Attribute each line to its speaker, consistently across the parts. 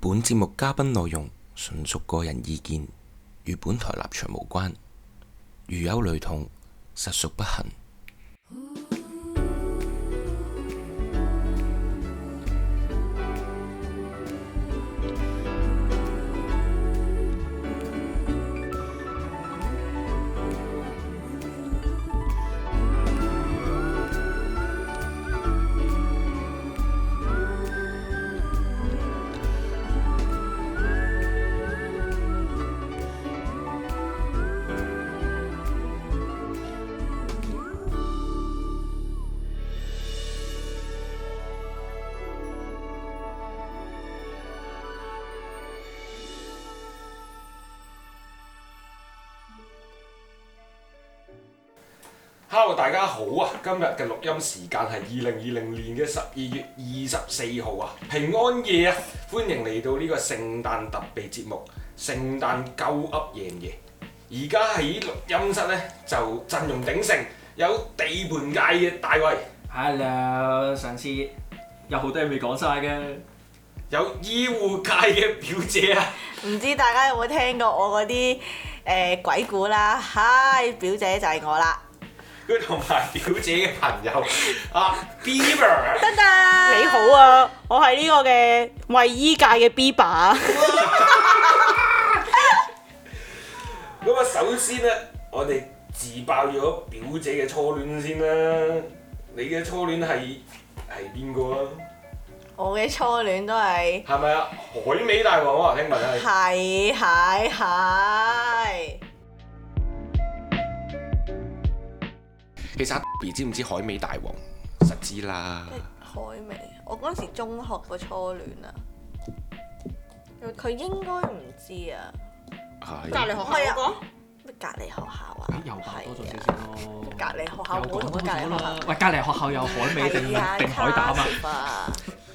Speaker 1: 本節目嘉賓內容純屬個人意見，與本台立場無關。如有雷同，實屬不幸。
Speaker 2: Hello，大家好啊！今日嘅錄音時間係二零二零年嘅十二月二十四號啊，平安夜啊！歡迎嚟到呢個聖誕特備節目《聖誕鳩噏夜唔夜》。而家喺錄音室呢，就陣容鼎盛，有地盤界嘅大衛，
Speaker 3: Hello，上次有好多嘢未講晒嘅，
Speaker 2: 有醫護界嘅表姐啊，
Speaker 4: 唔知大家有冇聽過我嗰啲誒鬼故啦？嗨，表姐就係我啦，
Speaker 2: 佢同埋表姐嘅朋友啊 Bieber。
Speaker 4: 噔噔，
Speaker 5: 你好啊，我係呢個嘅衞醫界嘅 Bieber，
Speaker 2: 咁啊，首先咧，我哋自爆咗表姐嘅初戀先啦。你嘅初戀係係邊個啊？
Speaker 4: 我嘅初戀都係
Speaker 2: 係咪啊？海味大王啊，聽聞係。
Speaker 4: 係係係，
Speaker 1: 其實阿 B 知唔知海味大王？實知啦。
Speaker 4: 海味。我嗰陣時中學個初戀啊，佢應該唔知啊，
Speaker 1: 係
Speaker 5: 隔離學
Speaker 4: 係
Speaker 5: 校嗰
Speaker 4: 啊
Speaker 5: 個，
Speaker 4: 咩隔離學校啊？
Speaker 3: 咦又爆多咗少少咯。
Speaker 4: 隔離學校
Speaker 3: 又
Speaker 4: 冇同佢隔離學
Speaker 3: 講多咗啦
Speaker 4: 校。
Speaker 3: 喂，隔離學校有海味定
Speaker 4: 係啊
Speaker 3: 定海膽啊？
Speaker 4: 卡士啊！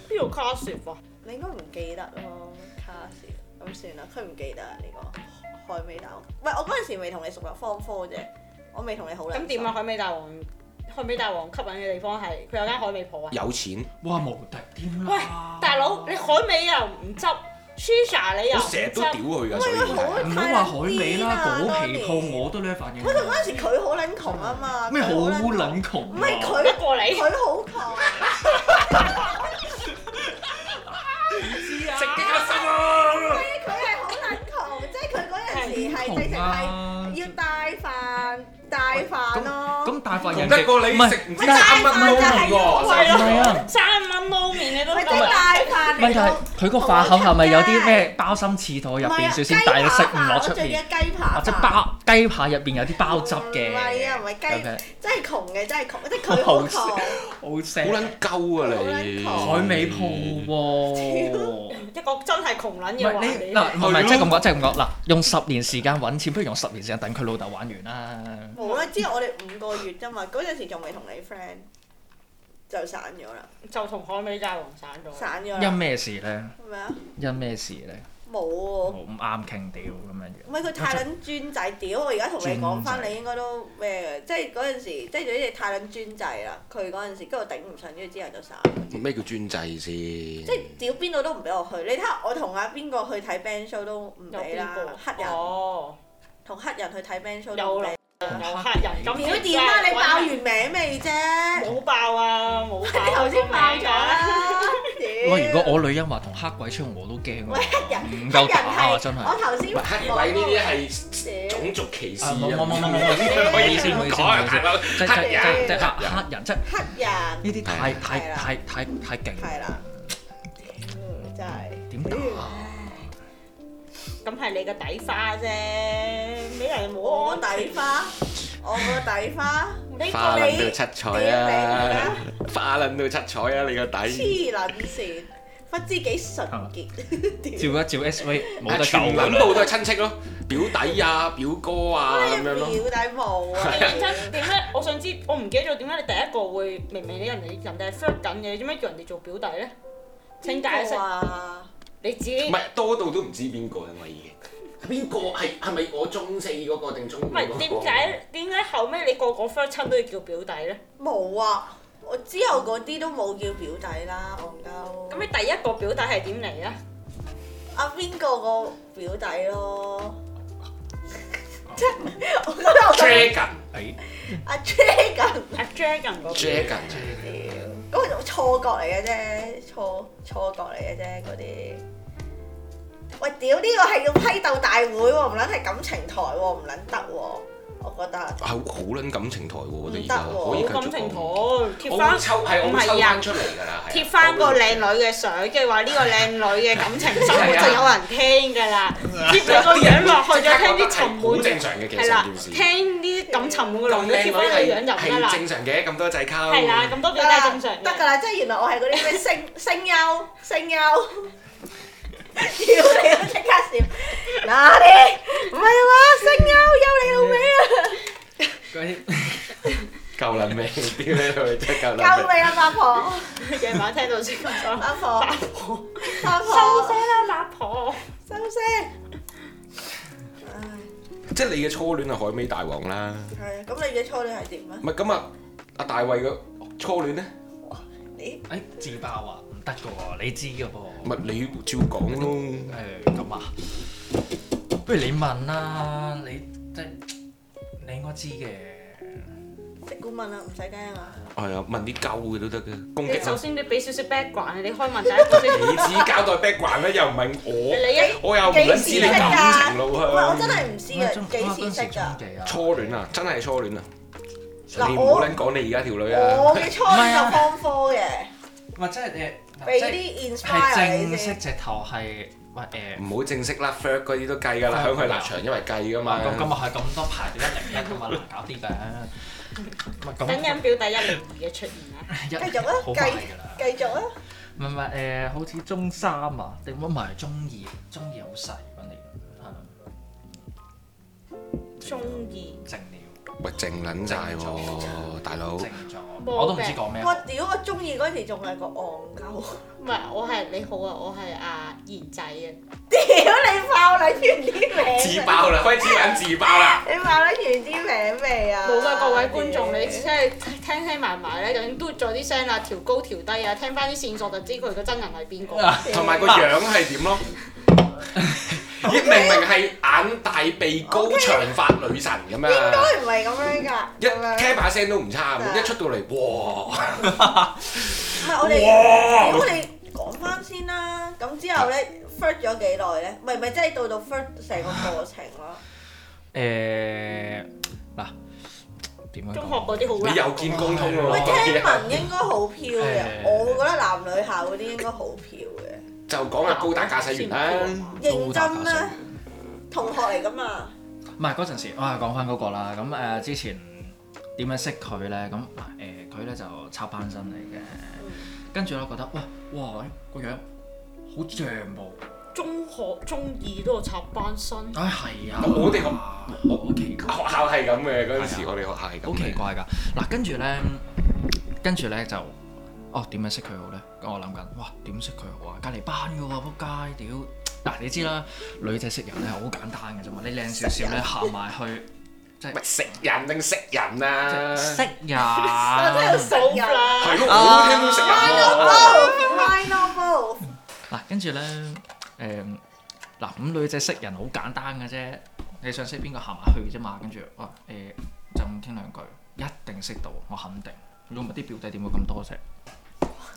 Speaker 5: 邊度 class 啊？
Speaker 4: 你應該唔記得咯，卡士咁算啦，佢唔記得啊呢、個海味大王。唔係我嗰陣時未同你熟入啊方科啫，我未同你好啦。
Speaker 5: 咁點啊？？海味大王，海味大王吸引嘅地方係佢有間海味鋪啊。
Speaker 1: 有錢，
Speaker 3: 哇，無敵添啦！
Speaker 5: 喂，大
Speaker 4: 啊
Speaker 5: 佬，你海味又唔執 s h i s a 你又
Speaker 1: 我
Speaker 5: 唔
Speaker 1: 成日都屌
Speaker 5: 執，
Speaker 1: 佢㗎，
Speaker 4: 喂
Speaker 1: 所以
Speaker 4: 喂好
Speaker 1: 係
Speaker 3: 唔好話海味啦，果皮鋪我都呢反應。
Speaker 4: 啊喂，佢嗰陣時佢好撚窮啊嘛。
Speaker 3: 咩好
Speaker 4: 佢撚窮
Speaker 3: 撚窮？啊
Speaker 4: 唔係佢
Speaker 5: 得過你。
Speaker 4: 佢好窮，
Speaker 2: 食激一心啊！
Speaker 4: 佢係好撚窮，即係佢嗰陣時係直
Speaker 3: 窮
Speaker 4: 情係
Speaker 3: 啊！
Speaker 4: 要帶飯帶飯咯。
Speaker 3: 咁大份
Speaker 2: 同
Speaker 3: 人
Speaker 2: 得
Speaker 3: 哋
Speaker 2: 過你
Speaker 3: 唔係
Speaker 2: 食唔知三蚊撈麵
Speaker 3: 唔係
Speaker 2: 喎，
Speaker 3: 啊！
Speaker 5: 三蚊撈麵你都
Speaker 4: 咪
Speaker 5: 得
Speaker 4: 即係
Speaker 5: 啊！
Speaker 4: 帶
Speaker 3: 問
Speaker 4: 飯嚟
Speaker 3: 題
Speaker 4: 到
Speaker 3: 係佢個飯盒係咪有啲咩包心刺肚入邊少少，但係你食唔落出
Speaker 4: 我最記得
Speaker 3: 面，
Speaker 4: 啊雞扒
Speaker 3: 或者
Speaker 4: 飯
Speaker 3: 包雞扒入邊有啲包汁嘅。
Speaker 4: 唔係啊，唔係
Speaker 3: 咁
Speaker 4: 雞
Speaker 3: 樣，
Speaker 4: 真係窮嘅，真係窮，即係佢好
Speaker 3: 好
Speaker 4: 窮。
Speaker 3: 好
Speaker 1: 好
Speaker 3: 腥。
Speaker 1: 撚鳩啊你！
Speaker 4: 好
Speaker 3: 海味鋪喎。
Speaker 5: 一個真係窮撚
Speaker 3: 唔
Speaker 5: 嘅
Speaker 3: 係
Speaker 5: 話，你
Speaker 3: 你嗱，唔係唔
Speaker 1: 係
Speaker 3: 係
Speaker 1: 咯
Speaker 3: 即係咁講，即係咁講嗱，用十年時間揾錢，不如用十年時間等佢老豆玩完啦。
Speaker 4: 冇啦，之後我哋五個月啫嘛，嗰陣時仲未同你 friend，就散咗啦，
Speaker 5: 就同海味大王散咗。
Speaker 4: 散咗
Speaker 3: 因
Speaker 4: 啦，
Speaker 3: 咩事咧？
Speaker 4: 係咪啊？
Speaker 3: 因咩事咧？
Speaker 4: 冇
Speaker 3: 我
Speaker 4: 喎，
Speaker 3: 唔啱傾屌咁樣
Speaker 4: 唔
Speaker 3: 樣。
Speaker 4: 係佢太撚專制，屌！我而家同你講
Speaker 3: 專
Speaker 4: 翻，
Speaker 3: 制
Speaker 4: 你應該都咩嘅？即係嗰陣時，即係總之你太撚專制啦。佢嗰陣時，跟住我頂唔順，跟住之後就散。
Speaker 1: 咩叫專制先？
Speaker 4: 即係屌邊度都唔俾我去，你睇下我同阿邊個去睇 band show 都唔
Speaker 5: 有
Speaker 4: 俾
Speaker 5: 邊
Speaker 4: 啦
Speaker 5: 個？，
Speaker 4: 黑人
Speaker 5: 哦，
Speaker 4: 同黑人去睇 band show 都
Speaker 5: 有
Speaker 4: 唔
Speaker 5: 啦
Speaker 4: 俾。
Speaker 5: 有黑人咁
Speaker 4: 屌點啊！你爆完名未啫？
Speaker 5: 冇爆啊，冇爆。
Speaker 4: 頭先爆咗啦！
Speaker 3: 喂，如果我女人話同黑鬼出我都驚
Speaker 4: 喂黑人
Speaker 3: 喎，唔夠打啊！真
Speaker 4: 我
Speaker 3: 係。
Speaker 4: 頭先
Speaker 1: 喂黑鬼呢啲係種族歧視啊！
Speaker 3: 冇冇冇冇冇，
Speaker 2: 可以
Speaker 3: 唔好
Speaker 2: 咁
Speaker 3: 意思
Speaker 2: 講啊，大佬
Speaker 3: 即係即係
Speaker 2: 黑
Speaker 3: 即
Speaker 2: 人
Speaker 3: 係即係黑黑人，即係
Speaker 4: 黑人
Speaker 3: 呢啲太太
Speaker 4: 係啦
Speaker 3: 太太太勁。
Speaker 4: 係啦，嗯真係
Speaker 3: 點打啊？
Speaker 5: 咁係你個底花啫，俾人冇
Speaker 4: 我
Speaker 5: 安啊
Speaker 4: 個底花，我個底花
Speaker 5: 你
Speaker 1: 花
Speaker 5: 個
Speaker 1: 撚到
Speaker 5: 你
Speaker 1: 七彩啊！花撚到七彩啊！你個底
Speaker 4: 黐撚線，不知幾純潔，
Speaker 3: 照
Speaker 4: 屌！
Speaker 3: 一照 S V 冇得救
Speaker 1: 啊全
Speaker 3: 㗎
Speaker 1: 撚
Speaker 3: 啦。
Speaker 1: 部都係親戚咯，表弟啊、表哥啊咁樣
Speaker 4: 表
Speaker 1: 咯。
Speaker 4: 弟冇啊！
Speaker 5: 認真點解？我想知，我唔記得咗點解你第一個會明明你人哋人哋係 friend 緊嘅，你做咩叫人哋做表弟咧？請解釋，
Speaker 4: 啊！
Speaker 5: 你自
Speaker 1: 唔
Speaker 5: 己。
Speaker 1: 係多到都唔知邊個，因為已經邊個係係咪我中四嗰個定中五
Speaker 5: 唔
Speaker 1: 嗰個
Speaker 5: 係點解點解後尾你個個 friend 親都要叫表弟咧？
Speaker 4: 冇啊！我之後嗰啲都冇叫表弟啦，戇鳩。
Speaker 5: 咁你第一個表弟係點嚟啊？
Speaker 4: 阿邊個個表弟咯？即係我覺得我覺得
Speaker 2: Dragon
Speaker 3: 誒，
Speaker 4: 阿 Dragon
Speaker 5: 阿 Dragon 嗰邊
Speaker 2: Dragon
Speaker 4: 嗰個就錯覺嚟嘅啫，錯錯覺嚟嘅啫嗰啲。喂，屌呢個係要批鬥大會喎，唔撚係感情台喎，唔撚得喎，我覺得。
Speaker 1: 好好撚感情台喎，我哋而
Speaker 4: 唔得喎
Speaker 1: 家
Speaker 5: 好
Speaker 1: 可以
Speaker 5: 感
Speaker 1: 繼
Speaker 5: 情
Speaker 1: 續
Speaker 5: 台
Speaker 1: 講。
Speaker 5: 貼
Speaker 2: 我
Speaker 5: 翻
Speaker 2: 會抽係我
Speaker 5: 唔
Speaker 2: 會抽
Speaker 5: 係啊
Speaker 2: 翻，出嚟㗎啦，係啊
Speaker 5: 貼翻個靚女嘅相，跟住話呢個靚女嘅感情生活
Speaker 2: 係啊
Speaker 5: 就有人 聽㗎啦。貼你個樣落去就聽啲沉
Speaker 2: 好
Speaker 5: 悶，
Speaker 2: 正常嘅其
Speaker 5: 係
Speaker 2: 實
Speaker 5: 啦
Speaker 2: 件，事。
Speaker 5: 聽呢啲咁沉
Speaker 2: 咁靚
Speaker 5: 悶嘅內容，
Speaker 2: 女
Speaker 5: 貼翻個樣就唔得
Speaker 2: 係
Speaker 5: 啦
Speaker 2: 係。正常嘅，咁多仔 溝。
Speaker 5: 係啊啦，咁多
Speaker 4: 得
Speaker 5: 表都
Speaker 4: 啦
Speaker 5: 係正常嘅。
Speaker 4: 得㗎啦，即係原來我係嗰啲咩聲聲優聲優，屌你啊！即刻笑，嗱你唔係啊嘛，聲優優你老味啊！
Speaker 6: 嗰啲
Speaker 2: 夠撚味，屌你老味真係夠
Speaker 1: Dạ.
Speaker 2: 撚味
Speaker 4: 夠。味啊，八婆，
Speaker 5: 夜晚聽到先咁講。
Speaker 4: 八婆，
Speaker 5: 八婆，
Speaker 4: 八
Speaker 5: 收
Speaker 4: 婆
Speaker 5: 聲，啦，八婆。
Speaker 4: 收聲。唉，
Speaker 2: 即係你嘅初戀係海味大王啦，
Speaker 4: 係啊，咁你嘅初戀係點啊
Speaker 2: 唔？係咁啊，阿大衛嘅初戀咧，
Speaker 4: 你
Speaker 3: 誒自爆啊，唔得嘅喎，你知嘅
Speaker 2: 唔
Speaker 3: 噃。
Speaker 2: 係你照講咯。
Speaker 3: 誒咁啊，不如你問啦，你即係你應該知嘅。
Speaker 4: 即管問啦，唔使驚啊。
Speaker 2: 係啊，問啲鳩嘅都得嘅，攻
Speaker 5: 你
Speaker 2: 擊
Speaker 5: 首
Speaker 2: 啊！
Speaker 5: 先你俾少少 background，你開問第一個
Speaker 2: 你
Speaker 5: 先。
Speaker 2: 只交代 background 咧，又唔係我，
Speaker 5: 你一
Speaker 2: 我又唔撚知你感情路
Speaker 4: 唔係，我
Speaker 2: 向。
Speaker 4: 真係唔知啊，幾時識㗎？
Speaker 3: 㗎
Speaker 2: 初戀啊，真係初戀啊！
Speaker 4: 嗱
Speaker 2: 你唔好
Speaker 4: 我
Speaker 2: 撚講你而家條女
Speaker 4: 我
Speaker 2: 啊！
Speaker 4: 嘅初戀就方科嘅，
Speaker 3: 唔係即係誒，
Speaker 4: 俾
Speaker 3: 即
Speaker 4: 啲
Speaker 3: 係
Speaker 4: inspire 你
Speaker 3: 正式
Speaker 4: 先。
Speaker 3: 直頭係喂 誒。
Speaker 2: 唔好正式啦 f i r t 嗰啲都計㗎
Speaker 3: 啊
Speaker 2: 啦，響佢立場因為
Speaker 1: 啊
Speaker 2: 計㗎嘛。
Speaker 3: 咁今日係咁多排到一零一噶嘛，難搞啲嘅。唔係咁，
Speaker 5: 等緊表弟一零二嘅出現啊！
Speaker 3: 一
Speaker 4: 繼續啊
Speaker 3: 好快㗎啦。
Speaker 4: 繼續啊！
Speaker 3: 唔係唔係誒，好似中三啊，定乜唔係中二？中二好細嗰年，係啊
Speaker 5: 中意
Speaker 3: 靜了，
Speaker 2: 喂，靜撚晒喎，大佬
Speaker 3: 靜。咗，
Speaker 5: 冇
Speaker 3: 我都唔知講咩。
Speaker 4: 我屌，我中意嗰陣時仲係個戇鳩，
Speaker 5: 唔係我係你好啊，我係阿賢仔啊。
Speaker 4: 屌你爆撚完啲名啊，
Speaker 2: 自爆啦，開始撚自爆 啦！
Speaker 4: 你爆撚完啲名未啊？
Speaker 5: 冇㗎，各位觀眾，你即係聽聽埋埋咧，究竟嘟咗啲聲啊，調高調低啊，聽翻啲線索就知佢個真人係邊個。
Speaker 3: 啊
Speaker 2: 同埋個樣係點 咯？咦，明明係眼大鼻高
Speaker 4: OK
Speaker 2: 長髮女神咁
Speaker 4: 應
Speaker 2: 樣，
Speaker 4: 該唔係啊咁樣㗎，
Speaker 2: 一
Speaker 4: 咁樣
Speaker 2: 聽把聲都唔差，一出到嚟，哇！
Speaker 4: 唔係我哋，
Speaker 2: 哇
Speaker 4: 咁我哋講翻先啦。咁之後咧 f i r t 咗幾耐咧？唔係唔係，即係到到 f i r t 成個過程咯。
Speaker 3: 誒嗱，點樣講？
Speaker 5: 中學嗰啲好
Speaker 2: 你
Speaker 5: 難
Speaker 2: 又見公通咯
Speaker 4: 喂，聽
Speaker 2: 喎，啊
Speaker 4: 聞應該好飄嘅，
Speaker 3: 誒
Speaker 4: 我覺得男女校嗰啲應該好飄嘅。
Speaker 2: 就講下高達駕駛員啦。
Speaker 4: 認真啦，同學嚟㗎嘛，
Speaker 3: 唔係嗰陣時，我係講翻嗰個啦。咁誒、呃之前點樣識佢咧？咁嗱誒佢咧就插班生嚟嘅，跟住我覺得哇哇個樣好像喎，
Speaker 5: 中學中二都有插班生，
Speaker 3: 唉係啊，
Speaker 2: 咁我哋個
Speaker 3: 好奇怪，
Speaker 2: 學校係咁嘅嗰陣時，我哋學校係
Speaker 3: 啊好
Speaker 2: 咁
Speaker 3: 奇
Speaker 2: 嘅。
Speaker 3: 怪㗎。嗱跟住咧，跟住咧就哦點樣識佢好咧？我諗緊哇點識佢好啊？隔離班嘅喎，仆街屌！嗱你知啦，女仔識人咧好簡單嘅啫嘛，你靚少少咧行埋去即係
Speaker 2: 喂，食人定識人啊？
Speaker 3: 識人。
Speaker 4: 我
Speaker 5: 啊
Speaker 4: 真係
Speaker 5: 好
Speaker 4: 成人。
Speaker 5: 啦，
Speaker 2: 係咯，我都聽到食人喎。
Speaker 4: Both，mind both。
Speaker 3: 嗱，跟住咧，誒、嗱，咁女仔識人好簡單嘅啫，你想識邊個行埋去啫嘛，跟住哇，誒、就咁傾兩句，一定識到，我肯定。如果唔係啲表弟點會咁多啫？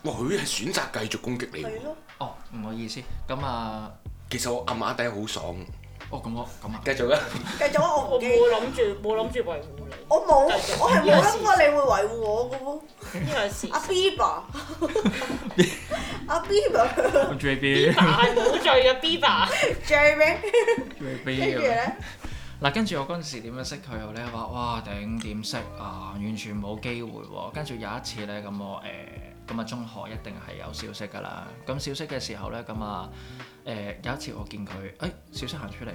Speaker 2: 哇，佢係選擇繼續攻擊你喎。
Speaker 4: 係咯，
Speaker 3: 哦，唔好意思，咁啊，
Speaker 2: 其實我暗啞底好爽。
Speaker 3: 哦，咁我咁啊，
Speaker 2: 繼續啦。
Speaker 4: 繼續啊！我唔
Speaker 5: 我
Speaker 4: 記
Speaker 5: 冇諗住冇諗住維護你
Speaker 4: 我冇，我係冇諗過你會維護我嘅喎。
Speaker 5: 呢個係事。
Speaker 4: 阿 Bieber，阿 Bieber
Speaker 3: 我 J B
Speaker 5: 係冇罪啊嘅 Biba，
Speaker 4: Jeremy，
Speaker 3: J
Speaker 4: 跟
Speaker 3: B
Speaker 4: 住咧，
Speaker 3: 嗱，跟住我嗰陣時點樣識佢好咧？話哇頂點識啊，完全冇機會喎、跟住有一次咧，咁我誒咁啊中學一定係有小息噶啦。咁小息嘅時候咧，咁啊誒有一次我見佢，誒、小息行出嚟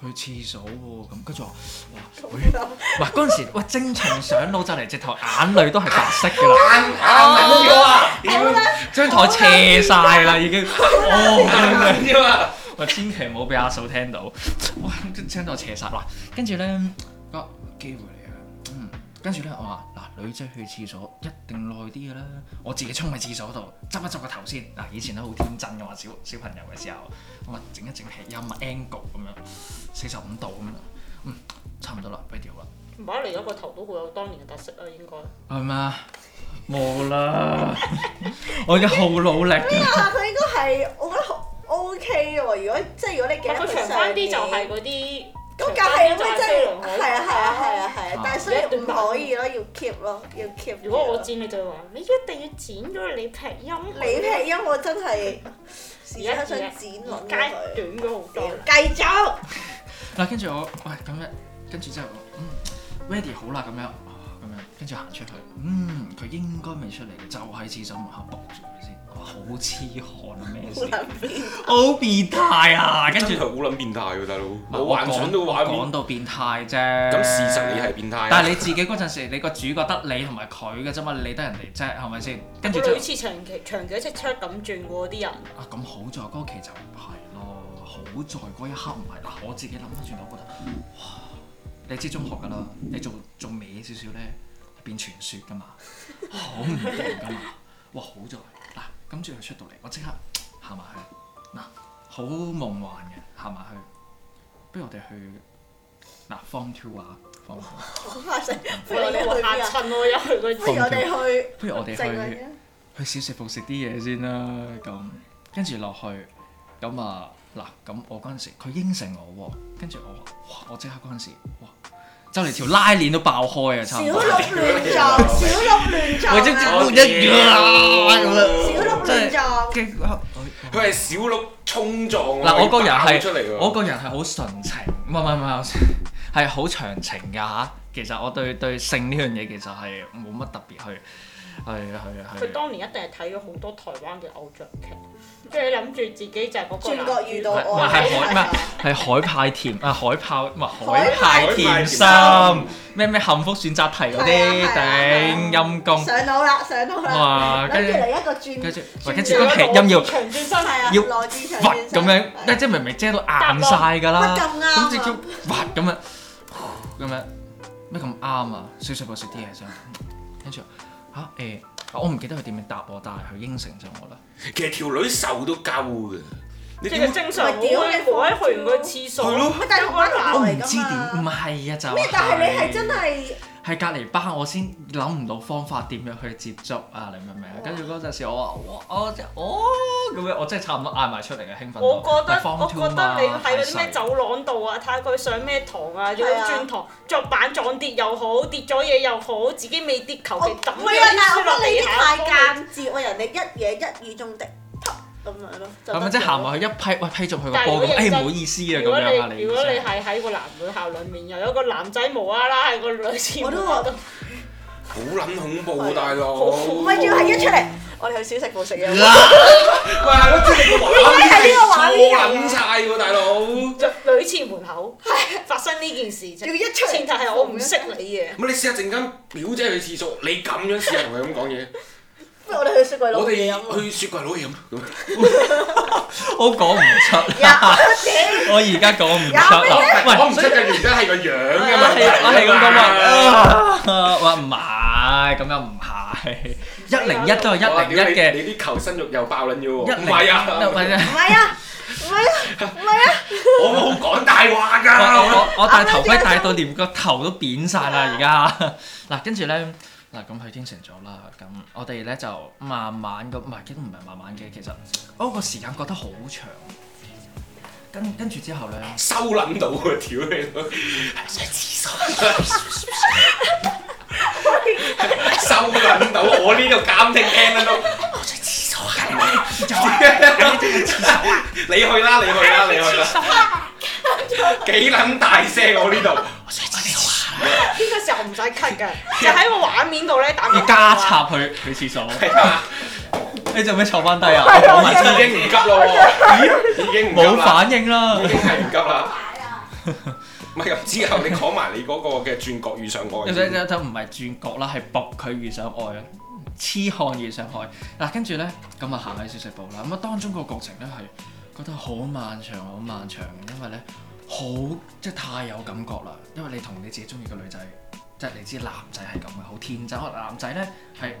Speaker 3: 去廁所喎、咁跟住我哇，喂喂嗰陣時喂精情上腦就嚟，直頭眼淚都係白色噶啦，
Speaker 2: 啱啱咗啊！
Speaker 3: 張台斜晒啦已經，哦咁樣
Speaker 2: 啱咗啊！
Speaker 3: 我千祈唔好俾阿嫂聽到，哇！真聽到斜殺啦。跟住咧，個機會嚟啊，嗯，跟住咧，我話嗱，女仔去廁所一定耐啲嘅啦，我自己衝去廁所度執一執個頭先。嗱，以前都好天真嘅嘛，小小朋友嘅時候，我話整一整係音 angle 咁樣，四十五度咁樣，嗯，差唔多啦，ready 好啦。
Speaker 5: 唔係你而家個頭都好有當年嘅特色啦，應該。
Speaker 3: 係嘛？冇啦， 我而家好努力㗎。
Speaker 4: 啊！佢應該係我覺得好 OK 嘅喎。如果即係如果你記得
Speaker 5: 啊但佢
Speaker 4: 佢上
Speaker 5: 長翻
Speaker 4: 面
Speaker 5: 啲就係嗰啲。
Speaker 4: 咁梗係咁咪
Speaker 5: 長翻啲就
Speaker 4: 真係
Speaker 5: 係飛輪海
Speaker 4: 係啊係啊係啊係啊
Speaker 3: 啊！
Speaker 4: 但係所以唔可以咯，要 keep 咯，要 keep 住咯。
Speaker 5: 如果我剪你就會話，你一定要剪咗你劈音。
Speaker 4: 你劈音，我真係時
Speaker 5: 而家
Speaker 4: 刻想剪
Speaker 5: 而
Speaker 4: 撚咗
Speaker 5: 家
Speaker 4: 佢。
Speaker 5: 短咗好多啦。
Speaker 4: 繼續，
Speaker 3: 嗱，跟住我，喂，咁樣，跟住之後我，嗯，ready 好啦，咁樣，哦咁樣，跟住行出去，嗯，佢應該未出嚟嘅，就喺廁所門口搏住佢先，哇，好痴漢啊，咩
Speaker 4: 好
Speaker 3: 事？
Speaker 4: 撚變
Speaker 3: 好變態啊！跟
Speaker 2: 真係
Speaker 3: 住
Speaker 2: 好撚變態喎，大佬，
Speaker 3: 我
Speaker 2: 我幻想到
Speaker 3: 講
Speaker 2: 畫
Speaker 3: 講
Speaker 2: 面，
Speaker 3: 到變態啫。
Speaker 2: 咁
Speaker 3: 咁
Speaker 2: 事實你係變態啊，
Speaker 3: 但係你自己嗰陣時，你個主角得你同埋佢嘅啫嘛，你理得人哋啫，係咪先？跟住
Speaker 5: 佢
Speaker 3: 就
Speaker 5: 好似長期長期一隻 check 咁轉喎啲人，
Speaker 3: 啊，咁好在嗰期就唔係咯，好在嗰一刻唔係嗱，我自己諗翻轉頭，我覺得哇，你知中學㗎啦，你做做歪少少咧，變傳說㗎嘛，好唔掂㗎嘛，哇，好在嗱，跟住佢出到嚟，我即刻行埋去，嗱，好夢幻嘅，行埋去，不如我哋去嗱 Form Two 啊，Form Two，
Speaker 4: 好發生，不
Speaker 5: 你
Speaker 4: 如我哋
Speaker 5: 會
Speaker 4: 去
Speaker 5: 嚇
Speaker 4: 邊啊？
Speaker 5: 親我，因為佢
Speaker 4: 不如我哋去
Speaker 3: 不如我哋
Speaker 4: 靜啊
Speaker 3: 去。去小食部食啲嘢先啦，咁跟住落去，咁啊嗱，咁我嗰陣時佢應承我喎，跟住我話哇，我即刻嗰陣時哇，就嚟條拉鏈都爆開啊，差
Speaker 4: 小
Speaker 3: 唔
Speaker 4: 鹿
Speaker 3: 多，
Speaker 4: 亂撞，小鹿亂撞
Speaker 3: 我即
Speaker 4: 啊！
Speaker 3: 係一樣咁樣
Speaker 4: 小鹿亂撞，啊
Speaker 3: 跟住我
Speaker 2: 佢係小鹿衝撞喎
Speaker 3: 嗱，我個人
Speaker 2: 佢爆出嚟
Speaker 3: 係
Speaker 2: 喎
Speaker 3: 我個人係好純情，唔係唔係唔係， 係好長情㗎嚇。其實我對對性呢樣嘢其實係冇乜特別去去去
Speaker 5: 佢
Speaker 3: 去。
Speaker 5: 當年一定係睇咗好多台灣嘅偶像劇，即係諗住自己就係嗰個
Speaker 4: 轉角遇到
Speaker 3: 係唔係
Speaker 4: 愛，
Speaker 3: 係海咩？係海派甜啊，海豹唔係海
Speaker 4: 海
Speaker 3: 派
Speaker 2: 派
Speaker 3: 甜
Speaker 2: 甜
Speaker 3: 心
Speaker 2: 心
Speaker 3: 咩咩幸福選擇題嗰
Speaker 4: 係
Speaker 3: 啲
Speaker 4: 啊係啊
Speaker 3: 頂陰公，
Speaker 4: 上腦啦，上腦
Speaker 3: 哇
Speaker 4: 啦，諗住嚟一個轉，
Speaker 3: 跟住喂
Speaker 4: 轉
Speaker 3: 跟住個劇音要
Speaker 5: 長轉身
Speaker 4: 係啊，
Speaker 3: 要
Speaker 4: 羅志祥
Speaker 3: 滑咁樣，即係明明遮到硬晒㗎啦，
Speaker 4: 乜咁啱啊
Speaker 3: 咁直接滑咁樣咁樣咩咁啱啊？少少我食啲嘢先，跟住嚇誒，我唔記得佢點樣答我，但係佢應承咗我啦。
Speaker 2: 其實條女瘦到鳩嘅，你
Speaker 5: 即
Speaker 2: 點
Speaker 5: 係
Speaker 2: 會
Speaker 5: 正常
Speaker 4: 喂屌
Speaker 5: 我
Speaker 4: 你
Speaker 5: 去我一去完個廁所，
Speaker 2: 係咯
Speaker 4: 喂但係我
Speaker 5: 一個人
Speaker 4: 覺
Speaker 3: 我
Speaker 4: 得
Speaker 3: 唔
Speaker 4: 嚟㗎嘛
Speaker 3: 知點，唔係啊就
Speaker 4: 咩？但係你係真係
Speaker 3: 係隔離班，我先諗唔到方法點樣去接觸啊！你明唔明啊？跟住嗰陣時我話我我哦咁樣，我真係差唔多嗌埋出嚟嘅興奮到。
Speaker 5: 我覺
Speaker 3: 但
Speaker 5: 得
Speaker 3: form
Speaker 5: 我
Speaker 3: two
Speaker 5: 覺
Speaker 3: 嘛
Speaker 5: 得你喺嗰啲
Speaker 3: 太細
Speaker 5: 咩走廊度啊，睇下佢上咩堂啊，要
Speaker 4: 係啊
Speaker 5: 轉堂作板撞跌又好，跌咗嘢又好，自己未跌求
Speaker 4: 我
Speaker 5: 其
Speaker 4: 唔
Speaker 5: 抌咗
Speaker 4: 係啊！但係我覺
Speaker 5: 啲書落
Speaker 4: 得
Speaker 5: 地
Speaker 4: 你啲
Speaker 5: 下。
Speaker 4: 太間接喎，人哋一嘢一語中的，啪咁樣咯，就
Speaker 3: 咁
Speaker 4: 得
Speaker 3: 樣即係
Speaker 4: 咗
Speaker 3: 行埋去一批，喂批中佢個
Speaker 5: 但係如
Speaker 3: 波
Speaker 5: 果
Speaker 3: 咁，誒
Speaker 5: 認真
Speaker 3: 唔好意思啊咁
Speaker 5: 如果
Speaker 3: 樣啊
Speaker 5: 你如果你
Speaker 3: 你。
Speaker 5: 係喺個男女校裡面，又有一個男仔無啦啦喺個女廁
Speaker 4: 我
Speaker 5: 門
Speaker 4: 都
Speaker 5: 口度，
Speaker 2: 好撚恐怖啊，大佬！
Speaker 4: 唔係，仲要係一出嚟，我哋去小食部食嘢。
Speaker 2: 喂，係咯，即係啊個畫面係錯撚晒喎，大佬。咁
Speaker 5: 入女廁門口發生呢件事情，
Speaker 4: 要一出嚟
Speaker 5: 前提係我唔識你嘅。
Speaker 2: 你試下陣間表姐去廁所，你咁樣試下同佢咁講嘢，
Speaker 4: 不如我哋去雪櫃攞
Speaker 2: 我哋
Speaker 4: 嘢飲啊！
Speaker 2: 去雪櫃攞嘢飲。
Speaker 3: 我講唔 出啦，我而家講唔出啦。喂，
Speaker 2: 我唔出嘅原因係個樣
Speaker 3: 我
Speaker 2: 嘅問題。
Speaker 3: 係咁講
Speaker 2: Ờ.
Speaker 3: Ờ, 話， 啊話唔係咁又唔係，一零一都係
Speaker 2: 哇
Speaker 3: 一零一嘅
Speaker 2: 屌你。你啲求生欲又爆撚咗喎。
Speaker 3: 一零
Speaker 2: 唔係啊，
Speaker 3: 唔係啊
Speaker 4: 唔係啊，唔係啊，唔係啊！
Speaker 2: 我冇講大話
Speaker 3: 啊我
Speaker 2: 㗎。
Speaker 3: 我我我戴頭盔戴到連個頭都扁晒啦，而家 嗱，跟住咧嗱，咁佢應承咗啦，咁我哋咧就慢慢咁，唔係，都唔係慢慢嘅，其實我個時間覺得好長，跟跟住之後咧，
Speaker 2: 收撚到啊！屌你老，上廁所。收撚到，我呢度監聽聽得到。我上廁所係你去啦，你去啦，你去啦。幾撚大聲我呢度？我上廁所啊！
Speaker 5: 呢個時候唔使 cut 嘅， 就喺個畫面度咧打個
Speaker 3: 要加插佢去廁 所，
Speaker 2: 係啊，
Speaker 3: 你做咩坐翻低啊？ 我講埋
Speaker 2: 已
Speaker 3: 先，
Speaker 2: 經唔急咯喎，已經唔急
Speaker 3: 冇
Speaker 2: 啦，
Speaker 3: 反應啦
Speaker 2: 已，經係唔急啦。唔係咁之後，你講埋你嗰個嘅轉角遇上愛
Speaker 3: 有。啲都唔係轉角啦，係搏佢遇上愛啊！痴漢遇上愛嗱，跟住咧咁啊行喺小食部啦。咁啊當中個過程咧係覺得好漫長，好漫長，因為咧好即係太有感覺啦。因為你同你自己中意嘅女仔即係你知男仔係咁嘅，好天真。可能男仔咧係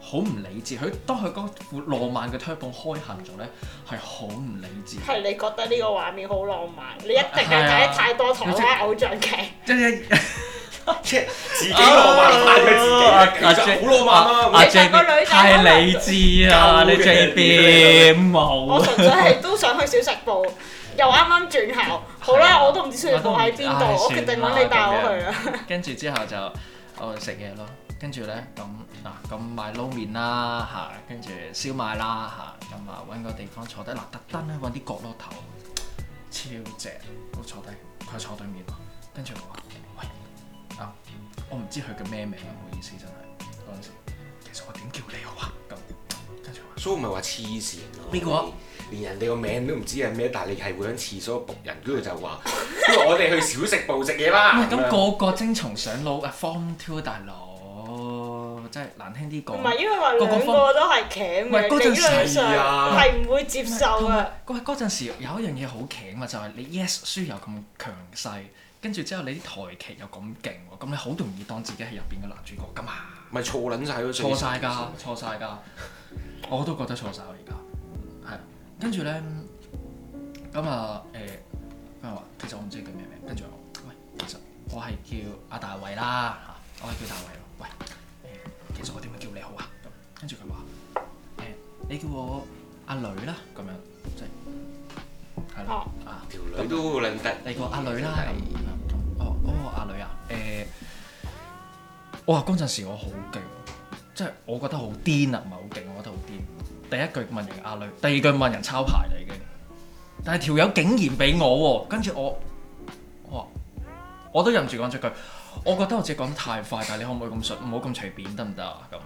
Speaker 3: 好唔理智，佢當佢嗰副浪漫嘅 turban 開行咗咧，係好唔理智。
Speaker 5: 係你覺得呢個畫面好浪漫，你一定係睇
Speaker 2: 啊
Speaker 5: 得太多台灣偶像劇。
Speaker 3: 即係
Speaker 2: 自
Speaker 3: 哦
Speaker 2: 己浪漫派佢
Speaker 3: 啊
Speaker 2: 自己，其實好浪漫啊！
Speaker 5: 啊其實個女仔可能
Speaker 3: 太理智啊！你
Speaker 2: 夠嘅
Speaker 3: JB
Speaker 5: 我
Speaker 2: 哦
Speaker 3: 冇
Speaker 5: 純粹係都想去小食部，又啱啱轉校，好
Speaker 2: 啊
Speaker 5: 啦，我都唔知小食部喺邊度，
Speaker 3: 唉
Speaker 5: 我決定揾你帶我去啊！
Speaker 3: 跟住之後就我哋食嘢咯。跟住咧咁嗱咁買撈麵啦嚇，跟住燒賣啦嚇，咁啊揾個地方坐低嗱，特登咧揾啲角落頭，超正，我坐低，佢坐對面喎，跟住我話喂啊，我唔知佢叫咩名，唔好意思真係嗰陣時，其實我點叫你好啊咁，跟住我話
Speaker 2: 所以唔係話黐線咯，
Speaker 3: 呢個
Speaker 2: 連人哋個名都唔知係咩，但係你係會喺廁所仆人，跟住就話， 不如我哋去小食部食嘢啦。
Speaker 3: 喂，咁
Speaker 2: 樣
Speaker 3: 個個精蟲上腦啊，form two 大佬，真係難聽啲
Speaker 5: 唔係
Speaker 3: 講。
Speaker 5: 因為話兩個都係鉗
Speaker 3: 喂嗰
Speaker 5: 嘅，
Speaker 3: 陣
Speaker 5: 理論
Speaker 2: 時啊
Speaker 5: 上係唔會接受
Speaker 3: 同
Speaker 5: 啊。
Speaker 3: 埋嗰嗰陣時有一樣嘢好勁嘛，就係、你 yes 輸又咁強勢，跟住之後你啲台劇又咁勁喎，咁你好容易當自己係入邊嘅男主角噶嘛？
Speaker 2: 咪錯撚晒咯，
Speaker 3: 錯晒㗎，錯晒㗎，我都覺得錯晒我而家，係啊跟住咧，咁啊誒，佢話其實我唔知佢叫咩名，跟住我喂，其實我係叫阿大衛啦嚇，我係叫大衛咯，喂誒、其實我點樣叫你好啊？咁跟住佢話誒，你叫我阿女啦，咁樣即係係啦
Speaker 5: 哦
Speaker 3: 啊。
Speaker 2: 條女都好撚得。
Speaker 3: 你個阿女啦，咁哦哦阿女啊，誒、我話嗰陣時我好勁，即係我覺得好癲啊，唔係好勁，我覺得好癲。第一句問人阿女，第二句問人抄牌嚟嘅，但係條友竟然俾我喎，跟住我，我話我都忍唔住講咗句，我覺得我自己講得太快，但係你可唔可以咁順，唔好咁隨便得唔得啊？咁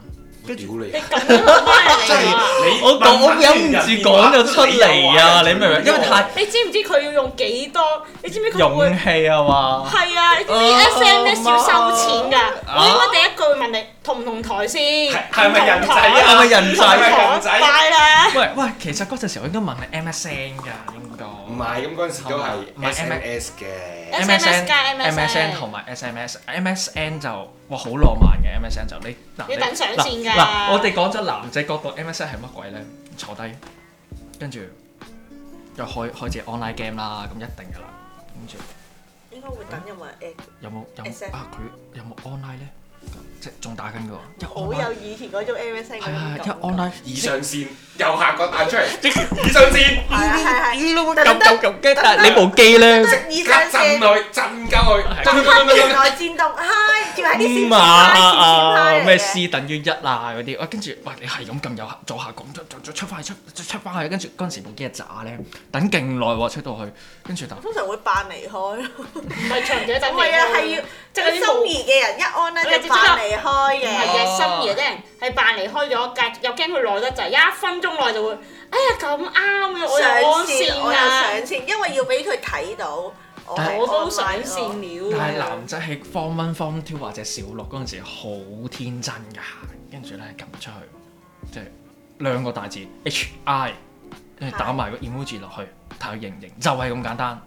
Speaker 2: 屌你
Speaker 5: 你！咁都唔
Speaker 2: 真
Speaker 5: 係
Speaker 2: 係
Speaker 5: 你啊！
Speaker 2: 你
Speaker 3: 我講我忍唔住講咗出嚟啊！ 你明唔明？因為太
Speaker 5: 你知唔知佢要用幾多？你知唔知佢會
Speaker 3: 勇？氣啊嘛。
Speaker 5: 係啊，你知唔知
Speaker 3: 哦
Speaker 5: SMS 要收錢㗎？
Speaker 3: 媽
Speaker 5: 我應該第一句會問你同唔同台先？
Speaker 2: 哦係係咪人仔啊
Speaker 5: 同唔
Speaker 3: 係咪
Speaker 5: 同台
Speaker 3: 人仔
Speaker 2: 係
Speaker 5: 同唔
Speaker 2: 咪
Speaker 5: 同
Speaker 2: 人仔
Speaker 5: 台快啦！
Speaker 3: 喂喂，其實嗰陣時我應該問你 MSN 㗎，應該
Speaker 2: 唔係咁嗰陣時都係
Speaker 3: 唔係
Speaker 2: SMS 嘅，
Speaker 5: SMS 加
Speaker 3: MSN 同埋 SMS，MSN 就哇好浪漫嘅 MSN 就你嗱
Speaker 5: 要
Speaker 3: 你
Speaker 5: 等上線
Speaker 3: 嗱
Speaker 5: 㗎
Speaker 3: 嗱，我哋講咗男仔角度 MSN 係乜鬼咧？坐低，跟住又開開始 online game 啦，咁一定㗎啦。跟住
Speaker 4: 應該會等有冇人
Speaker 3: 有冇有冇
Speaker 4: SM
Speaker 3: 啊？佢有冇 online 咧？即係仲打緊㗎喎，一
Speaker 4: 誒，好
Speaker 3: online
Speaker 4: 有以前嗰種 MSN 嗰
Speaker 3: 係啊，一
Speaker 4: 種感覺。
Speaker 3: online
Speaker 2: 以上線右下角彈出 嚟，以上線
Speaker 4: 係啊係係。
Speaker 3: 咁咁咁跟住但係你部機咧。
Speaker 4: 以上
Speaker 2: 震
Speaker 4: 線，
Speaker 2: 佢，震鳩佢，震
Speaker 4: 原
Speaker 2: 佢，
Speaker 4: 來戰動嗨，仲係啲
Speaker 3: 五
Speaker 4: 閃閃
Speaker 3: 啊
Speaker 4: 嗨，閃閃嗨嚟嘅
Speaker 3: 咩 C 等於一啊嗰啲，哇！跟住哇，你係咁撳右下左下角，出出出翻去，出出翻去，跟住嗰陣時部機係渣咧，等勁耐喎，出到去，跟住但
Speaker 4: 通常會扮離開咯。
Speaker 5: 唔係長者
Speaker 4: 唔
Speaker 5: 等
Speaker 4: 係啊，係要
Speaker 5: 即
Speaker 4: 即
Speaker 5: 係
Speaker 4: 係
Speaker 5: 嗰啲
Speaker 4: 心
Speaker 5: 冇
Speaker 4: 儀嘅人一安啦，
Speaker 5: 我哋
Speaker 4: 就
Speaker 5: 知
Speaker 4: 扮
Speaker 5: 道
Speaker 4: 離開
Speaker 5: 唔係
Speaker 4: 嘅。
Speaker 5: 嘅，心儀有啲人係扮離開咗，隔又驚佢耐得滯，一分鐘內就會，哎呀咁啱嘅，我又
Speaker 4: 上
Speaker 5: 安
Speaker 4: 線，
Speaker 5: 線
Speaker 4: 我又
Speaker 5: 啦，
Speaker 4: 上線，因為要俾佢睇到。
Speaker 3: 但
Speaker 4: 係
Speaker 5: 我都
Speaker 4: online
Speaker 5: 上
Speaker 4: 咯
Speaker 5: 線了。
Speaker 3: 但係男仔喺 form one、form two 或者小六嗰陣時好天真㗎，跟住咧撳出去，即係兩個大字 H I，跟住打埋個 emoji 落去，睇佢認唔認，就係咁簡單，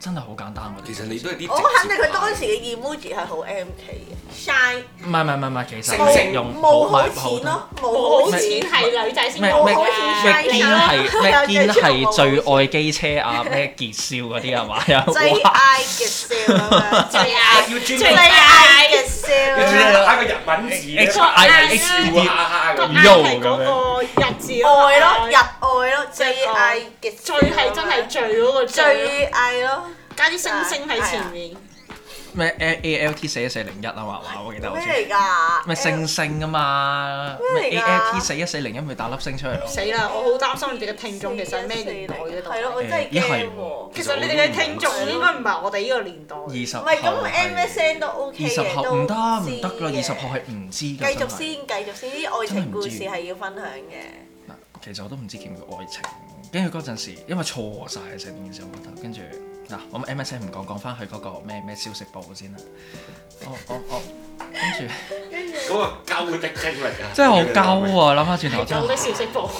Speaker 3: 真係好簡單喎。
Speaker 2: 其實你都係啲
Speaker 4: 我肯定佢當
Speaker 2: 當
Speaker 4: 時嘅 emoji 係好 MK 嘅，shine
Speaker 3: 唔係唔係唔係唔係，其
Speaker 2: 正
Speaker 3: 實
Speaker 2: 正
Speaker 3: 用
Speaker 4: 冇
Speaker 3: 好
Speaker 4: 好
Speaker 3: 咪好
Speaker 4: 錢咯，冇
Speaker 5: 冇
Speaker 4: 好
Speaker 5: 錢
Speaker 4: 錢。
Speaker 5: 係女仔先
Speaker 3: 咩
Speaker 5: 冇
Speaker 3: 咩咩
Speaker 5: 㗎，
Speaker 4: 咩
Speaker 5: 你
Speaker 3: 堅
Speaker 5: 咯
Speaker 3: 係啊
Speaker 4: 啊
Speaker 3: 咩堅係最愛機車 啊，咩傑少嗰啲係嘛？
Speaker 4: 最
Speaker 3: 有哇！
Speaker 4: 愛嘅笑啊嘛，
Speaker 5: 最愛
Speaker 2: 要專
Speaker 5: 最
Speaker 4: 最愛嘅笑啊，
Speaker 2: 打個日文字咧，
Speaker 3: X
Speaker 5: 錯
Speaker 3: I
Speaker 5: 係啊
Speaker 3: X
Speaker 2: 笑
Speaker 3: D
Speaker 2: 哈哈
Speaker 5: 個
Speaker 2: 咁。
Speaker 5: 愛係嗰個日字咯，
Speaker 4: 愛咯，日愛咯，最愛嘅
Speaker 5: 最係真係最嗰個最，
Speaker 4: 最愛咯，
Speaker 5: 加啲星星喺前面，
Speaker 3: 咩 A A L T 四一四零一啊嘛，哇！我記得好
Speaker 4: 咩
Speaker 3: 似
Speaker 4: 嚟㗎？
Speaker 3: 咩星星啊嘛，咩 A
Speaker 4: 咩嚟㗎
Speaker 3: L T 四一四零一咪打粒星出嚟咯。
Speaker 5: 死啦！我好擔心你哋嘅聽眾其實係咩年代嗰度？
Speaker 4: 係咯，我真係
Speaker 3: 咦係
Speaker 4: 驚
Speaker 3: 喎
Speaker 4: 喎。
Speaker 5: 其實你哋嘅聽眾應該唔係我哋呢個年代。
Speaker 3: 二十
Speaker 4: 唔係咁 MSN 都 OK
Speaker 3: 二十
Speaker 4: 嘅，
Speaker 3: 後
Speaker 4: 都
Speaker 3: 唔得唔
Speaker 4: 知
Speaker 3: 得啦，二十
Speaker 4: 嘅
Speaker 3: 後係唔知㗎。
Speaker 4: 繼續
Speaker 3: 真係
Speaker 4: 先，繼續先，啲愛情故事係要分享嘅。
Speaker 3: 嗱，其實我都唔知叫唔叫愛情。跟住嗰陣時，因為錯晒成件事，我覺得。跟住嗱，我 MSN 唔講，講翻去嗰個咩咩消息部先啦。我我我，跟 住。
Speaker 2: 嗰個鳩的經歷啊，
Speaker 3: 真係好鳩！啊！諗翻轉頭真
Speaker 5: 舊
Speaker 3: 係
Speaker 5: 的小食部，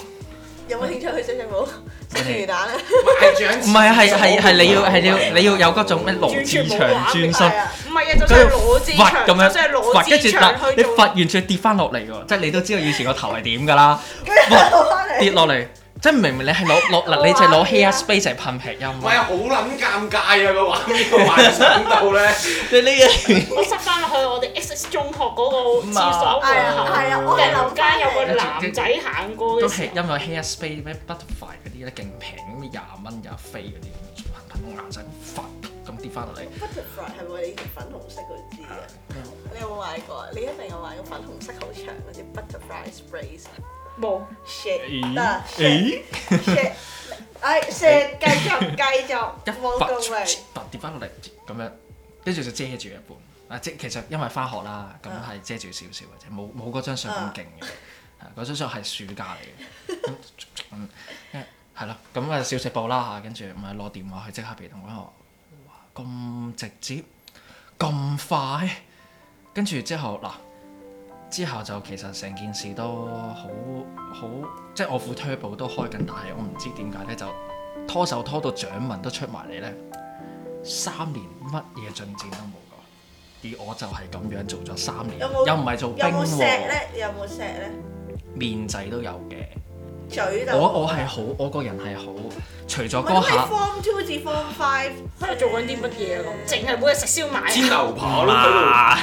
Speaker 4: 有冇興趣去小食部？
Speaker 3: 你
Speaker 4: 魚
Speaker 3: 哋
Speaker 4: 蛋啊，
Speaker 2: 賣住喺
Speaker 3: 唔係啊，係係係你要係你要你要有嗰
Speaker 2: 嗰
Speaker 3: 種咩羅志祥專
Speaker 5: 完全冇畫面
Speaker 3: 心
Speaker 4: 係。啊，
Speaker 5: 唔係啊，就算係攞支
Speaker 3: 滑
Speaker 5: 長，
Speaker 3: 咁樣，
Speaker 5: 即係
Speaker 3: 滑
Speaker 5: 攞
Speaker 3: 跟住
Speaker 5: 支
Speaker 3: 但
Speaker 5: 長去
Speaker 3: 你
Speaker 5: 做
Speaker 3: 滑完全跌翻落嚟喎，即係你都知道以前個頭係點㗎 啦，
Speaker 4: 跟
Speaker 3: 跌
Speaker 4: 住
Speaker 3: 落嚟，即係明明你係攞攞嗱，你就係攞 hair space 嚟噴皮音
Speaker 2: 唔係
Speaker 3: 啊，
Speaker 2: 啊，好撚尷尬啊個畫面，個幻想到咧，
Speaker 3: 你呢
Speaker 5: 我塞翻落去我哋 S 中學嗰個廁所
Speaker 4: 係
Speaker 5: 門
Speaker 4: 啊
Speaker 5: 口，
Speaker 4: 係啊，
Speaker 5: 突
Speaker 4: 我係
Speaker 5: 然
Speaker 4: 諗
Speaker 5: 間
Speaker 4: 翻
Speaker 5: 有個
Speaker 4: 嚟，
Speaker 5: 男仔行過
Speaker 3: 個都
Speaker 5: 嘅時
Speaker 3: 係
Speaker 5: 候，
Speaker 3: 因為 hair space 咩 butterfly 嗰啲咧勁平，咁廿蚊廿飛嗰啲，噴到顏色發咁跌翻落嚟，
Speaker 4: butterfly 係咪你隻粉紅色嗰支啊？你有冇買過啊？你一定有買過粉紅色好長嗰支 butterfly sprays 啊
Speaker 5: 冇
Speaker 4: shit
Speaker 3: 咦
Speaker 4: 得 shit
Speaker 3: 咦
Speaker 4: shit，哎 shit 繼續繼續
Speaker 3: 一
Speaker 4: 冇
Speaker 3: 發
Speaker 4: 共鳴，
Speaker 3: 突跌翻落嚟咁樣，跟住就遮住一半。啊，即其實因為翻學啦，咁
Speaker 4: 啊
Speaker 3: 係遮住少少嘅啫，冇冇嗰張相咁勁嘅。啊嗰張相係暑假嚟嘅。咁咁係啦，咁啊小食部啦嚇，跟住咪攞電話去即刻俾同學。哇，咁直接，咁快，跟住之後嗱。之後就其實成件事都好好，即係我副 turbo 都開緊，但係我唔知點解咧就拖手拖到掌紋都出埋嚟咧，三年乜嘢進展都冇過，而我就係咁樣做咗三年，
Speaker 4: 有冇
Speaker 3: 又唔係做兵
Speaker 4: 有冇
Speaker 3: 喎，
Speaker 4: 錫咧？有冇錫咧？
Speaker 3: 面仔都有嘅。
Speaker 4: 嘴度
Speaker 3: 我我係好，我個人係好，除咗
Speaker 4: 我
Speaker 3: 嗰
Speaker 4: 係
Speaker 3: 下
Speaker 4: form two 至 form five
Speaker 5: 喺度做緊啲乜嘢啊？咁淨係每日食燒
Speaker 2: 煎
Speaker 5: 賣啊，
Speaker 2: 牛扒咯喺
Speaker 3: 啊，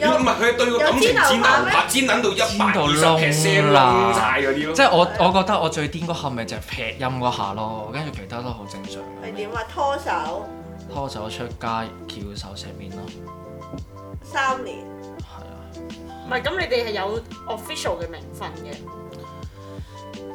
Speaker 2: 度，唔係佢對個感情煎牛扒煎撚到一百二十 percent 窿曬嗰啲咯
Speaker 3: 即。係我我覺得我最癲嗰下咪就係劈音嗰下咯，跟住其他都好正常。
Speaker 4: 係點啊？拖手
Speaker 3: 拖手出街，翹手食面咯，
Speaker 4: 三年，
Speaker 3: 係啊。
Speaker 5: 唔係咁你哋係有 official 嘅名分嘅，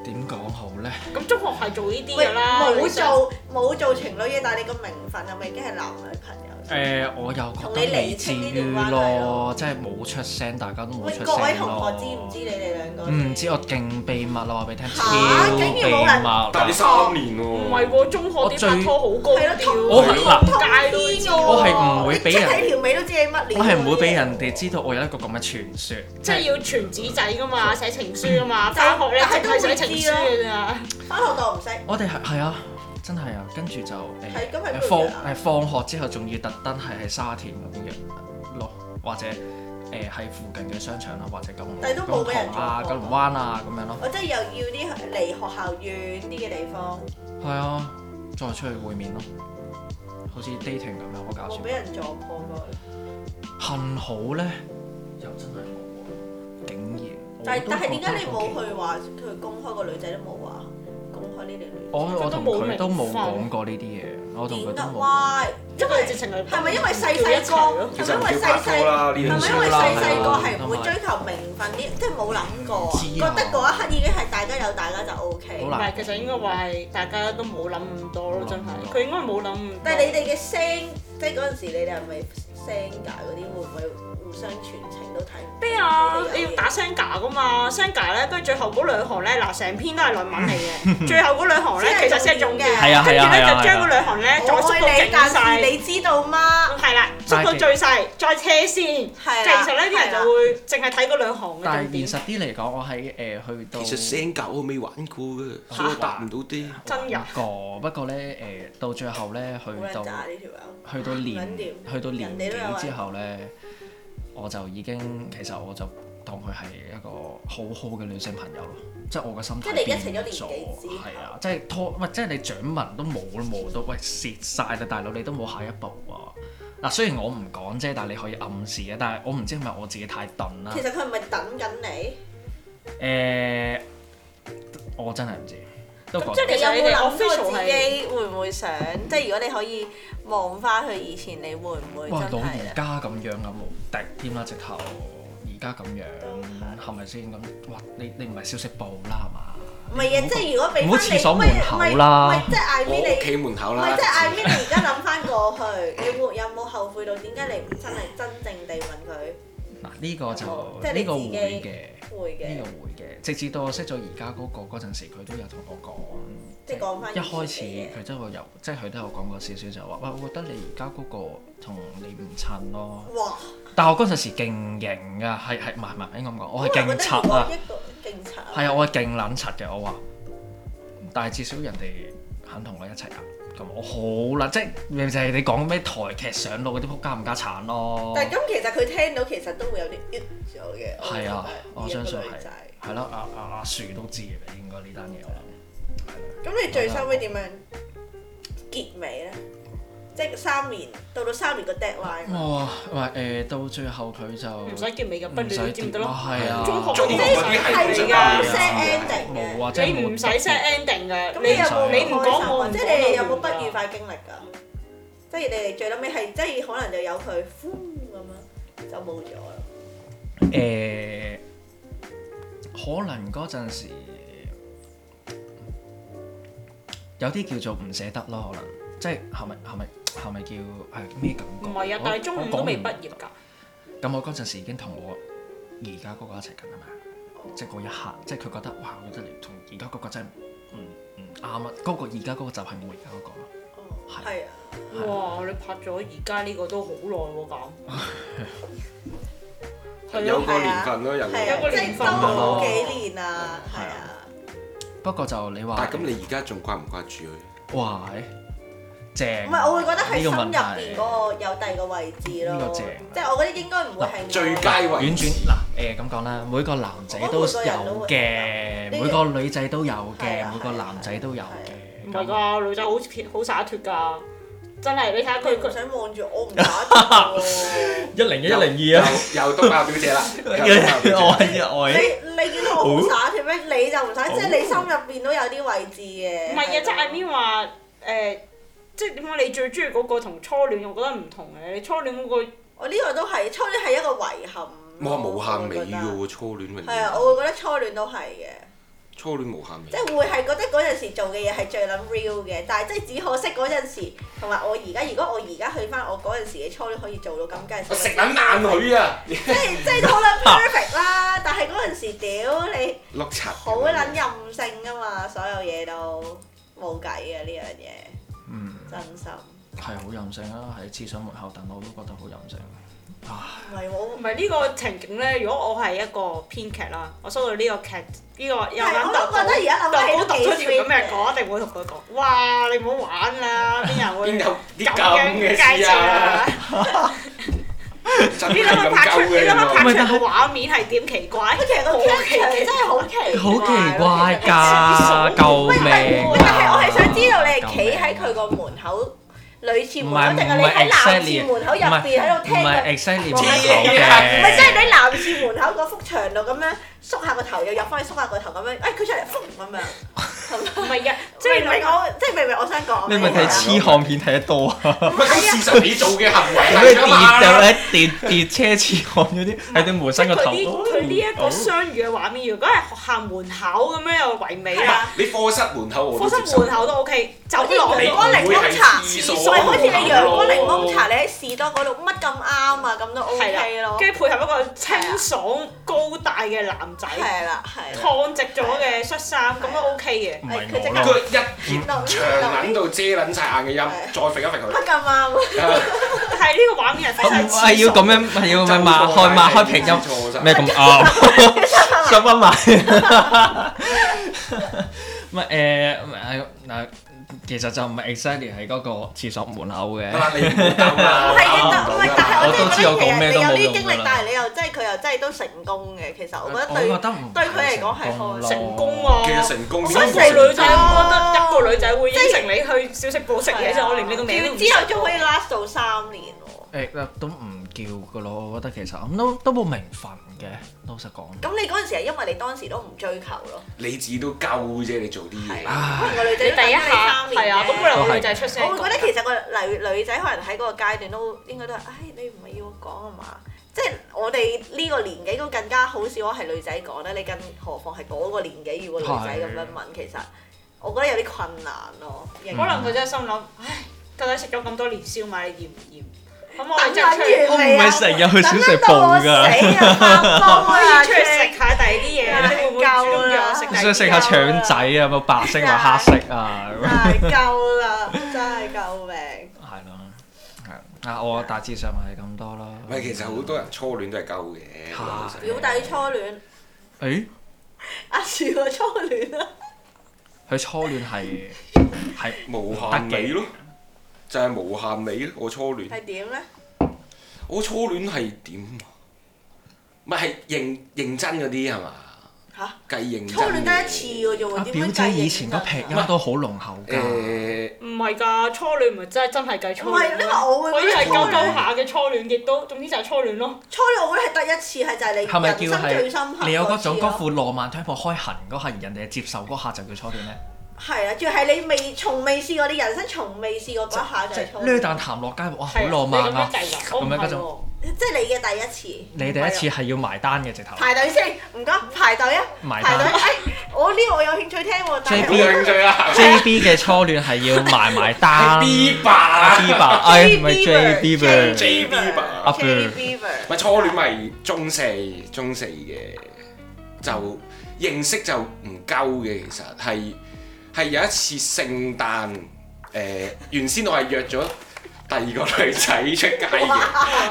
Speaker 3: 點講好咧？
Speaker 5: 咁中學係做呢啲
Speaker 4: 喂
Speaker 5: 㗎啦，
Speaker 4: 冇
Speaker 5: 你想
Speaker 4: 做冇做情侶嘢，但係你個名分係咪已經係男女朋友？
Speaker 3: 誒、我又覺得未至於
Speaker 4: 同你釐清呢段關係
Speaker 3: 咯
Speaker 4: 咯，
Speaker 3: 即係冇出聲，大家都冇
Speaker 4: 喂，
Speaker 3: 出聲
Speaker 4: 各
Speaker 3: 咯。
Speaker 4: 位同學知唔知你哋兩個？
Speaker 3: 唔知我勁秘密咯，話俾你聽，
Speaker 4: 嚇
Speaker 3: 超秘
Speaker 4: 竟然冇人
Speaker 2: 但係
Speaker 3: 密
Speaker 2: 你。三年喎，
Speaker 5: 唔係喎，中學啲拍拖好高
Speaker 4: 係啦，
Speaker 5: 調
Speaker 4: 通
Speaker 5: 喎，
Speaker 3: 我係嗱
Speaker 4: 通
Speaker 5: 街都
Speaker 4: 知㗎
Speaker 5: 知
Speaker 4: 喎
Speaker 3: 我係唔會俾人
Speaker 4: 你出睇條尾都知你乜料。啊
Speaker 3: 我係唔會俾人哋知道我有一個咁嘅傳說，
Speaker 5: 即係要傳紙仔㗎嘛，寫情書㗎嘛，
Speaker 4: 但
Speaker 5: 翻學咧
Speaker 4: 但係
Speaker 5: 淨
Speaker 4: 都
Speaker 5: 係寫
Speaker 4: 會
Speaker 5: 情
Speaker 4: 知
Speaker 5: 書
Speaker 4: 咯
Speaker 5: 㗎咋。
Speaker 4: 翻學當唔識，
Speaker 3: 我哋係係啊，真係啊，跟住就誒
Speaker 4: 係咁係咩
Speaker 3: 誒放
Speaker 4: 嘢啊
Speaker 3: 誒放學之後，仲要特登係喺沙田咁樣咯，或者誒喺附近嘅商場啦，啊或者九龍
Speaker 4: 但係都冇俾人
Speaker 3: 九龍塘啊、
Speaker 4: 做過
Speaker 3: 九龍灣啊咁樣咯。
Speaker 4: 我真係又要啲離學校遠啲嘅地方，
Speaker 3: 係啊，再出去會面咯，好似 dating 咁樣好搞笑
Speaker 4: 冇。俾人撞破過。
Speaker 3: 幸好咧，又真係冇喎，竟然。
Speaker 4: 但係
Speaker 3: 我都
Speaker 4: 但係
Speaker 3: 覺
Speaker 4: 點解你
Speaker 3: 得
Speaker 4: 冇
Speaker 3: 好奇
Speaker 4: 去話佢公開個女仔都冇話公開呢條女？
Speaker 3: 我我同佢都冇
Speaker 5: 佢都冇
Speaker 3: 講過呢啲嘢，我同佢
Speaker 4: 點
Speaker 3: 都
Speaker 4: 啊？
Speaker 3: 冇講。
Speaker 4: 喂，
Speaker 5: 因
Speaker 4: 因
Speaker 5: 為
Speaker 4: 為
Speaker 5: 直情係
Speaker 4: 係咪因為細
Speaker 5: 叫一
Speaker 4: 細
Speaker 5: 齊
Speaker 4: 個
Speaker 5: 咯？
Speaker 2: 其
Speaker 4: 係
Speaker 2: 實唔
Speaker 4: 咪因為
Speaker 2: 叫拍
Speaker 4: 細細
Speaker 2: 拖？啦，呢
Speaker 4: 係
Speaker 2: 樣
Speaker 4: 咪因
Speaker 2: 嘢
Speaker 4: 為細
Speaker 2: 啦，
Speaker 4: 細個係唔會追求名分啲，即係冇諗過，
Speaker 3: 唔知啊
Speaker 4: 覺得嗰一刻已經係大家有大家就 O K
Speaker 3: 好
Speaker 5: 唔。
Speaker 3: 難
Speaker 5: 係，其實應該話係大家都冇諗咁多咯，真係。佢應該冇諗咁多。
Speaker 4: 但係你哋嘅聲，即係嗰陣時你哋係咪聲㗎嗰啲，會唔會互相全程都睇唔到？
Speaker 5: 咩啊？
Speaker 4: 哋
Speaker 5: 你
Speaker 4: 有
Speaker 5: 要
Speaker 4: 啲
Speaker 5: 打 Senga 噶嘛？Senga 咧，跟住最後嗰兩行咧，嗱成篇都係論文嚟 嘅。最後嗰兩行咧，其實先係重點。
Speaker 4: 係
Speaker 3: 啊係啊
Speaker 5: 跟住
Speaker 3: 係
Speaker 5: 咧
Speaker 3: 啊
Speaker 5: 就將嗰兩行咧再
Speaker 4: 我
Speaker 5: 縮到
Speaker 4: 愛你，
Speaker 5: 勁
Speaker 4: 但是
Speaker 5: 細。
Speaker 4: 你知道嗎？
Speaker 5: 係啦，縮到最細，再車先。
Speaker 4: 係
Speaker 5: 即係
Speaker 4: 啦，
Speaker 5: 其實咧，啲人就
Speaker 4: 係啦
Speaker 5: 會淨係睇嗰兩行嘅
Speaker 3: 但
Speaker 5: 重
Speaker 3: 係
Speaker 5: 點。
Speaker 3: 現實啲嚟講，我喺誒、呃去到
Speaker 1: 其實聲格我未玩過嘅，所以我答唔到啲。
Speaker 5: 真㗎
Speaker 3: 玩過，不過咧誒、呃到最後咧去
Speaker 4: 好撚
Speaker 3: 到
Speaker 4: 渣呢條友。
Speaker 3: 去到年
Speaker 4: 撚掂
Speaker 3: 去到年
Speaker 4: 人哋都有
Speaker 3: 幾
Speaker 4: 玩
Speaker 3: 之後咧，我就已經其實我就當佢係一個好好嘅女性朋友咯，即係我嘅心
Speaker 4: 即
Speaker 3: 態
Speaker 4: 係你
Speaker 3: 變
Speaker 4: 一齊咗年
Speaker 3: 咗
Speaker 4: 紀之後
Speaker 3: 係啊，即係拖，喂，即係你掌紋都冇冇到，喂蝕晒啦，大佬你都冇下一步喎。嗱，雖然我唔講啫，但係你可以暗示嘅，但係我唔知係咪我自己太鈍啦
Speaker 4: 其。實佢係咪等緊你？
Speaker 3: 誒、我真係唔知，都講
Speaker 5: 啊即係
Speaker 4: 你
Speaker 5: 其
Speaker 4: 有
Speaker 5: 實你
Speaker 4: 冇
Speaker 5: 哋
Speaker 4: 諗過
Speaker 5: official
Speaker 4: 自
Speaker 5: 係
Speaker 4: 己會唔會想？即係如果你可以望翻去以前，你會唔會
Speaker 3: 哇
Speaker 4: 真
Speaker 3: 到
Speaker 4: 係啊
Speaker 3: 而
Speaker 4: 咧？
Speaker 3: 家咁樣咁無敵添啦，直頭而家咁樣
Speaker 4: 都
Speaker 3: 係咪先咁？哇！你你唔係消息部啦係嘛？
Speaker 4: 唔係啊，即係如果俾
Speaker 3: 唔
Speaker 4: 翻你，
Speaker 3: 好廁所門口啦
Speaker 4: 唔係唔係即係 I
Speaker 2: 我
Speaker 4: mean
Speaker 2: 屋
Speaker 4: 你，
Speaker 2: 企門口
Speaker 4: 唔
Speaker 2: 啦
Speaker 4: 係即。係 I mean 你而家諗翻過去，你會有冇後悔到點解你唔真係真正地問佢
Speaker 3: 嗱呢個就
Speaker 4: 啊即係
Speaker 3: 呢
Speaker 4: 你
Speaker 3: 個
Speaker 4: 自己
Speaker 3: 會
Speaker 4: 會
Speaker 3: 嘅，呢個
Speaker 4: 嘅？
Speaker 3: 會嘅。直至到我識咗而家嗰個嗰陣時，佢都有同我講，
Speaker 4: 即係講返
Speaker 3: 一開
Speaker 4: 以
Speaker 3: 始
Speaker 4: 前嘅嘢
Speaker 3: 佢都會有，即係佢都有講過少少就話，喂，我覺得你而家嗰個同你唔襯咯。
Speaker 4: 哇！
Speaker 3: 但係我嗰陣時勁型㗎，係係唔係唔係應該咁講，我係勁柒啊！
Speaker 4: 一個勁柒啊！
Speaker 3: 係啊，我係勁撚柒嘅，我話但係至少人哋肯同我一齊啊。咁我好啦，即係咪就係你講咩台劇上腦嗰啲仆家唔家產咯？
Speaker 4: 但係咁其實佢聽到其實都會有啲 u 咗嘅。我
Speaker 3: 係啊
Speaker 4: 覺得，
Speaker 3: 我相信
Speaker 4: 呢一個女
Speaker 3: 係
Speaker 4: 仔
Speaker 3: 係咯，阿阿阿樹都知嘅，應該呢單嘢我諗。
Speaker 4: 咁你最收尾點樣結尾咧？即係三年到到三年個 deadline，
Speaker 3: 哇，喂誒，到最後佢就
Speaker 5: 唔使結尾嘅，不
Speaker 3: 唔
Speaker 5: 亂
Speaker 3: 使
Speaker 5: 知唔得咯。
Speaker 3: 啊係啊，
Speaker 5: 中學
Speaker 2: 中學嗰啲係
Speaker 4: 係
Speaker 2: 真
Speaker 4: 㗎
Speaker 2: 係
Speaker 4: set ending 嘅
Speaker 3: 冇。啊，即係
Speaker 5: 你唔使 set ending 嘅，
Speaker 4: 咁
Speaker 5: 你
Speaker 4: 你有冇
Speaker 5: 你唔講
Speaker 4: 開
Speaker 5: 我唔講
Speaker 4: 心啊即係你哋有
Speaker 5: 我唔
Speaker 4: 冇
Speaker 5: 講
Speaker 4: 不愉快經歷㗎？即係你哋最撚尾係即係可能就有佢呼咁樣就冇咗啦。
Speaker 3: 誒、可能嗰陣時有啲叫做唔捨得咯，可能即係係咪係咪係咪叫係咩感覺？
Speaker 5: 唔係啊
Speaker 3: 我，
Speaker 5: 但係中
Speaker 3: 我
Speaker 5: 五都
Speaker 3: 講
Speaker 5: 未
Speaker 3: 唔
Speaker 5: 畢業㗎。
Speaker 3: 咁我嗰陣時已經同我而家嗰個一齊緊啊嘛，即係嗰一刻，即係佢覺得哇，我覺得你同而家嗰個真係唔唔啱啊！嗰、個而家嗰個就係我而家嗰個咯。
Speaker 4: 哦，
Speaker 3: 係
Speaker 4: 係啊，
Speaker 5: 哇！你拍咗而家呢個都好 耐喎，咁係
Speaker 2: 有
Speaker 5: 咯，
Speaker 2: 個年份咯，人
Speaker 4: 係
Speaker 5: 有個
Speaker 4: 啊，即
Speaker 5: 年
Speaker 4: 係
Speaker 5: 份
Speaker 4: 都
Speaker 5: 㗎
Speaker 4: 好
Speaker 5: 咯
Speaker 4: 幾年啊，係
Speaker 3: 係
Speaker 4: 啊，
Speaker 3: 不過就你話，
Speaker 2: 但係咁你而家仲掛唔掛住佢？
Speaker 3: 哇，正
Speaker 4: 唔係我會覺得
Speaker 3: 啊呢
Speaker 4: 喺
Speaker 3: 個
Speaker 4: 心入
Speaker 3: 問題
Speaker 4: 邊嗰個有第二個位置
Speaker 3: 呢
Speaker 4: 咯
Speaker 3: 個正，
Speaker 4: 即係我覺得應該唔會係
Speaker 2: 最佳位
Speaker 3: 婉轉嗱誒咁講啦，每個男仔都有嘅，
Speaker 4: 我覺得每個人
Speaker 3: 每
Speaker 4: 都會有
Speaker 3: 個女仔都有
Speaker 4: 係
Speaker 3: 嘅，
Speaker 4: 啊
Speaker 3: 每個男仔都有嘅。
Speaker 5: 唔
Speaker 3: 咁
Speaker 5: 係㗎，女仔好撇好灑脱㗎，真係你睇下佢
Speaker 4: 佢唔
Speaker 5: 佢
Speaker 4: 想望住我唔打住 喎
Speaker 3: 一
Speaker 2: Dạ,
Speaker 3: 零一一零二啊！
Speaker 2: 又又督爆表姐啦， 又督爆表姐
Speaker 3: 我係我
Speaker 4: 你
Speaker 3: 係
Speaker 4: 你見到我好灑脱咩？你就唔使，即係你心入邊都有啲位置嘅。
Speaker 5: 唔係啊，即係 I
Speaker 4: 係
Speaker 5: mean 話誒，即係點講？你最中意嗰個同初戀，我覺得唔同嘅。你初戀嗰個
Speaker 4: 我呢個都係初戀係一個遺憾。
Speaker 2: 哇，無限美嘅
Speaker 4: 我會覺
Speaker 2: 喎，初戀永
Speaker 4: 得係啊，
Speaker 2: 遠，
Speaker 4: 我會覺得初戀都係嘅，
Speaker 2: 初戀無限美
Speaker 4: 即。係會係覺得嗰陣時做嘅嘢係最撚 real 嘅，但係即係只可惜嗰陣時同埋我而家，如果我而家去翻我嗰陣時嘅初戀可以做到咁，梗係
Speaker 2: 我食緊硬佢啊！
Speaker 4: 即係即係好撚 perfect 啦！但係嗰陣時屌你
Speaker 2: 碌柒。
Speaker 4: 好撚任性噶嘛，所有嘢都冇計嘅呢樣嘢，
Speaker 3: 嗯
Speaker 4: 真心
Speaker 3: 係好任性啊！喺廁所門口等我都覺得好任性。啊，
Speaker 4: 唔係我
Speaker 5: 唔係呢個情景咧。如果我係一個編劇啦，我收到呢個劇呢個有
Speaker 4: 係
Speaker 5: 眼
Speaker 4: 我
Speaker 5: 特
Speaker 4: 都覺得而家
Speaker 5: 特
Speaker 4: 諗
Speaker 5: 稿
Speaker 4: 起
Speaker 5: 讀
Speaker 4: 都
Speaker 5: 咗
Speaker 4: 幾
Speaker 5: 條咁
Speaker 4: sweet
Speaker 5: 嘅稿，一定會同佢講：哇！你唔好玩啦，邊人會
Speaker 2: 邊有啲
Speaker 5: 咁
Speaker 2: 咁
Speaker 5: 樣
Speaker 2: 嘅
Speaker 5: 介
Speaker 2: 事
Speaker 5: 紹
Speaker 2: 啊
Speaker 5: 啊？？
Speaker 2: 真
Speaker 5: 你
Speaker 2: 係
Speaker 5: 諗 下
Speaker 2: 咁
Speaker 5: 拍出，
Speaker 2: 鳩
Speaker 5: 你
Speaker 2: 嘅
Speaker 5: 諗下
Speaker 2: 喎
Speaker 5: 拍出個畫面係點奇怪？
Speaker 4: 其實個 c a 真係好奇，
Speaker 3: 好奇怪
Speaker 5: 哇
Speaker 3: 㗎！救
Speaker 4: 喂，
Speaker 3: 命啊！
Speaker 4: 喂但係我係想知道你係企喺佢個門口女廁門口，定係你喺男廁門口入邊喺度聽
Speaker 3: 唔係
Speaker 4: 佢？
Speaker 3: exactly
Speaker 4: 哇
Speaker 3: 門口
Speaker 4: 唔係，即
Speaker 3: 嘅。
Speaker 4: 係你男廁門口嗰幅牆度咁樣縮下個頭，又入翻去縮下個頭咁樣，誒佢出嚟覆咁樣，
Speaker 5: 唔係啊，
Speaker 4: 即
Speaker 5: 即
Speaker 4: 係
Speaker 5: 係
Speaker 4: 明唔
Speaker 5: 你
Speaker 4: 明我？即係明唔明我想講
Speaker 3: 你
Speaker 4: 咩
Speaker 3: 咪睇痴漢片睇得多啊！
Speaker 2: 唔係咁事實你做嘅行為
Speaker 3: 咩
Speaker 2: 嚟
Speaker 3: 跌
Speaker 2: 㗎嘛？
Speaker 3: 就咧跌跌車痴漢嗰啲，喺你門
Speaker 5: 即
Speaker 3: 身
Speaker 5: 係
Speaker 3: 個
Speaker 5: 佢
Speaker 3: 頭。哦
Speaker 5: 啲佢呢一個相遇嘅畫面，如果係學校門口咁樣又唯美
Speaker 4: 係
Speaker 5: 啦，
Speaker 4: 啊
Speaker 2: 你課室門口我都
Speaker 5: 課
Speaker 2: 接
Speaker 5: 室門
Speaker 2: 受。
Speaker 5: 口都 OK，走
Speaker 4: 好似
Speaker 5: 廊
Speaker 4: 陽光檸檬茶，唔係好似你陽光檸檬茶，你喺士多嗰度乜咁啱啊，咁都
Speaker 5: 係
Speaker 4: OK
Speaker 5: 啦
Speaker 4: 咯，，
Speaker 5: 跟住配合一個清爽高大嘅男仔，
Speaker 4: 係啦，係啦，
Speaker 5: 燙直咗嘅恤衫，咁都 OK 嘅。
Speaker 3: 唔係
Speaker 4: 佢即
Speaker 3: 我
Speaker 4: 刻
Speaker 3: 咯
Speaker 2: 佢一長撚到遮撚晒眼嘅音，再揈一揈佢。
Speaker 4: 乜咁啱啊？
Speaker 2: Ờ,
Speaker 5: 但係呢個畫面係
Speaker 3: 我
Speaker 5: 非
Speaker 3: 唔
Speaker 5: 常
Speaker 3: 係啊要咁樣，係要咁樣抹開抹開平音咩咁啱？想乜埋？唔係誒唔係嗱，其實就唔係 exactly 喺嗰個廁所門口嘅
Speaker 2: 得。啦，你唔好鬥啦
Speaker 4: 唔係嘅，但唔係，但係我真係覺得其實
Speaker 3: 我都知我講
Speaker 4: 你有啲經歷
Speaker 3: 咩都冇用㗎啦，
Speaker 4: 但係你又真係佢又真係都成功嘅。其實我覺得對
Speaker 3: 我覺得唔
Speaker 4: 對佢嚟講係開心
Speaker 5: 成功
Speaker 2: 其實
Speaker 5: 喎。
Speaker 2: 成功，
Speaker 5: 所以
Speaker 4: 成
Speaker 5: 女仔，我覺得一個女仔會應承你去小食部食嘢就我連你個名都唔
Speaker 4: 啊之後仲可以 last 到三年喎。
Speaker 3: 誒都唔叫噶咯，我覺得其實咁都都冇名分嘅，老實講。
Speaker 4: 咁你嗰陣時係因為你當時都唔追求咯，
Speaker 2: 你自己都夠啫，你做啲嘢。
Speaker 4: 可能個女
Speaker 5: 啊你
Speaker 4: 仔
Speaker 5: 第一下係
Speaker 4: 係
Speaker 5: 啊，咁可能
Speaker 3: 我
Speaker 5: 個女仔出聲講。
Speaker 4: 我會覺得其實個女女仔可能喺嗰個階段都應該都係，唉，你唔係要我講啊嘛？即係我哋呢個年紀都更加好少話係女仔講咧，你更何況係嗰個年紀要個女仔咁樣問，其實我覺得有啲困難咯。認
Speaker 5: 可能佢真係心諗，唉，到底食咗咁多年燒賣，你厭唔厭？咁我
Speaker 4: 等
Speaker 5: 真係出去，
Speaker 4: 等完你
Speaker 3: 我唔係
Speaker 4: 啊
Speaker 3: 成日去小食部
Speaker 4: 等
Speaker 3: 㗎
Speaker 4: 得我死啊！發瘋啊！
Speaker 5: 出去食下第二 啲嘢，你會唔會主動約我食第二啲嘢
Speaker 3: 想食下腸仔啊，有冇白色或黑色啊？咁
Speaker 4: 真係夠啦，啊真係救命！
Speaker 3: 係咯，係啊，我大致上係咁多啦。
Speaker 2: 唔係，其實好多人初戀都係鳩
Speaker 3: 嚇
Speaker 2: 嘅。
Speaker 4: 表弟初戀，啊
Speaker 3: 誒，
Speaker 4: 阿樹個初戀啦，
Speaker 3: 佢初戀係係
Speaker 2: 無限美咯，就係無限美咯。我初戀，
Speaker 4: 係點咧？
Speaker 2: 我初戀係點啊？咪係認認真嗰啲係嘛？
Speaker 4: 吓？
Speaker 2: 計認真嘅。
Speaker 4: 初戀得一次嘅啫
Speaker 3: 阿
Speaker 4: 喎，點
Speaker 3: 表
Speaker 4: 樣
Speaker 3: 姐
Speaker 4: 計
Speaker 3: 啊以前嗰劈音都好濃厚
Speaker 2: 誒、
Speaker 3: 㗎，
Speaker 5: 唔係㗎，初戀唔係真係真係計初
Speaker 4: 唔係，因為
Speaker 5: 戀咯，
Speaker 4: 我會
Speaker 5: 可以
Speaker 4: 覺得
Speaker 5: 係
Speaker 4: 初
Speaker 5: 鳩鳩
Speaker 4: 戀，
Speaker 5: 下嘅初戀，亦都總之就係初戀咯。
Speaker 4: 初戀我覺得係得一次，係就係你
Speaker 3: 係咪
Speaker 4: 人
Speaker 3: 叫
Speaker 4: 生最深刻
Speaker 3: 係你有嗰種
Speaker 4: 次
Speaker 3: 嗰
Speaker 4: 咯
Speaker 3: 副浪漫 tempo 開痕嗰下，而人哋接受嗰下就叫初戀咧？
Speaker 4: 係啊，仲係你未從未試過，你人生從未試過嗰一下就
Speaker 3: 即
Speaker 4: 係初
Speaker 3: 係呢
Speaker 4: 戀，
Speaker 3: 啖痰落街，哇，好
Speaker 5: 係啊
Speaker 3: 浪漫啊
Speaker 5: 你！咁樣計哦㗎，我唔
Speaker 3: 咁樣嗰
Speaker 5: 係
Speaker 3: 種
Speaker 5: 喎。
Speaker 4: 即係你嘅第一次。
Speaker 3: 你第一次係要埋單嘅直頭。
Speaker 4: 排隊先，唔該，排隊啊！
Speaker 3: 埋
Speaker 4: 排隊，
Speaker 3: 單
Speaker 4: 哎，我呢個我有興趣聽喎，
Speaker 2: 好
Speaker 4: 但
Speaker 3: JB
Speaker 4: 係
Speaker 2: 有興趣啊！
Speaker 3: JB 嘅初戀係要埋埋單。
Speaker 2: B 吧
Speaker 3: B 吧，哎，唔係
Speaker 4: JB
Speaker 3: JB
Speaker 4: 吧
Speaker 3: b
Speaker 2: ，J B 吧
Speaker 3: 啊。
Speaker 4: J B
Speaker 2: 咪初戀咪中四，中四嘅就認識就唔夠嘅，其實係係有一次聖誕誒、原先我係約咗第二個女仔出街嘅，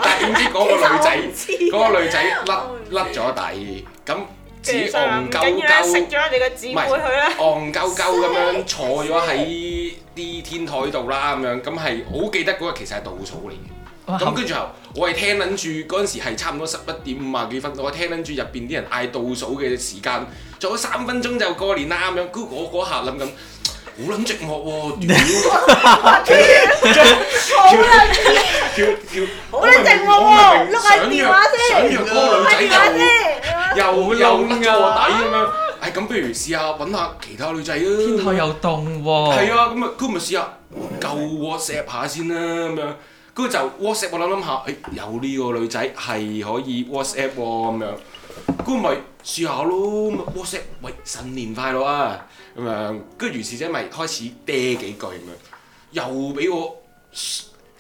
Speaker 2: 但係點知嗰個女仔
Speaker 4: 其實 我
Speaker 2: 嗰
Speaker 4: 唔知啊
Speaker 2: 個女仔甩
Speaker 4: 我唔知啊
Speaker 2: 甩咗底，咁只
Speaker 5: 其實唔
Speaker 2: 戇
Speaker 5: 緊
Speaker 2: 鳩
Speaker 5: 要啦，食
Speaker 2: 鳩。
Speaker 5: 咗你個姊妹佢
Speaker 4: 啊
Speaker 5: 啦。
Speaker 2: 戇鳩鳩咁 樣坐咗喺啲天台度啦，咁樣咁係我好記得嗰日其實係稻草嚟嘅。咁跟住後，我係聽撚住嗰陣時係差唔多十一點五啊幾分，我係聽撚住入邊啲人嗌倒數嘅時間，仲有三分鐘就過年啦咁樣。跟住我嗰下諗緊，好撚寂寞 喎，屌！
Speaker 4: 好啦，
Speaker 2: 跳跳，
Speaker 4: 好撚寂寞喎，碌下電話
Speaker 2: 想
Speaker 4: 先，
Speaker 2: 約
Speaker 4: 碌
Speaker 2: 嗰個
Speaker 4: 下
Speaker 2: 女
Speaker 4: 電話
Speaker 2: 仔又
Speaker 4: 先。
Speaker 2: 又又
Speaker 3: 啊
Speaker 2: 甩咗我底咁樣。唉，咁不如試下揾下其他女仔啊！
Speaker 3: 天台又凍喎。
Speaker 2: 係啊，咁啊，佢咪試下舊 WhatsApp 下先啦，咁樣。跟住就 WhatsApp 我諗諗下，誒、有呢個女仔係可以 WhatsApp 喎、咁樣。咁咪試下咯咁啊，WhatsApp 喂新年快樂啊咁樣。跟住如是者咪開始嗲幾句咁樣，又俾我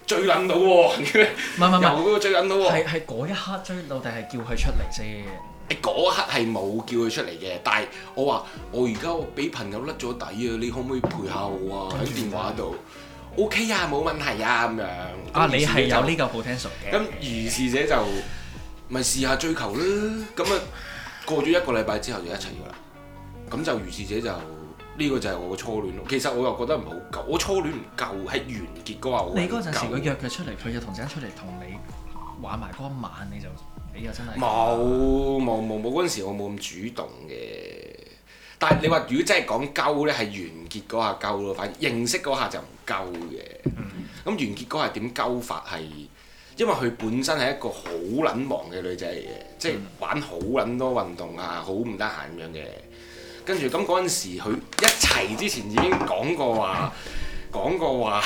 Speaker 2: 追撚到喎、
Speaker 3: 唔係唔係唔係
Speaker 2: 又俾我追撚到喎、
Speaker 3: 係係嗰一刻追到定係叫佢出嚟先？
Speaker 2: 你嗰刻係冇叫佢出嚟嘅，但係我話我而家我俾朋友甩咗底啊，你可唔可以陪下我啊？喺電話度，OK 啊，冇問題啊，咁樣。
Speaker 3: 啊，你係有呢
Speaker 2: 呢？
Speaker 3: 個 potential 嘅。
Speaker 2: 咁如是者就咪試下追求啦。咁啊，過咗一個禮拜之後就一齊噶啦。咁就如是者就呢、個就係我嘅初戀咯。其實我又覺得唔係好夠，我初戀唔夠喺完結嗰下我
Speaker 3: 你嗰陣時
Speaker 2: 唔夠
Speaker 3: 佢約佢出嚟，佢就同時間出嚟同你玩埋嗰一晚，你就你又真係
Speaker 2: 冇冇冇冇嗰陣時我冇咁主動嘅，但係你話如果真係講鳩咧，係完結嗰下鳩咯，反而認識嗰下就唔鳩嘅。咁、完
Speaker 3: 嗯
Speaker 2: 結嗰下點鳩法係，因為佢本身係一個好撚忙嘅女仔嚟嘅，即
Speaker 3: 嗯
Speaker 2: 係玩好撚多運動啊，好唔得閒咁樣嘅。跟住咁嗰陣時，佢一齊之前已經講過話，講過話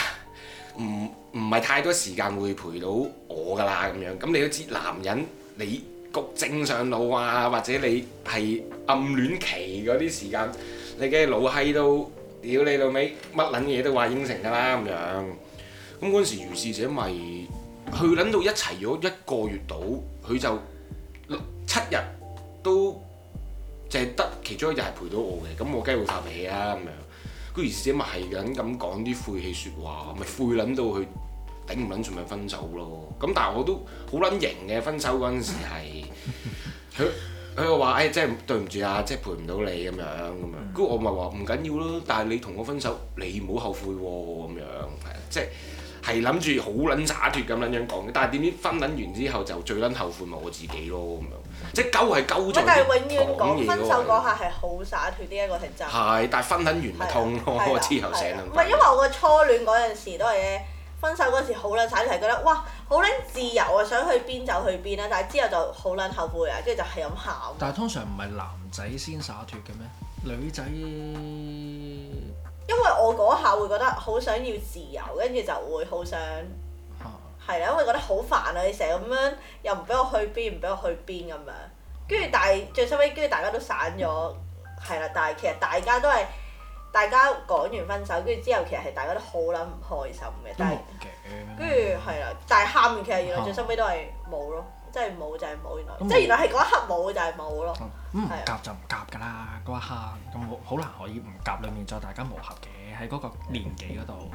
Speaker 2: 唔唔係太多時間會陪到我㗎啦咁樣。咁你都知男人你谷正上腦啊，或者你係暗戀期嗰啲時間，你嘅老閪都屌你老味，乜撚嘢都話應承㗎啦咁樣。咁嗰陣時，如是者咪去撚到一齊咗一個月度，佢就七日都淨係得其中一日係陪到我嘅，咁我梗係會發脾氣啦咁樣。佢如是者咪係緊咁講啲晦氣説話，咪晦撚到佢頂唔撚順咪分手咯。咁但係我都好撚型嘅，分手嗰陣時係 佢佢又話誒，即係對唔住啊，即係陪唔到你咁樣咁樣。
Speaker 4: 嗯
Speaker 2: 跟住我咪話唔緊要咯，但係你同我分手，你唔好後悔喎咁樣，係啊即係。係諗住好撚灑脱咁撚樣講嘅，但係點知分撚完之後就最撚後悔咪我自己咯咁樣，即係鳩係鳩
Speaker 4: 喂
Speaker 2: 咗。
Speaker 4: 但係永遠講分手
Speaker 2: 嗰
Speaker 4: 嗰下係好灑脱，呢一個係真。
Speaker 2: 係，但係分撚完咪痛咯，
Speaker 4: 係啦啊
Speaker 2: 之後醒
Speaker 4: 係啦
Speaker 2: 啦。
Speaker 4: 唔係因為我個初戀嗰陣時都係咧，分手嗰時好撚散，就係覺得哇好撚自由啊，想去邊就去邊啦。但係之後就好撚後悔啊，跟住就係咁喊。
Speaker 3: 但係通常唔係男仔先灑脱嘅咩？女仔嚇
Speaker 4: 因為我嗰下會覺得好想要自由，跟住就會好想
Speaker 3: 啊
Speaker 4: 係啦，因為覺得好煩啊！你成日咁樣又唔俾我去邊，唔俾我去邊咁樣，跟住但係最收尾，跟住大家都散咗，係啦。但係其實大家都係大家講完分手，跟住之後其實係大家都好撚唔開心嘅，
Speaker 3: 都
Speaker 4: 但係
Speaker 3: 冇。嘅。
Speaker 4: 跟住係啦，但係喊完其實原來最收尾都係冇咯，即係冇就係冇，原來
Speaker 3: 哦咁哦
Speaker 4: 即係原來係嗰一刻冇就係冇咯。
Speaker 3: 咁唔
Speaker 4: 係啊
Speaker 3: 嗯夾就唔夾㗎啦，嗰一刻咁好好難可以唔夾裡面再大家磨合嘅，喺嗰個年紀嗰度，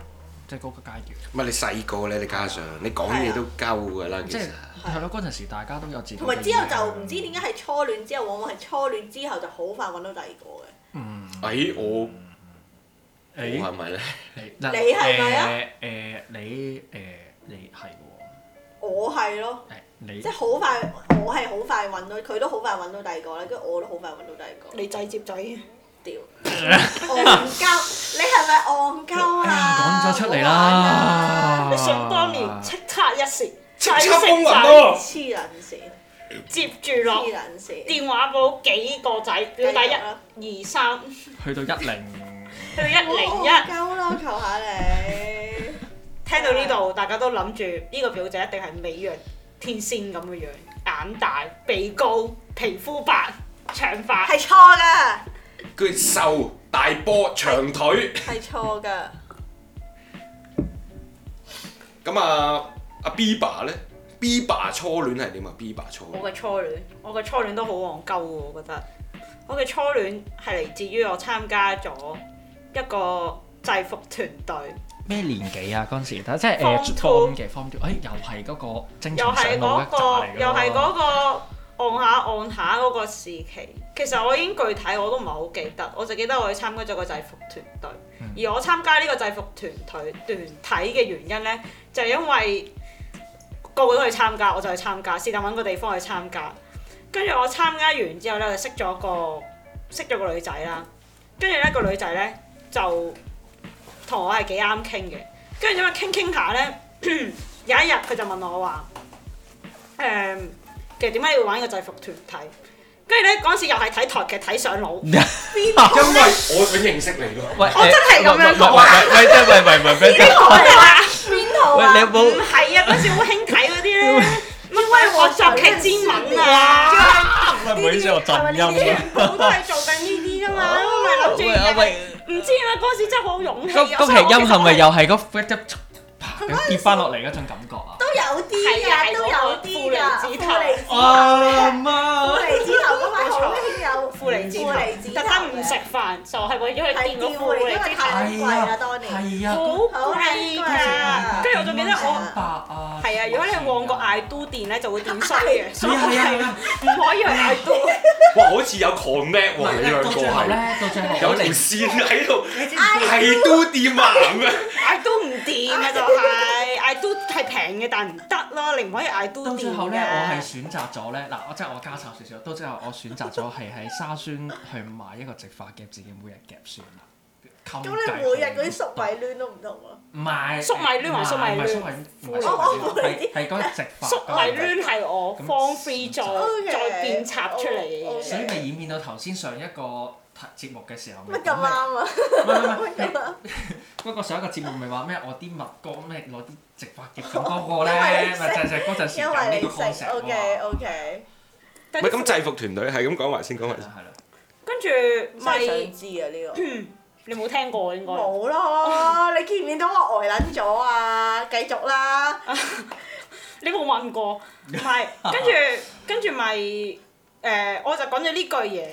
Speaker 3: 即係嗰個階段。
Speaker 2: 唔係你細個咧，你加上你講嘢都鳩㗎啦，其
Speaker 3: 即係
Speaker 2: 實
Speaker 3: 係咯，嗰陣時大家都有自己嘅
Speaker 4: 同埋之後
Speaker 3: 意向
Speaker 4: 就唔知點解係初戀之後，往往係初戀之後就好快揾到第二個嘅。
Speaker 3: 嗯
Speaker 2: 哎喺我
Speaker 1: 我係咪咧？
Speaker 3: 你
Speaker 4: 你係咪啊？
Speaker 3: 誒誒，你誒你係喎，
Speaker 4: 我係咯，
Speaker 3: 誒你
Speaker 4: 即係好快，我係好快揾到，佢都好快揾到第二個啦，跟住我都好快揾到第二個。
Speaker 5: 你仔接仔，
Speaker 4: 屌，戇鳩！你係咪戇鳩啊？
Speaker 3: 哎講咗出嚟
Speaker 4: 好玩
Speaker 3: 啦！
Speaker 4: 啊！
Speaker 5: 你想當年叱咤一時，
Speaker 2: 叱
Speaker 5: 仔
Speaker 2: 咤風
Speaker 5: 食
Speaker 2: 雲
Speaker 5: 仔，
Speaker 2: 咯，
Speaker 4: 黐撚線，
Speaker 5: 接住落
Speaker 4: 黐撚線。
Speaker 5: 電話簿幾個仔，表弟一、二、三，
Speaker 3: 去到一零，
Speaker 5: 去到一零一。
Speaker 4: 戇鳩啦，求下你。
Speaker 5: 聽到呢度，大家都諗住呢個表姐一定係美若天仙咁嘅樣，眼大鼻高，皮膚白，長髮，
Speaker 4: 係錯㗎，
Speaker 2: 佢瘦大波長腿。
Speaker 4: 係錯㗎。
Speaker 2: 咁啊，阿 Biba 咧，Biba 初戀係點啊？Biba 初
Speaker 5: 我
Speaker 2: 戀，
Speaker 5: 嘅初戀，我嘅初戀都好戇鳩喎，我覺得。我嘅初戀係嚟自於我參加咗一個制服團隊，
Speaker 3: 咩年紀啊？嗰陣時，但即係
Speaker 5: Form
Speaker 3: 誒
Speaker 5: two
Speaker 3: form 嘅 form two，誒又係嗰個精
Speaker 5: 又
Speaker 3: 蟲
Speaker 5: 係
Speaker 3: 上腦
Speaker 5: 嗰、
Speaker 3: 一
Speaker 5: 個，
Speaker 3: 紮嚟㗎喎
Speaker 5: 又係嗰、個按下按下嗰個時期。其實我已經具體我都唔係好記得，我就記得我去參加咗個制服團隊。而我參加呢個制服團隊團體嘅原因呢，就係、因為個個都去參加，我就去參加，是但揾個地方去參加。跟住我參加完之後呢，我就識咗個識咗個女仔啦。跟住呢個女仔呢，就同我係幾啱傾嘅。跟住因為傾傾下呢， 有一日佢就問我話：嗯誒、其實點解你會玩呢個制服團體？跟住呢，嗰陣時又係睇台劇睇上 腦。
Speaker 2: 因為我想認識你咯。
Speaker 3: 喂，
Speaker 5: 我真係咁樣講
Speaker 3: 喂喂喂喂喂喂喂喂，
Speaker 4: 邊套
Speaker 3: 喂
Speaker 4: 啊
Speaker 3: 你？有
Speaker 5: 唔
Speaker 3: 冇？
Speaker 5: 係啊，嗰時好興睇嗰啲咧， 乜威我作劇之吻啊！
Speaker 3: 喂，唔好意思，我震音啊！
Speaker 5: 我都係做緊呢啲 噶嘛，我咪諗住
Speaker 3: 喂喂，
Speaker 5: 唔知啊，嗰時真係好勇氣啊。
Speaker 3: 嗰嗰
Speaker 5: 所以我
Speaker 3: 期音係咪
Speaker 5: 其實
Speaker 3: 又係嗰咁跌翻落嚟嗰種感覺啊？
Speaker 4: 都有啲
Speaker 5: 係啊
Speaker 4: 㗎，
Speaker 5: 係嗰
Speaker 4: 都
Speaker 5: 個
Speaker 4: 有啲㗎。
Speaker 5: 負離子頭
Speaker 3: 啊
Speaker 4: 負
Speaker 3: 媽！
Speaker 4: 離子頭嗰排好興有
Speaker 5: 我係負離
Speaker 4: 負離
Speaker 5: 子
Speaker 4: 子
Speaker 5: 頭，特登唔食
Speaker 4: 嘅
Speaker 5: 飯，就係為咗去
Speaker 4: 係
Speaker 5: 見個
Speaker 4: 調
Speaker 5: 負
Speaker 4: 嚟，因
Speaker 5: 離
Speaker 4: 為
Speaker 5: 子頭，
Speaker 4: 太貴
Speaker 3: à,
Speaker 4: 啦，當年。
Speaker 3: 係啊，
Speaker 5: 好貴㗎。跟住我仲記得我。
Speaker 3: 百啊！
Speaker 5: 係啊，如果你係旺角嗌都店咧，就會點衰嘅，所以我
Speaker 3: 係啊係
Speaker 5: 係
Speaker 3: 啊
Speaker 5: 唔可以去嗌都。
Speaker 2: 哇，好似有 connect 喎，你兩
Speaker 3: 到
Speaker 2: 個
Speaker 3: 最後
Speaker 2: 係
Speaker 3: 咧，到最後
Speaker 2: 有條
Speaker 3: 我哋
Speaker 2: 線喺度，係都掂啊咁樣。
Speaker 5: 嗌都唔掂啊，就係嗌都係平嘅，但係唔得咯，你唔可以嗌都
Speaker 3: 到
Speaker 5: 掂
Speaker 3: 最後
Speaker 5: 嘅
Speaker 3: 咧，我係選擇咗咧嗱，我即係我加插少少。到最後我選擇咗係喺沙宣去買一個直髮夾，自己每日夾算啦。咁
Speaker 4: 咁你每日嗰啲粟米攣都唔同啊喎。
Speaker 3: 唔係
Speaker 5: 粟米攣還粟米攣
Speaker 3: 唔係粟米攣，唔係粟
Speaker 4: 哦
Speaker 3: 米
Speaker 4: 哦
Speaker 3: 攣，係係嗰個直髮
Speaker 5: 粟米攣係我
Speaker 3: 咁
Speaker 5: form three 再
Speaker 4: OK，
Speaker 5: 再變插出嚟嘅
Speaker 4: 我我
Speaker 5: 嘢。
Speaker 3: 所以咪演變到頭先上一個節目嘅時候咪
Speaker 4: 乜咁
Speaker 3: 講咩
Speaker 4: 啱啊？
Speaker 3: 唔係唔係唔
Speaker 4: 乜
Speaker 3: 係
Speaker 4: 咁啱？啊
Speaker 3: 不過上一個節目咪話咩？我啲墨哥咩攞啲直髮夾咁嗰個咧，
Speaker 4: 因為
Speaker 3: 咪
Speaker 4: 你
Speaker 3: 就係就係嗰陣時
Speaker 4: 因
Speaker 3: 揀
Speaker 4: 為
Speaker 3: 呢個
Speaker 4: 你食
Speaker 3: concept 啊
Speaker 4: OK
Speaker 3: 喎。
Speaker 4: OK，
Speaker 5: 但
Speaker 2: 唔係咁制服團隊係咁講埋先，講埋
Speaker 3: 係
Speaker 2: 先。
Speaker 3: 啦係啦，
Speaker 5: 跟住
Speaker 4: 真
Speaker 5: 咪
Speaker 4: 係想知啊呢
Speaker 5: 嗯
Speaker 4: 個。
Speaker 5: 你冇聽過應該。
Speaker 4: 冇咯，你見唔見到我呆撚咗啊？繼續啦，
Speaker 3: 啊
Speaker 5: 你冇問過，唔係跟住跟住咪誒，我就講咗呢句嘢，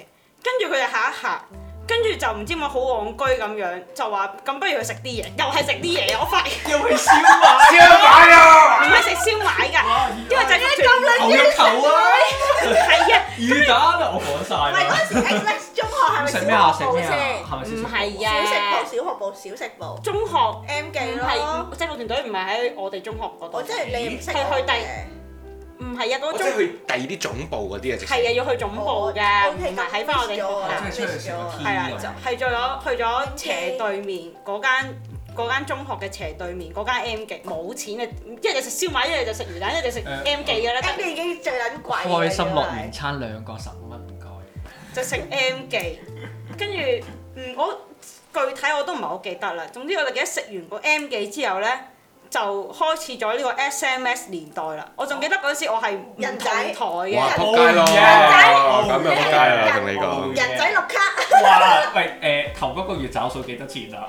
Speaker 5: 跟住佢哋下一下，跟住就唔知點解好戇居咁樣，就話咁不如去食啲嘢，又係食啲嘢，我發現
Speaker 3: 又係燒賣，燒賣
Speaker 5: 唔
Speaker 3: 啊！
Speaker 5: 係食燒賣㗎，因為就
Speaker 3: 牛肉球啊，
Speaker 5: 係啊，
Speaker 3: 魚蛋啊，我講
Speaker 4: 唔
Speaker 3: 晒
Speaker 4: 係嗰
Speaker 3: 啦。
Speaker 4: 陣時哎 Alex 中學係咪
Speaker 3: 食咩啊？食
Speaker 4: 小學部
Speaker 3: 咩
Speaker 4: 先
Speaker 3: 啊？？係咪
Speaker 5: 唔係
Speaker 4: 小食部、
Speaker 5: 啊
Speaker 4: 小，學部、小食部
Speaker 5: 中學
Speaker 4: M 記
Speaker 5: 唔
Speaker 4: 咯
Speaker 5: 係。制服團隊唔係喺我哋中學嗰度，
Speaker 4: 我真係你唔識
Speaker 5: 係去
Speaker 4: 嘅，
Speaker 5: 唔係啊嗰個
Speaker 2: 我即
Speaker 5: 中
Speaker 2: 係去第二啲總部嗰啲啊，直
Speaker 5: 係啊，
Speaker 2: 情。
Speaker 5: 要去總部㗎，唔係喺翻我哋學
Speaker 4: 啊
Speaker 3: 我真。
Speaker 5: 校
Speaker 3: 係出去食個 T
Speaker 4: Dạ.
Speaker 5: 係啦，就係咗咗去咗斜對面嗰間嗰間中學嘅斜對面嗰間 M 記，冇錢嘅，一日食燒賣，一日就食魚蛋，一日就食
Speaker 3: 誒哦
Speaker 5: M 記嘅啦，
Speaker 4: M 記已經最撚貴
Speaker 3: 開心樂園餐兩個十五蚊唔該。
Speaker 5: 就食 M 記。跟住嗯，我具體我都唔係好記得啦。總之我哋記得食完個 M 記之後咧。就開始咗呢個 SMS 年代啦！我仲記得嗰時我係唔
Speaker 4: 人仔
Speaker 5: 同台嘅，
Speaker 2: 哇！撲
Speaker 4: 仆
Speaker 2: 街咯，
Speaker 3: Oh
Speaker 2: 咁
Speaker 3: yeah
Speaker 2: 就撲街啦，同你
Speaker 3: 人
Speaker 2: 講。
Speaker 4: 人仔綠卡。
Speaker 3: 哇！喂誒，頭嗰個月找數幾多錢啊？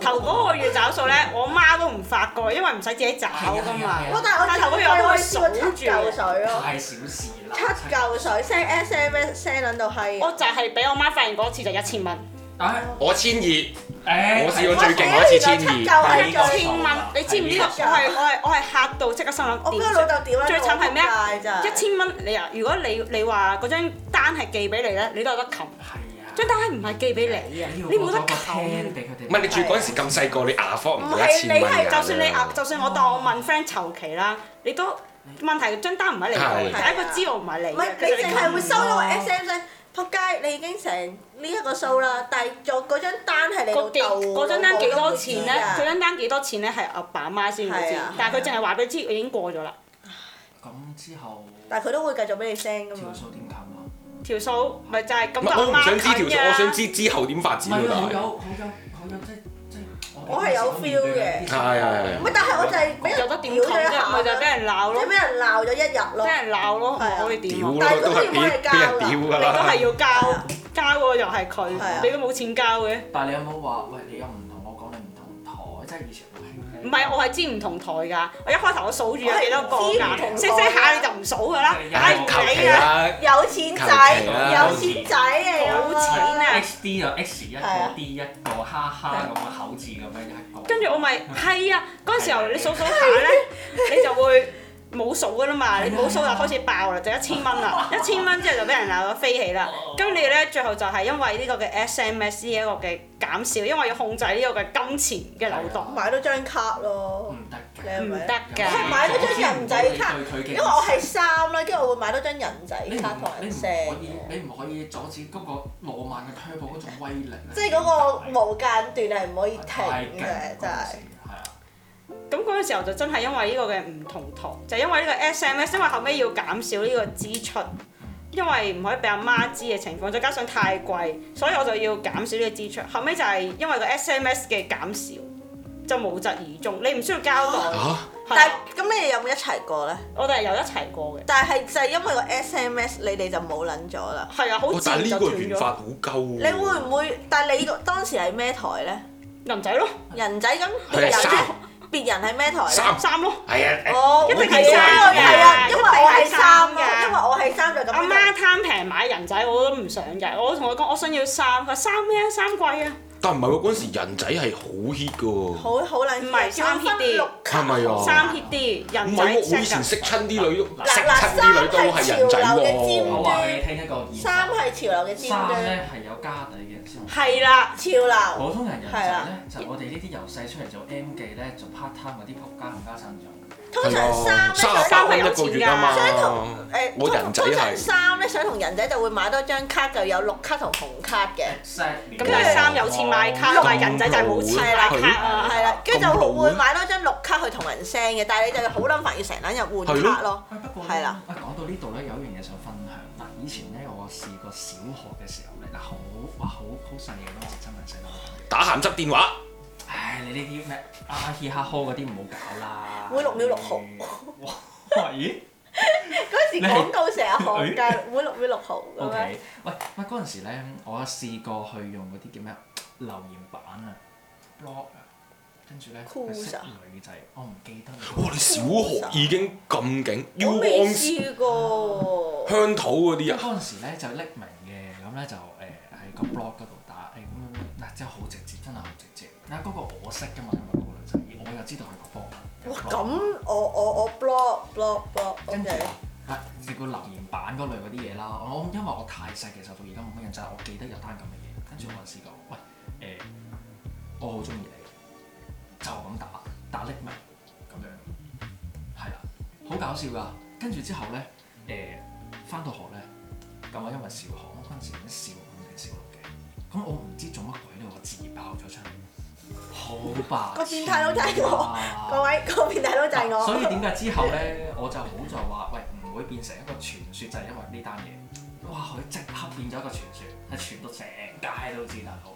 Speaker 5: 頭嗰個月找數咧，我媽都唔發覺，因為唔使自己找噶
Speaker 3: 係
Speaker 5: 嘛
Speaker 3: 啊係啊係。
Speaker 4: 我但係我頭嗰我試過出嚿水咯，
Speaker 3: 太小事啦！
Speaker 4: 出嚿水 send SMS send 撚到係，
Speaker 5: 我就係俾我媽發現嗰次就一千蚊，
Speaker 3: 唉
Speaker 2: 我千二，
Speaker 3: 誒，
Speaker 2: 我試過
Speaker 4: 我
Speaker 2: 最勁嗰次千
Speaker 4: 我
Speaker 2: 二。
Speaker 4: 屌
Speaker 3: 係
Speaker 4: 你個
Speaker 5: 千蚊，你知唔知道？我係我係我係嚇到即刻心諗
Speaker 4: 啊我俾
Speaker 5: 點
Speaker 4: 我老
Speaker 5: 算？
Speaker 4: 豆屌撚
Speaker 5: 最慘係咩
Speaker 4: 啊？真係
Speaker 5: 一千蚊你啊！如果你你話嗰張單係寄俾你咧，你都有得擒。
Speaker 3: 係啊！
Speaker 5: 張單唔係寄俾你啊，你冇得
Speaker 3: 聽
Speaker 5: 揀。
Speaker 3: 俾佢哋。
Speaker 2: 唔係你住嗰陣時咁細個，你牙科唔
Speaker 5: 唔
Speaker 2: 到一
Speaker 5: 係
Speaker 2: 千蚊
Speaker 5: 你係，
Speaker 2: 㗎
Speaker 5: 就算你啊，就算我當我問 friend 籌期啦，你都問題張單唔係你嘅，
Speaker 2: 係
Speaker 5: 第一個知我唔係你嘅。
Speaker 4: 唔係你
Speaker 5: 其實
Speaker 4: 淨係會收到個
Speaker 5: 撳唔到
Speaker 4: SMS 咧，仆街你已經成呢一個數啦，但係做嗰張單係你老
Speaker 5: 嗰幾
Speaker 4: 豆
Speaker 5: 嗰張單幾多錢
Speaker 4: 老母都唔知
Speaker 5: 咧？佢
Speaker 4: 㗎啊
Speaker 5: 張單幾多錢咧？係阿爸阿媽先會知
Speaker 4: 係啊，
Speaker 5: 但係佢淨係話俾你知已經過咗啦。
Speaker 3: 咁之後
Speaker 4: 但係佢都會繼續俾你 send 噶嘛
Speaker 3: 條。數點冚啊？
Speaker 5: 條數咪就係咁
Speaker 2: 唔
Speaker 5: 就
Speaker 2: 係我
Speaker 5: 阿
Speaker 2: 唔
Speaker 5: 媽
Speaker 2: 想知條
Speaker 5: 近
Speaker 2: 數，我想
Speaker 5: 㗎。
Speaker 2: 知之後點發
Speaker 3: 唔
Speaker 2: 展
Speaker 3: 係
Speaker 2: 咯
Speaker 3: 啊，好
Speaker 2: 但
Speaker 3: 有
Speaker 2: 係。
Speaker 3: 好有好有即即
Speaker 4: 我係有 feel 嘅
Speaker 2: 係係係
Speaker 4: 唔係，但係我就係俾
Speaker 5: 有
Speaker 4: 人
Speaker 5: 得點
Speaker 4: 屌咗
Speaker 5: 氹
Speaker 4: 一
Speaker 5: 啫？
Speaker 4: 下
Speaker 5: 咪就係俾人鬧
Speaker 4: 即
Speaker 5: 咯
Speaker 4: 係，俾人鬧咗一日咯
Speaker 5: 俾。人鬧咯，
Speaker 4: 係啊
Speaker 5: 唔可以點
Speaker 2: 屌
Speaker 5: 啊？
Speaker 2: 咯，
Speaker 4: 但係
Speaker 2: 都
Speaker 4: 都可以
Speaker 2: 係俾
Speaker 4: 幫你交㗎
Speaker 2: 俾人
Speaker 5: 你
Speaker 2: 屌㗎
Speaker 5: 都係
Speaker 2: 啦。
Speaker 5: 要
Speaker 4: 係
Speaker 5: 交
Speaker 4: 啊，
Speaker 5: 交嗰個又係佢
Speaker 4: 係啊，
Speaker 5: 你都冇錢交嘅。
Speaker 3: 但係你有冇話喂你又唔同我講，你唔同台，即係以前好興
Speaker 5: 唔係，我係知唔同台㗎。我一開頭我數住有幾多個
Speaker 4: 我係知唔
Speaker 5: 㗎，
Speaker 4: 同
Speaker 5: 識
Speaker 4: 台㗎
Speaker 5: 識下你就唔數㗎啦，唉唔
Speaker 2: 哎
Speaker 5: 啊
Speaker 2: 求
Speaker 5: 理
Speaker 2: 其
Speaker 5: 啦，
Speaker 2: 啦，
Speaker 4: 有錢仔，有錢仔嚟㗎
Speaker 5: 冇
Speaker 4: 嘛
Speaker 5: 錢啊！
Speaker 3: X D 就 X 一
Speaker 4: 係啊
Speaker 3: 個 D 一個，哈哈咁嘅口字咁樣一個。
Speaker 5: 跟住我咪係啊，嗰陣時候你數 數下咧，你就會冇數噶啦嘛，你冇數就開始爆啦，就一千蚊 啦，一千蚊之後就俾人鬧到飛起啦。咁你咧最後就係因為呢個嘅 SMS 呢一個嘅減少，因為要控制呢個嘅金錢嘅流動，
Speaker 4: 買多張卡咯
Speaker 3: 唔。得
Speaker 4: 你
Speaker 3: 嘅。
Speaker 4: 係
Speaker 5: 唔
Speaker 4: 咪
Speaker 5: 得
Speaker 4: 我係
Speaker 5: 㗎。
Speaker 4: 買咗張人仔卡
Speaker 3: 對佢嘅
Speaker 4: 因為我係衫啦，跟住我會買多張人仔
Speaker 3: 你唔
Speaker 4: 卡同
Speaker 3: 你唔
Speaker 4: 人 send
Speaker 3: 可以，你唔可以阻止嗰個浪漫嘅 turbo 嗰種威力啊咧。
Speaker 4: 即係嗰個無間斷係唔可以停嘅，真係。
Speaker 3: 係啊，
Speaker 5: 咁嗰陣時候就真係因為呢個嘅唔同台，就因為呢個 SMS，因為後尾要減少呢個支出。因為唔可以俾阿媽知嘅情況，再加上太貴，所以我就要減少呢個支出。後尾就係因為個 SMS 嘅減少，就無疾而終。你唔需要交代。
Speaker 2: 啊
Speaker 5: 係
Speaker 4: 但係咁你哋有冇一齊過咧？
Speaker 5: 我哋係有一齊過嘅。
Speaker 4: 但係就係因為個 SMS 你哋就冇撚咗啦。
Speaker 5: 係啊，好
Speaker 2: 哇
Speaker 5: 自
Speaker 2: 哦但係
Speaker 5: 然
Speaker 2: 呢
Speaker 5: 就
Speaker 2: 個
Speaker 5: 斷
Speaker 2: 緣
Speaker 5: 咗。
Speaker 2: 法好鳩喎。
Speaker 5: 嗯
Speaker 4: 你會唔會？但係你個當時係咩台咧？
Speaker 5: 人仔咯，
Speaker 4: 人仔咁別
Speaker 2: 佢係三
Speaker 4: 人，別人係咩台咧？
Speaker 2: 三
Speaker 5: 三咯，
Speaker 2: 係啊？誒
Speaker 4: 哦，
Speaker 5: 一定係
Speaker 4: 我知道呢
Speaker 5: 三
Speaker 4: 個係啊，
Speaker 5: 嘅
Speaker 4: 因為我係三
Speaker 5: 一定係三
Speaker 4: 嘅，
Speaker 5: 嘅
Speaker 4: 因為我係三就咁
Speaker 5: 阿
Speaker 4: 樣
Speaker 5: 媽貪平買人仔我都唔想嘅。我同佢講我想要三，佢話三咩啊？三貴啊，
Speaker 2: 但唔係喎，嗰陣時人仔係好 hit 㗎喎。
Speaker 4: 好好撚啊
Speaker 5: 唔係三 hit 啲
Speaker 4: 六
Speaker 2: 係咪啊？
Speaker 5: 三 hit 啲
Speaker 2: 唔
Speaker 5: 人
Speaker 2: 係
Speaker 5: 仔
Speaker 2: 喎，我以
Speaker 5: 識
Speaker 2: 前
Speaker 5: 㗎。
Speaker 2: 識親啲女都，
Speaker 4: 嗱
Speaker 2: 識親啲女都係人仔
Speaker 4: 三係潮流嘅尖
Speaker 2: 喎。
Speaker 3: 我話俾你聽一個現
Speaker 4: 三
Speaker 3: 實，
Speaker 4: 係潮流嘅尖
Speaker 3: 三
Speaker 4: 端，
Speaker 3: 咧係有家底嘅人先用。
Speaker 5: 係啦，
Speaker 4: 潮流
Speaker 3: 普通人人仔
Speaker 4: 係啊
Speaker 3: 咧，就我哋呢啲由細出嚟做 M 記咧，做 part time 嗰啲仆街唔家產做。
Speaker 4: 通常三
Speaker 5: 啊
Speaker 4: 咧
Speaker 2: 三十
Speaker 4: 想
Speaker 2: 八蚊一個月啊
Speaker 4: 想
Speaker 2: 嘛
Speaker 4: 同。誒，
Speaker 2: 我人仔
Speaker 4: 通常
Speaker 2: 係
Speaker 4: 三咧想同人仔就會買多張卡，就有綠卡同紅卡嘅。
Speaker 3: Exactly
Speaker 5: 咁但係三有錢買卡，但係人仔就係冇錢買卡啊。
Speaker 4: 係啦，跟住就會買多張綠卡去同人 send 嘅，但係你就好撚煩，要成撚日換卡咯。
Speaker 3: 喂，不過
Speaker 4: 係
Speaker 3: 咧
Speaker 4: 啦，
Speaker 3: 喂，講到呢度咧，有一樣嘢想分享。嗱，以前咧，我試過小學嘅時候咧，嗱，好哇，好好細嘅嗰陣時，真係細到不得了。
Speaker 2: 打鹹濕電話，
Speaker 3: 唉，你呢啲咩啊啊嘻哈呵嗰啲唔好搞啦。
Speaker 4: 每六秒六毫
Speaker 3: 哇，咦
Speaker 4: 嗰時廣告成日 行
Speaker 2: 哎
Speaker 4: 㗎，每六月六號咁樣。
Speaker 3: ？OK，喂喂，嗰陣時咧，我試過去用嗰啲叫咩留言板啊，blog 啊，跟住咧去識
Speaker 4: Cruise 啊
Speaker 3: 女仔，我唔記得啦。
Speaker 2: 哇！你小學已經咁勁
Speaker 4: 我未
Speaker 2: ，U
Speaker 4: 試過。
Speaker 2: 香土嗰啲
Speaker 3: 因為
Speaker 2: 啊，
Speaker 3: 嗰陣時咧就匿名嘅，咁咧就誒喺個 blog 嗰度打誒咁樣，嗱真係好直接，真係好直接。嗱嗰個我識噶嘛，咁啊嗰個女仔，而我又知道佢個 blog。
Speaker 4: 哇！咁我我我 blog blog blog，
Speaker 3: 跟
Speaker 4: 跟
Speaker 3: 住
Speaker 4: 住
Speaker 3: 啊，你個留言板嗰類嗰啲嘢啦，我因為我太細，其實到而家冇乜印象，我記得有單咁嘅嘢，跟住我就試過，喂誒、我好中意你，就咁打打匿名咁樣，係啦，好搞笑噶。跟住之後咧，誒、翻到學咧，咁我因為小學，我嗰陣時已經小五定小六嘅，咁我唔知做乜鬼咧，我自爆咗出嚟，好啊白
Speaker 4: 個變態佬就係
Speaker 3: 痴
Speaker 4: 我
Speaker 3: 啊
Speaker 4: 各位 個變態佬就係
Speaker 5: 啊
Speaker 4: 我。
Speaker 3: 所以點解之後咧，我就好在話，喂，唔會變成一個傳說，就係、因為呢單嘢。哇！佢即刻變咗一個傳說，係傳到成街都知大佬，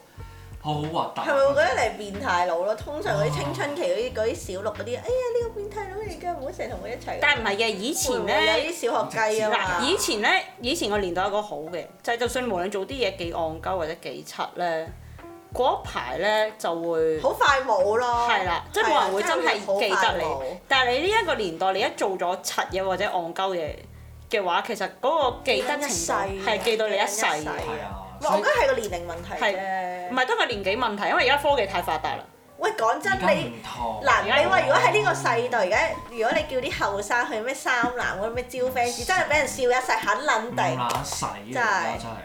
Speaker 3: 好核突。啊
Speaker 4: 係咪會覺得你係變態佬咯？通常嗰啲青春期嗰啲嗰啲小六嗰啲，哎呀呢個變態佬嚟㗎，唔好成日同佢一齊。
Speaker 5: 但係唔係嘅，以前咧
Speaker 4: 有。啲小學雞啊嘛
Speaker 5: 嗱，。以前咧，以前個年代有個好嘅，就係、就算無論做啲嘢幾戇鳩或者幾柒咧，嗰一排咧就會
Speaker 4: 好快冇咯。啊
Speaker 5: 係啦，即係冇人會真係記
Speaker 4: 好
Speaker 5: 得
Speaker 4: 快
Speaker 5: 你
Speaker 4: 冇。
Speaker 5: 但係你呢一個年代，你一做咗柒嘢或者戇鳩嘢嘅話，其實嗰個記得程度係記到你一世嘅，
Speaker 3: 係啊
Speaker 4: 唔，係我覺得係個年齡問題啫
Speaker 5: 唔。係得個年紀問題，因為而家科技太發達啦。
Speaker 4: 喂，講真你。
Speaker 3: 哦
Speaker 4: 嗱，你話如果喺呢個世代，而家如果你叫啲後生去咩三男嗰啲咩招 fans，真係俾人笑一世，肯撚
Speaker 3: 唔
Speaker 4: 定。
Speaker 3: 乸使啊！
Speaker 4: 真係
Speaker 3: 嗯真係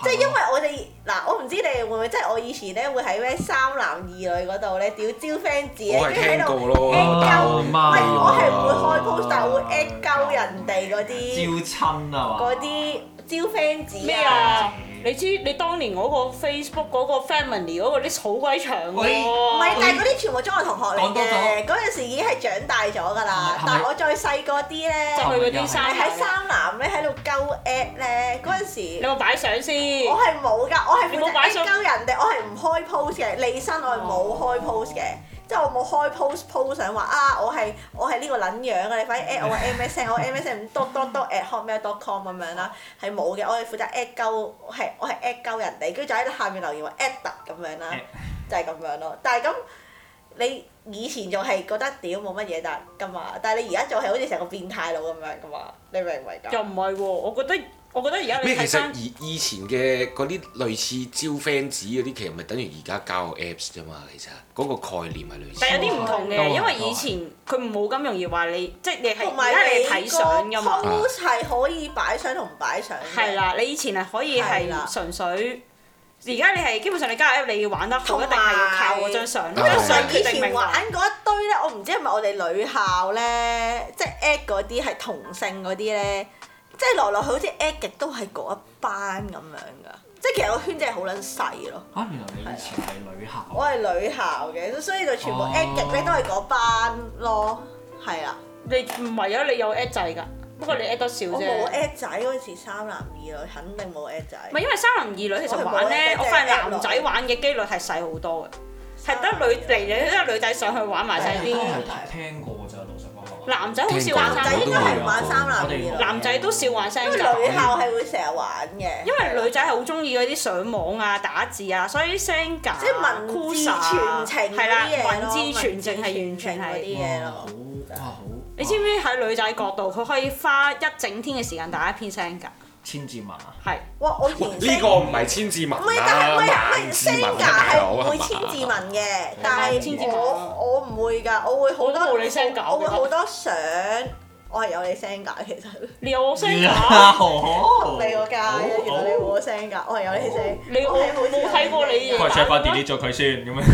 Speaker 4: 即係因為我哋嗱，我唔知你哋會唔會，即係我以前咧會喺咩三男二女嗰度咧屌招 fans 咧，
Speaker 2: 我係
Speaker 4: 跟住喺
Speaker 2: 聽
Speaker 4: 度，
Speaker 2: 過咯，
Speaker 3: Ờ,
Speaker 4: 聽
Speaker 2: 但
Speaker 4: 夠
Speaker 2: 我
Speaker 3: 啊
Speaker 4: 喂，
Speaker 7: 媽
Speaker 4: 我係唔會
Speaker 2: Ờ.
Speaker 4: 開 post，但係會 at 鳩人哋嗰啲
Speaker 3: 招親啊嘛，
Speaker 4: 嗰啲招 fans
Speaker 5: 咩啊？你知你當年嗰個 Facebook 嗰個 family 嗰個 list 好鬼長喎，
Speaker 3: 喂
Speaker 4: 唔係，但係嗰啲全部中學同學嚟
Speaker 3: 講多
Speaker 4: 嘅，
Speaker 3: 咗
Speaker 4: 嗰陣時已經係長大咗㗎啦
Speaker 3: 係咪。
Speaker 4: 但係我再細個啲咧，
Speaker 5: 就去嗰啲
Speaker 4: 係啊
Speaker 5: 山
Speaker 4: 喺三男咧喺度鳩 at 咧，嗰陣
Speaker 5: 你
Speaker 4: 時
Speaker 5: 有。冇擺相先？
Speaker 4: 我係冇㗎，我係
Speaker 5: 你
Speaker 4: 負
Speaker 5: 冇
Speaker 4: 責
Speaker 5: 擺上哦
Speaker 4: at 鳩人哋，我係唔開 post 嘅。利申我係冇開 post 嘅，即係我冇開 post post 想話啊，我係我係呢個撚樣啊嘅，你
Speaker 5: 嗯
Speaker 4: 快啲 at 我 MSN，我 MSN 多多多 at hotmail.com 咁樣啦，係冇嘅。我係負責 at 鳩，我係我係 at 鳩人哋，跟住就喺下面留言話 at 特咁樣
Speaker 5: 嗯
Speaker 4: 啦，就係咁樣咯。但係咁。你以前仲係覺得屌冇乜嘢但㗎嘛，但係你而家仲係好似成個變態佬咁樣㗎嘛，你明唔明㗎？
Speaker 5: 又唔係喎，我覺得我覺得而家你
Speaker 2: 咩其
Speaker 5: 睇
Speaker 2: 實
Speaker 5: 翻，
Speaker 2: 以以前嘅嗰啲類似招 fans 嗰啲，其實咪等於而家交友 apps 啫嘛，其實嗰個概念係類似。
Speaker 5: 但有啲唔同
Speaker 8: 都
Speaker 5: 嘅，
Speaker 8: 係
Speaker 5: 因為以前佢冇咁容易話你，即係你係
Speaker 4: 同
Speaker 5: 而
Speaker 4: 埋
Speaker 5: 家你
Speaker 4: 你
Speaker 5: 係睇
Speaker 4: 個
Speaker 5: 相㗎嘛，
Speaker 4: post 係可以擺相同唔擺相嘅
Speaker 5: 係，啦，你以前係可以係
Speaker 4: 係啦
Speaker 5: 純粹。而家你係基本上你交友 app 你要玩得好，
Speaker 4: 同
Speaker 5: 一
Speaker 4: 埋
Speaker 5: 定係要靠嗰張相，
Speaker 2: 加
Speaker 4: 加
Speaker 5: 張相
Speaker 4: 上以
Speaker 5: 決定
Speaker 4: 前
Speaker 5: 命
Speaker 4: 玩
Speaker 5: 運。
Speaker 4: 嗰一堆咧，我唔知係咪我哋女校咧，即係 at 嗰啲係同性嗰啲咧，即係來來去好似 at 極都係嗰一班咁樣噶，即係其實個圈真係好撚細咯。
Speaker 3: 啊，原來你以前係女校，
Speaker 4: 我係女校嘅，所以就全部
Speaker 8: 哦
Speaker 4: at 極咧都係嗰班咯，係啦。
Speaker 5: 你唔係啊，你有 at 制㗎，不過你 at 得少啫。
Speaker 4: 我冇 at 仔嗰陣時，三男二女肯定冇 at 仔。
Speaker 5: 唔係因為三男二女其實玩咧，我
Speaker 4: 我係冇 at
Speaker 5: 發現
Speaker 4: 嘅
Speaker 5: 男仔玩嘅機率係細好多嘅，係得女嚟
Speaker 4: 三男二女
Speaker 5: 嚟都係女仔上去玩埋晒
Speaker 3: 都
Speaker 5: 啲，
Speaker 3: 係聽過咋，老實講。
Speaker 5: 男仔好少玩
Speaker 4: 男仔
Speaker 5: 三
Speaker 4: 應該係玩三男二
Speaker 3: 我
Speaker 4: 女
Speaker 3: 哋。
Speaker 5: 男仔都少玩聲
Speaker 4: 因為
Speaker 5: 㗎，
Speaker 4: 女校係會成日玩嘅，
Speaker 5: 因為女仔係好中意嗰啲上網啊、打字啊，所以啲聲㗎啊
Speaker 4: 即係文字傳情嗰
Speaker 5: 係啦
Speaker 4: 啲嘢，咯
Speaker 5: 文字傳情係完全
Speaker 4: 文字傳情嗰
Speaker 5: 係。哦
Speaker 4: 啲嘢咯。
Speaker 3: 哇好，哇啊好，
Speaker 5: 你知唔知喺女仔角度，佢可以花一整天嘅時間打一篇聲㗎，
Speaker 3: 千字文啊？
Speaker 5: 係
Speaker 4: 哇！我
Speaker 2: 哇
Speaker 4: 原
Speaker 2: 呢個唔係千字文
Speaker 4: 唔係，但係
Speaker 2: 啦，
Speaker 4: 唔係唔
Speaker 2: 萬
Speaker 4: 係
Speaker 2: 字文
Speaker 4: Senga
Speaker 2: 啊大佬
Speaker 4: 係會簽字文嘅，但
Speaker 5: 千字
Speaker 4: 係
Speaker 5: 嗯文
Speaker 4: 我我唔會㗎，我會好
Speaker 5: 我都
Speaker 4: 多
Speaker 5: 冇你 Senga，
Speaker 4: 我會
Speaker 5: 我覺得
Speaker 4: 好多相，我係有你 Senga 其實
Speaker 5: 你有我聲
Speaker 3: 呀
Speaker 5: 㗎。
Speaker 3: 好
Speaker 4: 你個街，
Speaker 2: 哦
Speaker 4: 原來你冇我 Senga，我係有你 Senga，
Speaker 5: 哦你我
Speaker 4: 我係好似有
Speaker 5: 冇睇過你
Speaker 4: Senga
Speaker 5: 喂 check 翻 delete
Speaker 3: 咗佢先 咁樣。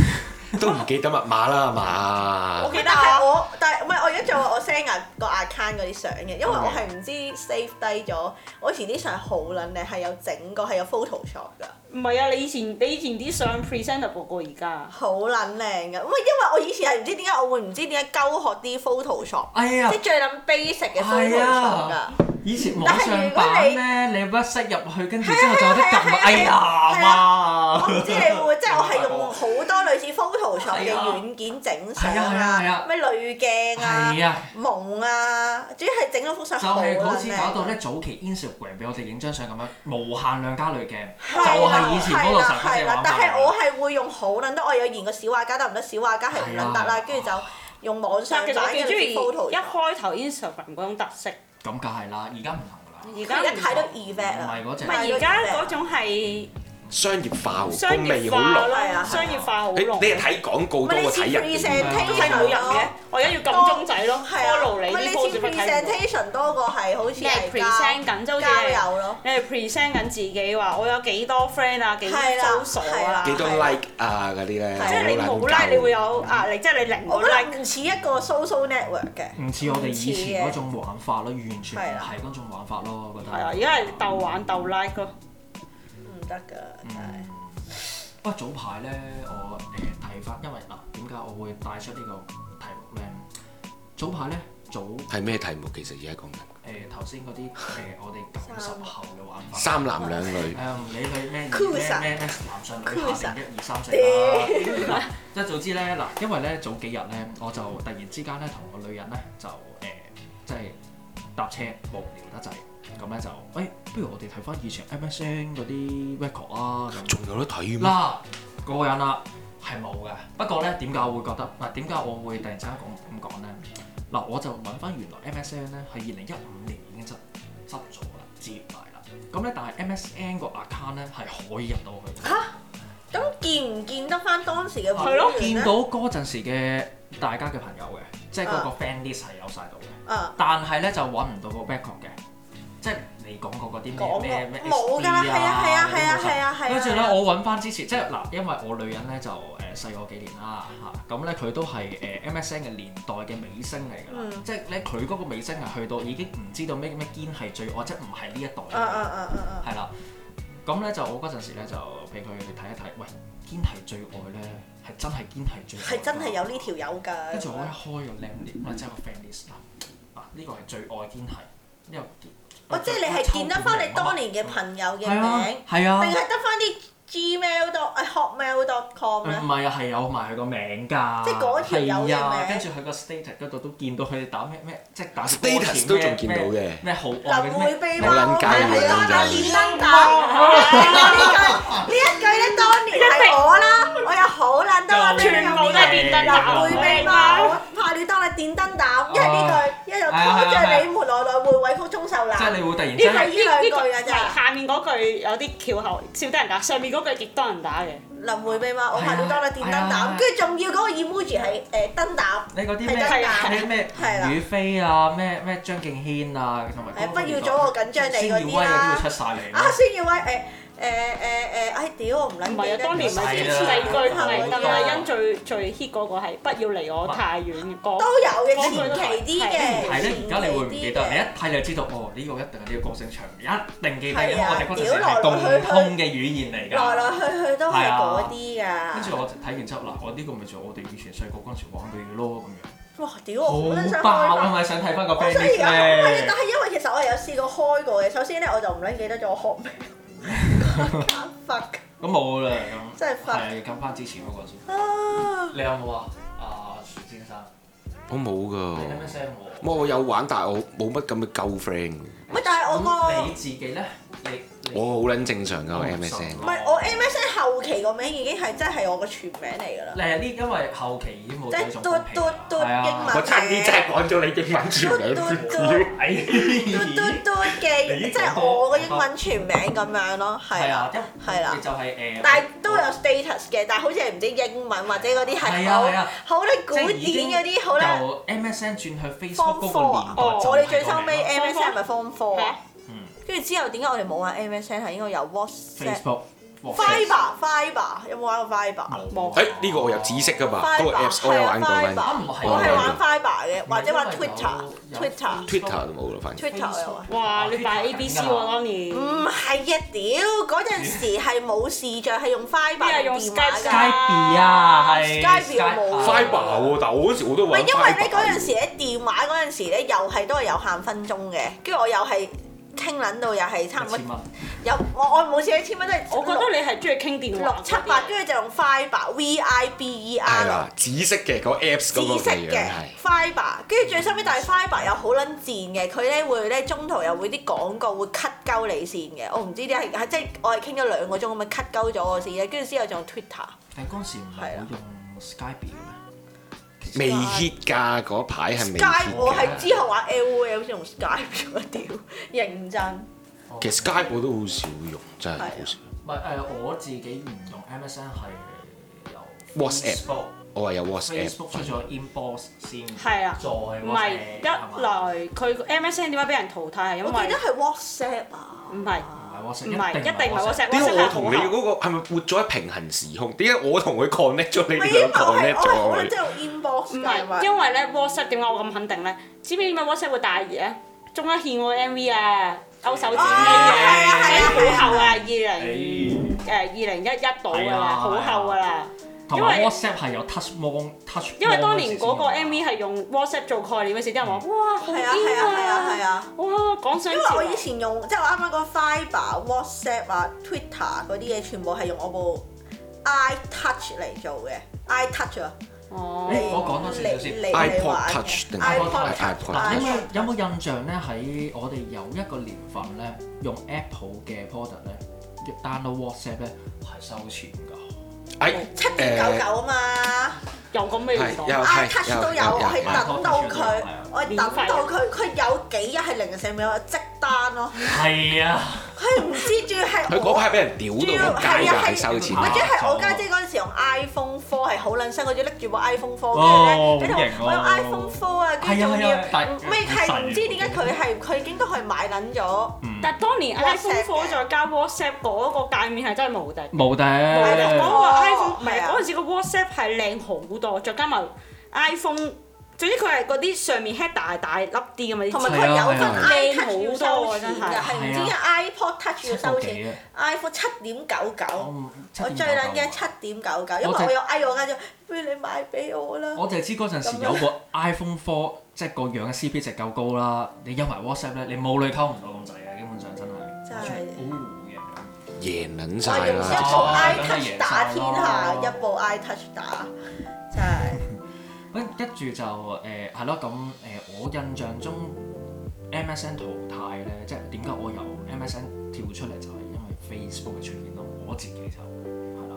Speaker 2: 都唔記得密碼啦係嘛
Speaker 3: 啊
Speaker 4: 我？記得係我，但係唔係我而家仲有我 send 銀個 account 嗰啲相嘅，因為
Speaker 3: 哦
Speaker 4: 我係唔知 save 低咗。我以前啲相好撚靚，係有整過，係有 Photoshop 㗎，
Speaker 5: 唔係啊！你以前你以前啲相 presentable 過而家，
Speaker 4: 好撚靚㗎。唔係因為我以前係唔知點解我會唔知點解鳩學啲 Photoshop，
Speaker 3: 哎呀
Speaker 4: 即係，最撚 basic 嘅
Speaker 3: 係
Speaker 4: Photoshop 㗎
Speaker 3: 啊。以前網上版咧，你不塞入去，跟住之後仲有得撳
Speaker 4: 係啊
Speaker 3: 啊
Speaker 4: 係啊係啊！
Speaker 3: 哎呀
Speaker 4: 係啊
Speaker 3: 哇
Speaker 4: 我！唔知你會，即係我係
Speaker 3: 哦
Speaker 4: 用好多類似 Photoshop 嘅
Speaker 3: 係啊
Speaker 4: 軟件整相
Speaker 3: 係啊係啊係
Speaker 4: 啊
Speaker 3: 啊，
Speaker 4: 咩濾鏡
Speaker 3: 係
Speaker 4: 啊、
Speaker 3: 啊，
Speaker 4: 蒙啊，主要係整咗幅相
Speaker 3: 就
Speaker 4: 好撚
Speaker 3: 係
Speaker 4: 靚。
Speaker 3: 好似搞到咧早期 Instagram 俾我哋影張相咁樣，無限量加濾鏡，
Speaker 4: 係啦
Speaker 3: 就係以前嗰個神級
Speaker 4: 係
Speaker 3: 嘅
Speaker 4: 啦
Speaker 3: 玩法。
Speaker 4: 但係我係會用好撚多，我有研過小畫家得唔得？小畫家係唔撚
Speaker 3: 哦
Speaker 4: 得啦，跟住就用網上
Speaker 5: 但其
Speaker 4: 版
Speaker 5: 實我幾
Speaker 4: 嘅
Speaker 5: 中意
Speaker 4: photo
Speaker 5: 一。開頭 Instagram 嗰種特色，
Speaker 3: 咁梗係啦，而家唔同
Speaker 5: 而
Speaker 4: 佢
Speaker 5: 家
Speaker 4: 而家睇到
Speaker 5: 唔
Speaker 4: event 啊
Speaker 3: 唔
Speaker 4: 啦，
Speaker 3: 係嗰隻
Speaker 5: 係而家嗰種係
Speaker 2: 商業化
Speaker 5: 商
Speaker 2: 喎，個味
Speaker 5: 業
Speaker 2: 好
Speaker 5: 化
Speaker 2: 濃。
Speaker 5: 咯
Speaker 4: 係啊係啊，
Speaker 5: 商業化好
Speaker 2: 誒
Speaker 5: 濃，
Speaker 2: 你係睇廣告多
Speaker 4: 唔係你
Speaker 2: 過
Speaker 4: 似
Speaker 2: 睇人嘅。
Speaker 5: 都係冇
Speaker 4: presentation
Speaker 5: 人
Speaker 3: 啊
Speaker 5: 嘅
Speaker 4: 咯，。
Speaker 5: 我而家要撳鐘仔咯
Speaker 4: 係啊，
Speaker 5: ，follow
Speaker 4: 唔
Speaker 5: 你
Speaker 4: 係
Speaker 5: 啲
Speaker 4: 你
Speaker 5: post
Speaker 4: 似
Speaker 5: 咪睇到。
Speaker 4: presentation 多過係好似
Speaker 5: 你係
Speaker 4: 係
Speaker 5: present
Speaker 4: 交
Speaker 5: 緊，即係
Speaker 4: 交
Speaker 5: 好似
Speaker 4: 友咯。
Speaker 5: 你係 present 緊自己話，我有幾多 friend 啊，幾多
Speaker 4: 係啦
Speaker 5: social
Speaker 4: 係
Speaker 5: 啊，
Speaker 2: 幾
Speaker 4: 啦
Speaker 2: 多 like à, 啊嗰啲咧，
Speaker 5: 即係你冇 like 你會有壓力，即係你零個
Speaker 4: 我覺
Speaker 5: like。
Speaker 4: 得唔似一個 social network 嘅，
Speaker 3: 啦，唔似我哋以前嗰種玩法咯，完全
Speaker 4: 係啊
Speaker 3: 唔
Speaker 4: 啦
Speaker 3: 係嗰種玩法咯，我覺得。
Speaker 5: 係啊，而家係鬥玩鬥 like 咯，
Speaker 4: 唔得㗎，真係。
Speaker 3: 嗯不過早排咧，我誒睇翻，因為嗱點解我會帶出呢個題目咧？早排咧，早
Speaker 2: 係咩題目？其實而家講緊
Speaker 3: 誒頭先嗰啲誒呃我哋九十後嘅玩法。
Speaker 2: 三男兩女，
Speaker 3: 誒唔理佢咩咩
Speaker 4: Cruiser
Speaker 3: 咩咩男上女下定一二三四
Speaker 4: 屌
Speaker 3: 啦。 嗱，即係早知咧嗱，因為咧早幾日咧，我就突然之間咧同個女人咧就誒、呃即係搭車無聊得滯，咁咧就誒、哎不如我哋睇翻以前 MSN 嗰啲 record 啊咁。
Speaker 2: 仲有得睇咩？
Speaker 3: 嗱，嗰個人啦係冇嘅。不過咧，點解我會覺得嗱？點解我會突然之間講咁講咧？嗱，我就揾翻原來 MSN 咧係二零一五年已經執執咗啦，接埋啦。咁咧，但係 MSN 個 account 咧係可以入到去嘅。
Speaker 4: 咁見唔見得翻當時嘅
Speaker 5: 係咯
Speaker 4: 會員
Speaker 3: 見
Speaker 4: 咧
Speaker 3: 到嗰陣時嘅大家嘅朋友嘅，即係嗰個
Speaker 4: 啊
Speaker 3: friend list 係有晒到嘅。
Speaker 4: 啊，
Speaker 3: 但係咧就揾唔到個 record 嘅，即係你你講過嗰啲
Speaker 4: 講
Speaker 3: 咩咩
Speaker 4: 過
Speaker 3: 咩
Speaker 4: 冇㗎啦，
Speaker 3: SD
Speaker 4: 係啊
Speaker 3: 嗰啲
Speaker 4: 係啊係啊
Speaker 3: 冇晒
Speaker 4: 係啊係啊。
Speaker 3: 跟住咧，我揾翻之前，即係嗱，因為我女人咧就誒細我幾年啦嚇，咁咧佢都係誒 MSN 嘅年代嘅尾聲嚟㗎啦，
Speaker 4: 嗯
Speaker 3: 即係咧佢嗰個尾聲係去到已經唔知道咩咩堅係最愛，即係唔係呢一代
Speaker 4: 嗯，嗯嗯嗯嗯
Speaker 3: 係啦。咁咧就我嗰陣時咧就俾佢睇一睇，喂堅係最愛咧係真係堅係最
Speaker 4: 嗯，
Speaker 3: 愛，
Speaker 4: 係真係有呢條友㗎。
Speaker 3: 跟住我一開個 lam 列，咪即係個 friend list 啦。啊，呢個係最愛堅係，呢個啊
Speaker 4: 哦，即係你係見得翻你當年嘅朋友嘅
Speaker 3: 係啊
Speaker 4: 名，，
Speaker 3: 係
Speaker 4: 定
Speaker 3: 啊
Speaker 4: 係。得翻啲 Gmail dot hotmail dot com 咧
Speaker 3: 唔？係啊，係有埋佢個名㗎，
Speaker 4: 即係嗰條友嘅
Speaker 3: 係啊
Speaker 4: 名
Speaker 3: 跟住佢個 status 嗰度都見到佢打咩咩，即係
Speaker 9: 啊
Speaker 3: 打
Speaker 2: Status
Speaker 3: 歌詞
Speaker 2: 都
Speaker 3: 咩
Speaker 2: 仲見到嘅
Speaker 3: 咩咩好愛
Speaker 4: 林
Speaker 3: 嘅
Speaker 4: 會
Speaker 3: 咩
Speaker 4: 秘
Speaker 2: 冇撚計啊嘅
Speaker 4: 係啦，
Speaker 2: 咁就
Speaker 4: 我連登打呢一句呢一句咧，當年係我啦，我有好撚多個
Speaker 5: 全部都係電燈
Speaker 4: 林
Speaker 5: 膽
Speaker 4: 會秘嘛，
Speaker 3: 啊
Speaker 4: 我怕你當你電燈膽，一係呢句，一係就拖著你們來來回回曲中受難，
Speaker 3: 即係
Speaker 4: 呢
Speaker 3: 你會突然
Speaker 4: 個
Speaker 3: 之間
Speaker 4: 係呢兩句
Speaker 5: 個
Speaker 4: 㗎咋。
Speaker 5: 下面嗰句有啲翹口，笑得人打；上面嗰句亦多人打嘅。
Speaker 4: 林會秘嘛，我怕你當你電燈膽，跟住仲要嗰個 emoji 係誒燈膽。
Speaker 3: 你嗰啲
Speaker 4: 係
Speaker 5: 真
Speaker 3: 咩
Speaker 5: 㗎
Speaker 3: 咩咩
Speaker 4: 係啦
Speaker 3: 吳雨霏啊，咩咩張敬軒啊，同埋
Speaker 4: 誒
Speaker 3: 嗰
Speaker 4: 不
Speaker 3: 個
Speaker 4: 要
Speaker 3: 年代
Speaker 4: 阻我緊張你嗰
Speaker 3: 孫
Speaker 4: 啲
Speaker 3: 耀威嗰啲
Speaker 4: 啦
Speaker 3: 會出。晒嚟
Speaker 4: 啊，
Speaker 3: 啦。
Speaker 4: 孫耀威誒誒誒誒，哎屌我唔撚
Speaker 5: 唔係啊，當年咪
Speaker 3: 係
Speaker 5: 先
Speaker 3: 啦
Speaker 4: 啊
Speaker 5: 第二句
Speaker 3: 係
Speaker 5: 係
Speaker 3: 啦
Speaker 5: 鄧麗欣最最 hit 嗰個係不要離我太遠嗰
Speaker 4: 都有嘅
Speaker 5: 嗰句都係
Speaker 4: 前期啲嘅
Speaker 5: 係
Speaker 3: 係咧，而家你會唔記得？
Speaker 4: 前
Speaker 3: 你
Speaker 4: 啊期啲
Speaker 3: 一睇
Speaker 4: 嘅
Speaker 3: 你就知道，哦，呢個一定係呢個歌聲場面，一定記得，因
Speaker 4: 係
Speaker 3: 為
Speaker 4: 啊
Speaker 3: 我哋嗰陣時
Speaker 4: 屌來來
Speaker 3: 係共
Speaker 4: 去去
Speaker 3: 通嘅語言嚟㗎。
Speaker 4: 來來去去都係嗰啲
Speaker 3: 跟住
Speaker 4: 㗎。
Speaker 3: 我睇完之後，嗱，我呢個咪就我哋以前細個嗰陣時玩嘅嘢咯，咁樣
Speaker 4: 哇！屌哦我好撚
Speaker 3: 好
Speaker 4: 想開
Speaker 3: 爆啊！
Speaker 4: 啊！
Speaker 3: 咪想睇翻個
Speaker 4: 我
Speaker 3: band
Speaker 4: 想而
Speaker 3: list
Speaker 4: 家開啊，
Speaker 3: 咧
Speaker 4: 但，係因為其實我係有試過開過嘅。首先咧，我就唔撚記得咗我學咩。fuck
Speaker 3: 咁冇啦，咁
Speaker 4: 真係發
Speaker 3: 係撳翻之前嗰個先。
Speaker 4: 啊！
Speaker 3: 你有冇啊？阿樹先生，
Speaker 2: 我冇
Speaker 3: 你
Speaker 2: 噶，
Speaker 3: 咩聲喎？
Speaker 2: 我有玩，但係我冇乜咁嘅舊 friend 㗎。
Speaker 4: 喂，但係我
Speaker 3: 咁
Speaker 4: 個
Speaker 3: 你自己咧，你你
Speaker 2: 我好撚正常噶
Speaker 3: 我唔信
Speaker 2: MSN，
Speaker 4: 唔係我 MSN 後期個名已經係真係我個全名嚟㗎啦，
Speaker 3: 你係呢？因為後期已經冇
Speaker 4: 即
Speaker 3: 咗呢
Speaker 4: 係
Speaker 3: 種
Speaker 4: 嘟
Speaker 3: 風氣啦
Speaker 4: 嘟嘟
Speaker 3: 係啊
Speaker 4: 英文
Speaker 9: 我差啲真係講咗你英文全名
Speaker 4: 嘟嘟嘟
Speaker 3: 哎
Speaker 4: 嘟嘟嘟嘅，即係我個英文全名咁樣咯，係
Speaker 3: 係啊，，
Speaker 4: 啊
Speaker 3: 一
Speaker 4: 係啦
Speaker 3: 你就係誒，
Speaker 4: 但係都有 status 嘅，但係好似係唔知英文或者嗰啲係
Speaker 3: 係啊係
Speaker 4: 好
Speaker 3: 啊
Speaker 4: 好啲古
Speaker 3: 即係已經
Speaker 4: 典嗰啲好啦。
Speaker 3: 由 MSN 轉去 Facebook 嗰
Speaker 4: Form Four
Speaker 3: 個
Speaker 4: 啊
Speaker 3: 年，代
Speaker 5: 哦
Speaker 3: 就
Speaker 4: 我哋
Speaker 3: 係
Speaker 4: 最
Speaker 3: 個
Speaker 4: 收
Speaker 3: 名
Speaker 4: 尾
Speaker 3: 啦
Speaker 4: MSN 咪 Form Four
Speaker 5: 係
Speaker 4: 啊
Speaker 5: 啊，
Speaker 3: 嗯
Speaker 4: 跟住之後點解我哋冇啊玩 MSN 係應該有 WhatsApp、
Speaker 3: Facebook、
Speaker 4: Fiber、Fiber 有冇玩過 Fiber？
Speaker 3: 冇啊
Speaker 2: 誒呢個我有紫色噶嘛，嗰
Speaker 4: Fiber，
Speaker 2: 個 apps 我有玩過
Speaker 4: 係
Speaker 2: 㗎
Speaker 4: 啊
Speaker 3: 啊唔係
Speaker 4: 我係玩
Speaker 2: 哦
Speaker 4: Fiber 嘅，或者玩
Speaker 3: 因為有
Speaker 4: Twitter、
Speaker 3: 有
Speaker 4: Twitter、
Speaker 2: ，Twitter 都冇啦，反正
Speaker 4: Twitter 我有玩。
Speaker 5: 哇！你扮 A B C 喎，當年
Speaker 4: 唔係啊！屌，嗰陣時係冇視像，係用 Fiber
Speaker 5: 啲人用
Speaker 4: 電話
Speaker 5: Skype
Speaker 4: 㗎。
Speaker 3: Skype 啊，係啊
Speaker 4: Skype 我冇
Speaker 9: Fiber 喎，但我嗰時我都
Speaker 4: 唔
Speaker 9: 玩
Speaker 4: 係
Speaker 9: Fiber。
Speaker 4: 因為咧嗰陣時咧電話嗰陣時咧又係都係有限分鐘嘅，跟住我又係傾撚到又係差唔多
Speaker 3: 一千蚊，
Speaker 4: 有我我冇錢一千蚊都係
Speaker 5: 我覺得你係中意傾電
Speaker 4: 六
Speaker 5: 話
Speaker 4: 六七八，跟住就用 Fiber V I B E
Speaker 2: 係
Speaker 4: R
Speaker 2: 啦，紫色嘅嗰個 apps
Speaker 4: 紫
Speaker 2: 嗰個
Speaker 4: 色
Speaker 2: 嘅樣
Speaker 4: 嘅
Speaker 2: 係。
Speaker 4: Fiber，跟住最收尾但係 Fiber 又好撚賤嘅，佢咧會咧中途又會啲廣告會 cut 鳩你線嘅，我唔知啲係係即係我係傾咗兩個鐘咁樣 cut 鳩咗我線咧，跟住之後仲有 Twitter。
Speaker 3: 但嗰陣時唔係
Speaker 4: 啊
Speaker 3: 好用 Skype 嘅咩？
Speaker 2: 未 hit 㗎，嗰排係未
Speaker 4: Skype
Speaker 2: hit
Speaker 4: 我
Speaker 2: 㗎。
Speaker 4: 係之後玩 L O L 先用 Skype 咗，屌認真。
Speaker 2: 其實 Skype 我都好少用，真係好
Speaker 4: 啊
Speaker 2: 少。
Speaker 3: 哦唔係誒，我自己唔用 MSN 係由
Speaker 2: WhatsApp 我係有 WhatsApp，
Speaker 3: Facebook 出咗 Inbox 先，
Speaker 5: 係啊
Speaker 3: 再
Speaker 5: 唔係
Speaker 3: WhatsApp
Speaker 5: 一來佢 M S N 點解俾人淘汰係啊因
Speaker 4: 我記
Speaker 5: 為
Speaker 4: 得係 WhatsApp 啊，
Speaker 5: 唔係
Speaker 3: 唔係
Speaker 5: 唔
Speaker 3: WhatsApp，
Speaker 5: 係一定唔係 WhatsApp，WhatsApp
Speaker 2: 點解我
Speaker 5: 係
Speaker 2: 同
Speaker 5: 好
Speaker 2: 你
Speaker 5: 後
Speaker 2: 嗰個係咪活咗喺平行時空？點解我同佢 connect 咗，你
Speaker 4: 唔係
Speaker 2: 哋
Speaker 4: 因為
Speaker 2: 兩
Speaker 4: 我係
Speaker 2: connect
Speaker 4: 我係好撚
Speaker 2: 咗
Speaker 4: 即係用 inbox
Speaker 5: 唔
Speaker 4: 㗎嘛
Speaker 5: 係，因為咧 WhatsApp 點解我咁肯定咧？知唔知點解 WhatsApp 會大熱咧？中一獻我 M V 啊，勾手指尾
Speaker 4: 啊係
Speaker 5: 啊，
Speaker 4: 啊係啊
Speaker 5: 所以好後啊，二
Speaker 3: 誒
Speaker 5: 零誒二零一一度㗎
Speaker 3: 係
Speaker 5: 啦，
Speaker 3: 啊
Speaker 5: 好後㗎啦。
Speaker 3: 同
Speaker 5: 因
Speaker 3: 埋
Speaker 5: 為
Speaker 3: WhatsApp 係有 touch mon touch，
Speaker 5: 因為
Speaker 3: mon
Speaker 5: 當年嗰個
Speaker 3: 嗰時先
Speaker 5: MV 係用 WhatsApp 做概念嗰時，啲人話：哇，好
Speaker 4: 係
Speaker 5: 癲
Speaker 4: 啊係啊係啊係
Speaker 5: 啊！
Speaker 4: 啊。
Speaker 5: 哇，講上
Speaker 4: 因為
Speaker 5: 潮
Speaker 4: 我
Speaker 5: 流
Speaker 4: 以前用即係我啱啱講 Fiber、WhatsApp 啊、Twitter 嗰啲嘢，全部係用我部 iTouch 嚟做嘅，iTouch 啊，
Speaker 5: 哦
Speaker 3: 誒我講多少少先
Speaker 4: 你你嚟
Speaker 2: iPod
Speaker 4: 玩
Speaker 2: Touch 定係
Speaker 4: iPod
Speaker 2: iPod？
Speaker 3: 嗱，有
Speaker 4: Touch
Speaker 3: 冇有冇印象咧？喺我哋有一個年份咧，用 Apple 嘅 product 咧，download WhatsApp 咧係收錢㗎。
Speaker 2: 哎
Speaker 4: 七點九九啊嘛。
Speaker 5: 又咁嘅年
Speaker 2: 係
Speaker 5: 代，
Speaker 2: 有哦係
Speaker 4: iTouch
Speaker 2: 有
Speaker 4: 都有，
Speaker 2: 有
Speaker 4: 我係
Speaker 2: 有
Speaker 4: 等到佢
Speaker 3: 係啊，
Speaker 4: 我係等到佢，佢有幾日係零食秒，我即單咯。
Speaker 3: 係啊，
Speaker 4: 佢唔知仲要係
Speaker 2: 佢嗰
Speaker 4: 我，
Speaker 2: 排俾人屌到仆街㗎，係收錢
Speaker 4: 或
Speaker 3: 係
Speaker 4: 者
Speaker 3: 啊
Speaker 2: 㗎。
Speaker 4: 啊係我家姐嗰陣
Speaker 10: 哦
Speaker 4: 時用 iPhone Four 係好撚新，我仲要拎住部 iPhone Four，跟住咧，你同我用 iPhone Four 啊，跟好重
Speaker 10: 係
Speaker 4: 要
Speaker 10: 啊係啊。但係
Speaker 4: 咪係唔知點解佢係佢已經都係買撚咗，
Speaker 10: 嗯
Speaker 5: 但係當年 iPhone
Speaker 4: WhatsApp 嘅
Speaker 5: Four 再加 WhatsApp 嗰個界面係真係無敵。
Speaker 10: 無敵。
Speaker 5: 嗰個 iPhone 唔係
Speaker 4: 係啊
Speaker 5: 嗰陣時個 WhatsApp 係靚好多，再加埋 iPhone，總之佢係嗰啲上面 head 大大粒啲咁嘛啲
Speaker 4: 同埋
Speaker 5: 字。
Speaker 4: 佢有
Speaker 10: 係
Speaker 4: 份
Speaker 10: 啊
Speaker 4: iTouch 要
Speaker 5: 靚好多
Speaker 4: 收
Speaker 5: 啊真
Speaker 4: 錢
Speaker 5: 係
Speaker 4: 㗎，係唔知
Speaker 10: 係
Speaker 4: iPod Touch 要
Speaker 10: 七個
Speaker 4: 收錢
Speaker 10: 幾啊哦
Speaker 4: ，iPhone 七點九
Speaker 10: 我
Speaker 4: 九，
Speaker 10: 唔
Speaker 4: 我最撚嘅七點九九，因
Speaker 10: 我淨
Speaker 4: 為我有嗌我嗌咗，不如你買俾我啦。
Speaker 10: 我就係知嗰陣時有個 iPhone Four，即係個樣嘅 CP 值夠高啦。你有埋 WhatsApp 咧，你冇女溝唔到咁滯嘅，基本上真係。
Speaker 4: 真係
Speaker 10: 哦
Speaker 1: 贏撚
Speaker 4: 我
Speaker 1: 晒
Speaker 4: 用
Speaker 1: 啦！
Speaker 4: 一部 iTouch 打天下，一部 iTouch 打，真係
Speaker 10: 嘅。咁跟住就誒係咯，咁誒、我印象中 MSN 淘汰咧，即係點解我由 MSN 跳出嚟就係因為 Facebook 嘅出現咯。我自己就係啦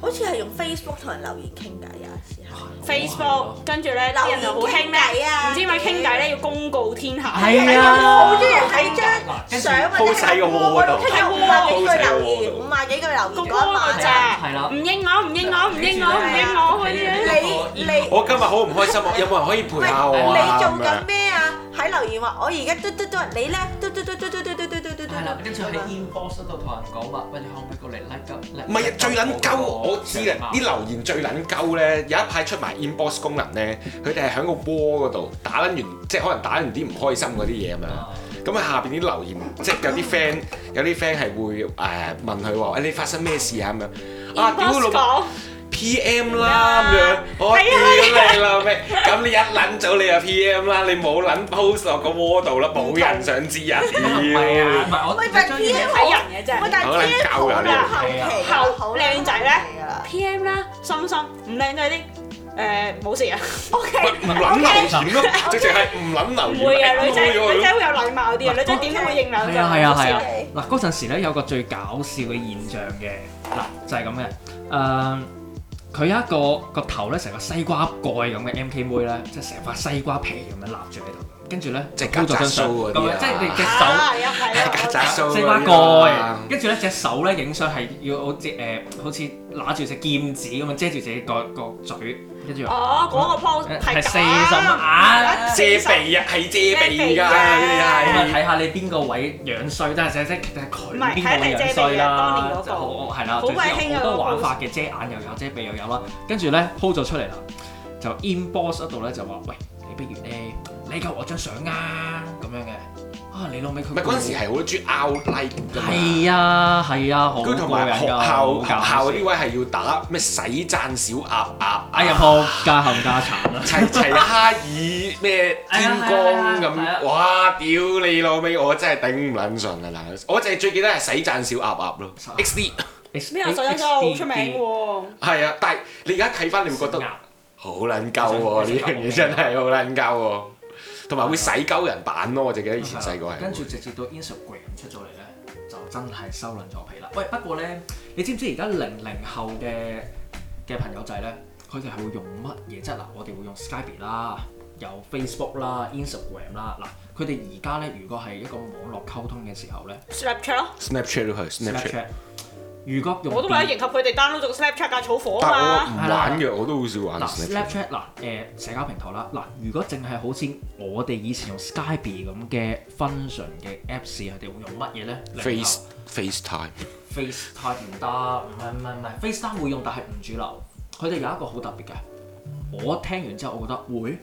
Speaker 4: 好似係用 Facebook 同人留言傾偈有一次係。
Speaker 10: 我係
Speaker 5: Facebook 跟住咧啲人就好
Speaker 4: 留
Speaker 5: 興
Speaker 4: 言傾偈啊
Speaker 5: 咧，唔知咪傾偈咧要公告天下。
Speaker 10: 係啊
Speaker 4: 我好中意睇張相或者喺個 wall 度，
Speaker 5: 跟住
Speaker 4: 五萬幾句留言，五萬幾句留
Speaker 5: 公
Speaker 4: 言
Speaker 5: 告
Speaker 4: 嗰一
Speaker 5: 啊
Speaker 4: 晚啊，
Speaker 5: 咋？
Speaker 10: 係啦
Speaker 5: 唔應我，唔應我，唔應我，唔應我嗰啲咧。
Speaker 4: 你你。
Speaker 2: 我今日好唔開心啊！有冇人可以陪
Speaker 4: 喂，
Speaker 2: 下我啊？
Speaker 4: 你
Speaker 2: 咁
Speaker 4: 做
Speaker 2: 樣
Speaker 4: 緊咩啊？喺留言話我而家嘟嘟嘟，你咧嘟嘟嘟嘟嘟嘟嘟嘟嘟嘟嘟。
Speaker 10: 係啦，跟住喺 inbox 度同人講話，喂，你可唔可以過嚟 like
Speaker 2: 唔係啊，最撚鳩，我知啦！啲留言最撚鳩咧，有一派出埋 inbox 功能咧，佢哋係喺個 wall 嗰度打撚完，即係可能打完啲唔開心嗰啲嘢咁
Speaker 3: Ờ.
Speaker 2: 樣。咁喺下邊啲留言，即係有啲 friend 有啲 friend 係會誒問佢話：誒你發生咩事啊？咁樣啊，屌老
Speaker 5: Inbox
Speaker 2: 母
Speaker 5: 講
Speaker 2: PM 啦咁樣，我屌你啦咩？咁你一撚早你就 PM 啦，你冇撚 post 落個 wall 度啦，冇人想知啊！
Speaker 10: 唔係
Speaker 3: à.
Speaker 2: 屌
Speaker 10: 啊，唔係我
Speaker 4: 喂，但係 P
Speaker 5: 睇人嘅
Speaker 4: 喂，
Speaker 5: 啫。
Speaker 4: 但係 P 好啦，後期
Speaker 5: 後靚仔咧，PM 啦，心心唔靚仔啲，誒冇事啊。O K，
Speaker 2: 唔撚留言咯，直情係唔撚
Speaker 5: 唔
Speaker 2: 留
Speaker 5: 會
Speaker 2: 言，哎
Speaker 5: 啊，女仔
Speaker 2: 嬲咗佢
Speaker 5: 女仔會有禮貌啲啊，女仔點都會應兩句。
Speaker 3: 係啊係啊係啊
Speaker 4: 冇事！
Speaker 3: 嗱嗰陣時咧有個最搞笑嘅現象嘅，嗱就係咁嘅，誒、佢有一個個頭咧成個西瓜蓋咁嘅 MK 妹咧，即係成塊西瓜皮咁樣立住喺度，跟住咧
Speaker 1: 即係
Speaker 3: 高咗張相
Speaker 1: 曱甴鬚嗰啲啊
Speaker 3: 咁樣即係你隻手。
Speaker 5: 啊，係啊係啊，
Speaker 2: 曱甴
Speaker 3: 西
Speaker 2: 鬚
Speaker 3: 瓜
Speaker 2: 嗰啲
Speaker 3: 蓋
Speaker 2: 啊，
Speaker 3: 跟住咧隻手咧影相係要好似誒、好似拿住隻劍指咁樣啊遮住自己個個嘴，跟住話
Speaker 5: 哦，嗰個 pose
Speaker 3: 係四十眼。
Speaker 2: 遮鼻啊，係遮鼻㗎，
Speaker 5: 遮鼻啊
Speaker 2: 佢哋
Speaker 3: 咁啊
Speaker 2: 係。
Speaker 3: 睇下你邊個位樣衰，但係即係即係佢
Speaker 5: 唔係
Speaker 3: 邊個位樣衰
Speaker 5: 睇
Speaker 3: 啦
Speaker 5: 一睇遮鼻嘅當年嗰，個
Speaker 3: 就好係啦，
Speaker 5: 好鬼
Speaker 3: 總之有
Speaker 5: 興啊
Speaker 3: 好多玩
Speaker 5: 嗰個
Speaker 3: 法嘅，遮眼又有，遮鼻又有啦。跟住咧 po 咗出嚟啦，就 inbox 嗰度咧就話：喂，你不如咧，你夠我張相啊咁樣嘅。啊，你老味佢
Speaker 2: 唔係嗰陣時係好多豬 out like 㗎嘛。
Speaker 3: 係啊係啊，好
Speaker 2: 跟住同埋學
Speaker 3: 過癮㗎
Speaker 2: 校
Speaker 3: 好
Speaker 2: 學
Speaker 3: 搞
Speaker 2: 校
Speaker 3: 笑
Speaker 2: 嗰啲位係要打咩洗贊小鴨鴨，
Speaker 3: 哎呀，仆街冚家啊產 啦！
Speaker 2: 齊齊哈爾咩天光
Speaker 3: 係啊係啊係啊
Speaker 2: 咁，哇！屌你老味，我真係頂唔撚順啊！嗱，我就係最記得係洗贊小鴨鴨咯，XD
Speaker 5: 咩啊？上咗好出名喎，
Speaker 2: 係啊，但係你而家睇翻，你會覺得。好撚鳩喎！呢樣嘢真係好撚鳩喎，同埋會洗鳩人版咯。我就記得以前細個係。
Speaker 3: 啊跟住直接到 Instagram 出咗嚟咧，就真係收撚咗皮啦。喂，不過咧，你知唔知而家零零後嘅嘅朋友仔咧，佢哋係會用乜嘢？即係嗱，我哋會用 Skype 啦，有 Facebook 啦、Instagram 啦。嗱，佢哋而家咧，如果係一個網絡溝通嘅時候咧
Speaker 5: Snapchat 咯，
Speaker 2: Snapchat 都係 Snapchat，
Speaker 3: ，Snapchat，如果用
Speaker 5: 我都為咗迎合佢哋 download 咗 Snapchat 架草火
Speaker 2: 但
Speaker 5: 啊
Speaker 2: 我
Speaker 5: 嘛。
Speaker 2: 唔玩嘅，我都好少玩
Speaker 3: 嗱
Speaker 2: Snapchat。
Speaker 3: Snapchat 嗱誒社交平台啦，嗱如果淨係好似我哋以前用 Skype 咁嘅 function 嘅 Apps，佢哋會用乜嘢咧
Speaker 2: Face FaceTime
Speaker 3: FaceTime 唔得，唔係唔係唔係 FaceTime 會用，但係唔主流。佢哋有一個好特別嘅，我聽完之後我覺得會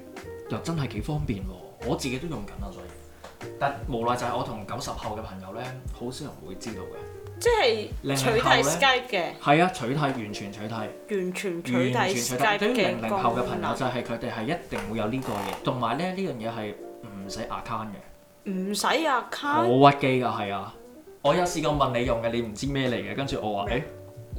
Speaker 3: 又真係幾方便喎，我自己都用緊啦，所以但無奈就係我同九十後嘅朋友咧，好少人會知道嘅。
Speaker 5: 即係取替 Skype 嘅，
Speaker 3: 係啊，取替完全取替。
Speaker 5: 完全取
Speaker 3: 完全
Speaker 5: 替
Speaker 3: 取代
Speaker 5: Skype
Speaker 3: 對於零
Speaker 5: 嘅
Speaker 3: 零後嘅
Speaker 5: 功
Speaker 3: 朋友
Speaker 5: 能
Speaker 3: 就，係佢哋係一定會有呢個嘢，同埋咧呢樣嘢係唔使 account 嘅，
Speaker 5: 唔使啊
Speaker 2: 啊
Speaker 5: account。
Speaker 3: 好屈機㗎係啊！我有試過問你用嘅，你唔知咩嚟嘅，跟住我話誒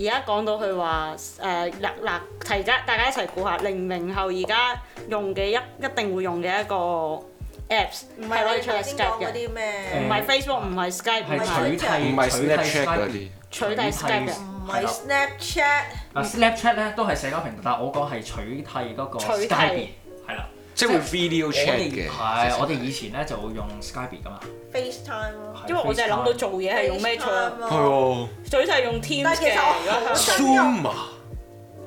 Speaker 5: 而家講到佢話誒嗱嗱，提家大家一齊估下零零後而家用嘅一一定會用嘅一個 Apps
Speaker 4: 唔係
Speaker 5: 係攞
Speaker 4: 我
Speaker 5: 嚟
Speaker 4: 哋
Speaker 5: 取
Speaker 4: 頭
Speaker 5: 替
Speaker 4: 先講
Speaker 5: Skype
Speaker 4: 嗰
Speaker 5: 嘅，
Speaker 4: 啲
Speaker 5: 唔
Speaker 4: 咩，
Speaker 5: 係 Facebook，唔係 Skype，唔
Speaker 3: 係
Speaker 5: 係
Speaker 3: 取替
Speaker 4: 唔
Speaker 2: 唔係 Snapchat 嗰啲，
Speaker 5: 取嗯替 Skype 嘅。
Speaker 4: 唔係 Snapchat，
Speaker 3: 嗱啊 Snapchat 咧都係社交平台，但係我講係取替嗰個
Speaker 5: 取替
Speaker 3: Skype 係啦。
Speaker 2: 即係會 video
Speaker 3: 我
Speaker 2: chat
Speaker 3: 哋
Speaker 2: 嘅。
Speaker 3: 係我哋以前咧就會用 Skype 噶嘛，
Speaker 4: FaceTime 咯，
Speaker 5: 因為我就係諗到做啊嘢係用咩取，
Speaker 4: FaceTime 咯
Speaker 2: 係喎啊
Speaker 5: 最就係用 Teams
Speaker 4: 但係其
Speaker 5: 嘅。
Speaker 4: 實我好想用
Speaker 2: ，Zoom 啊，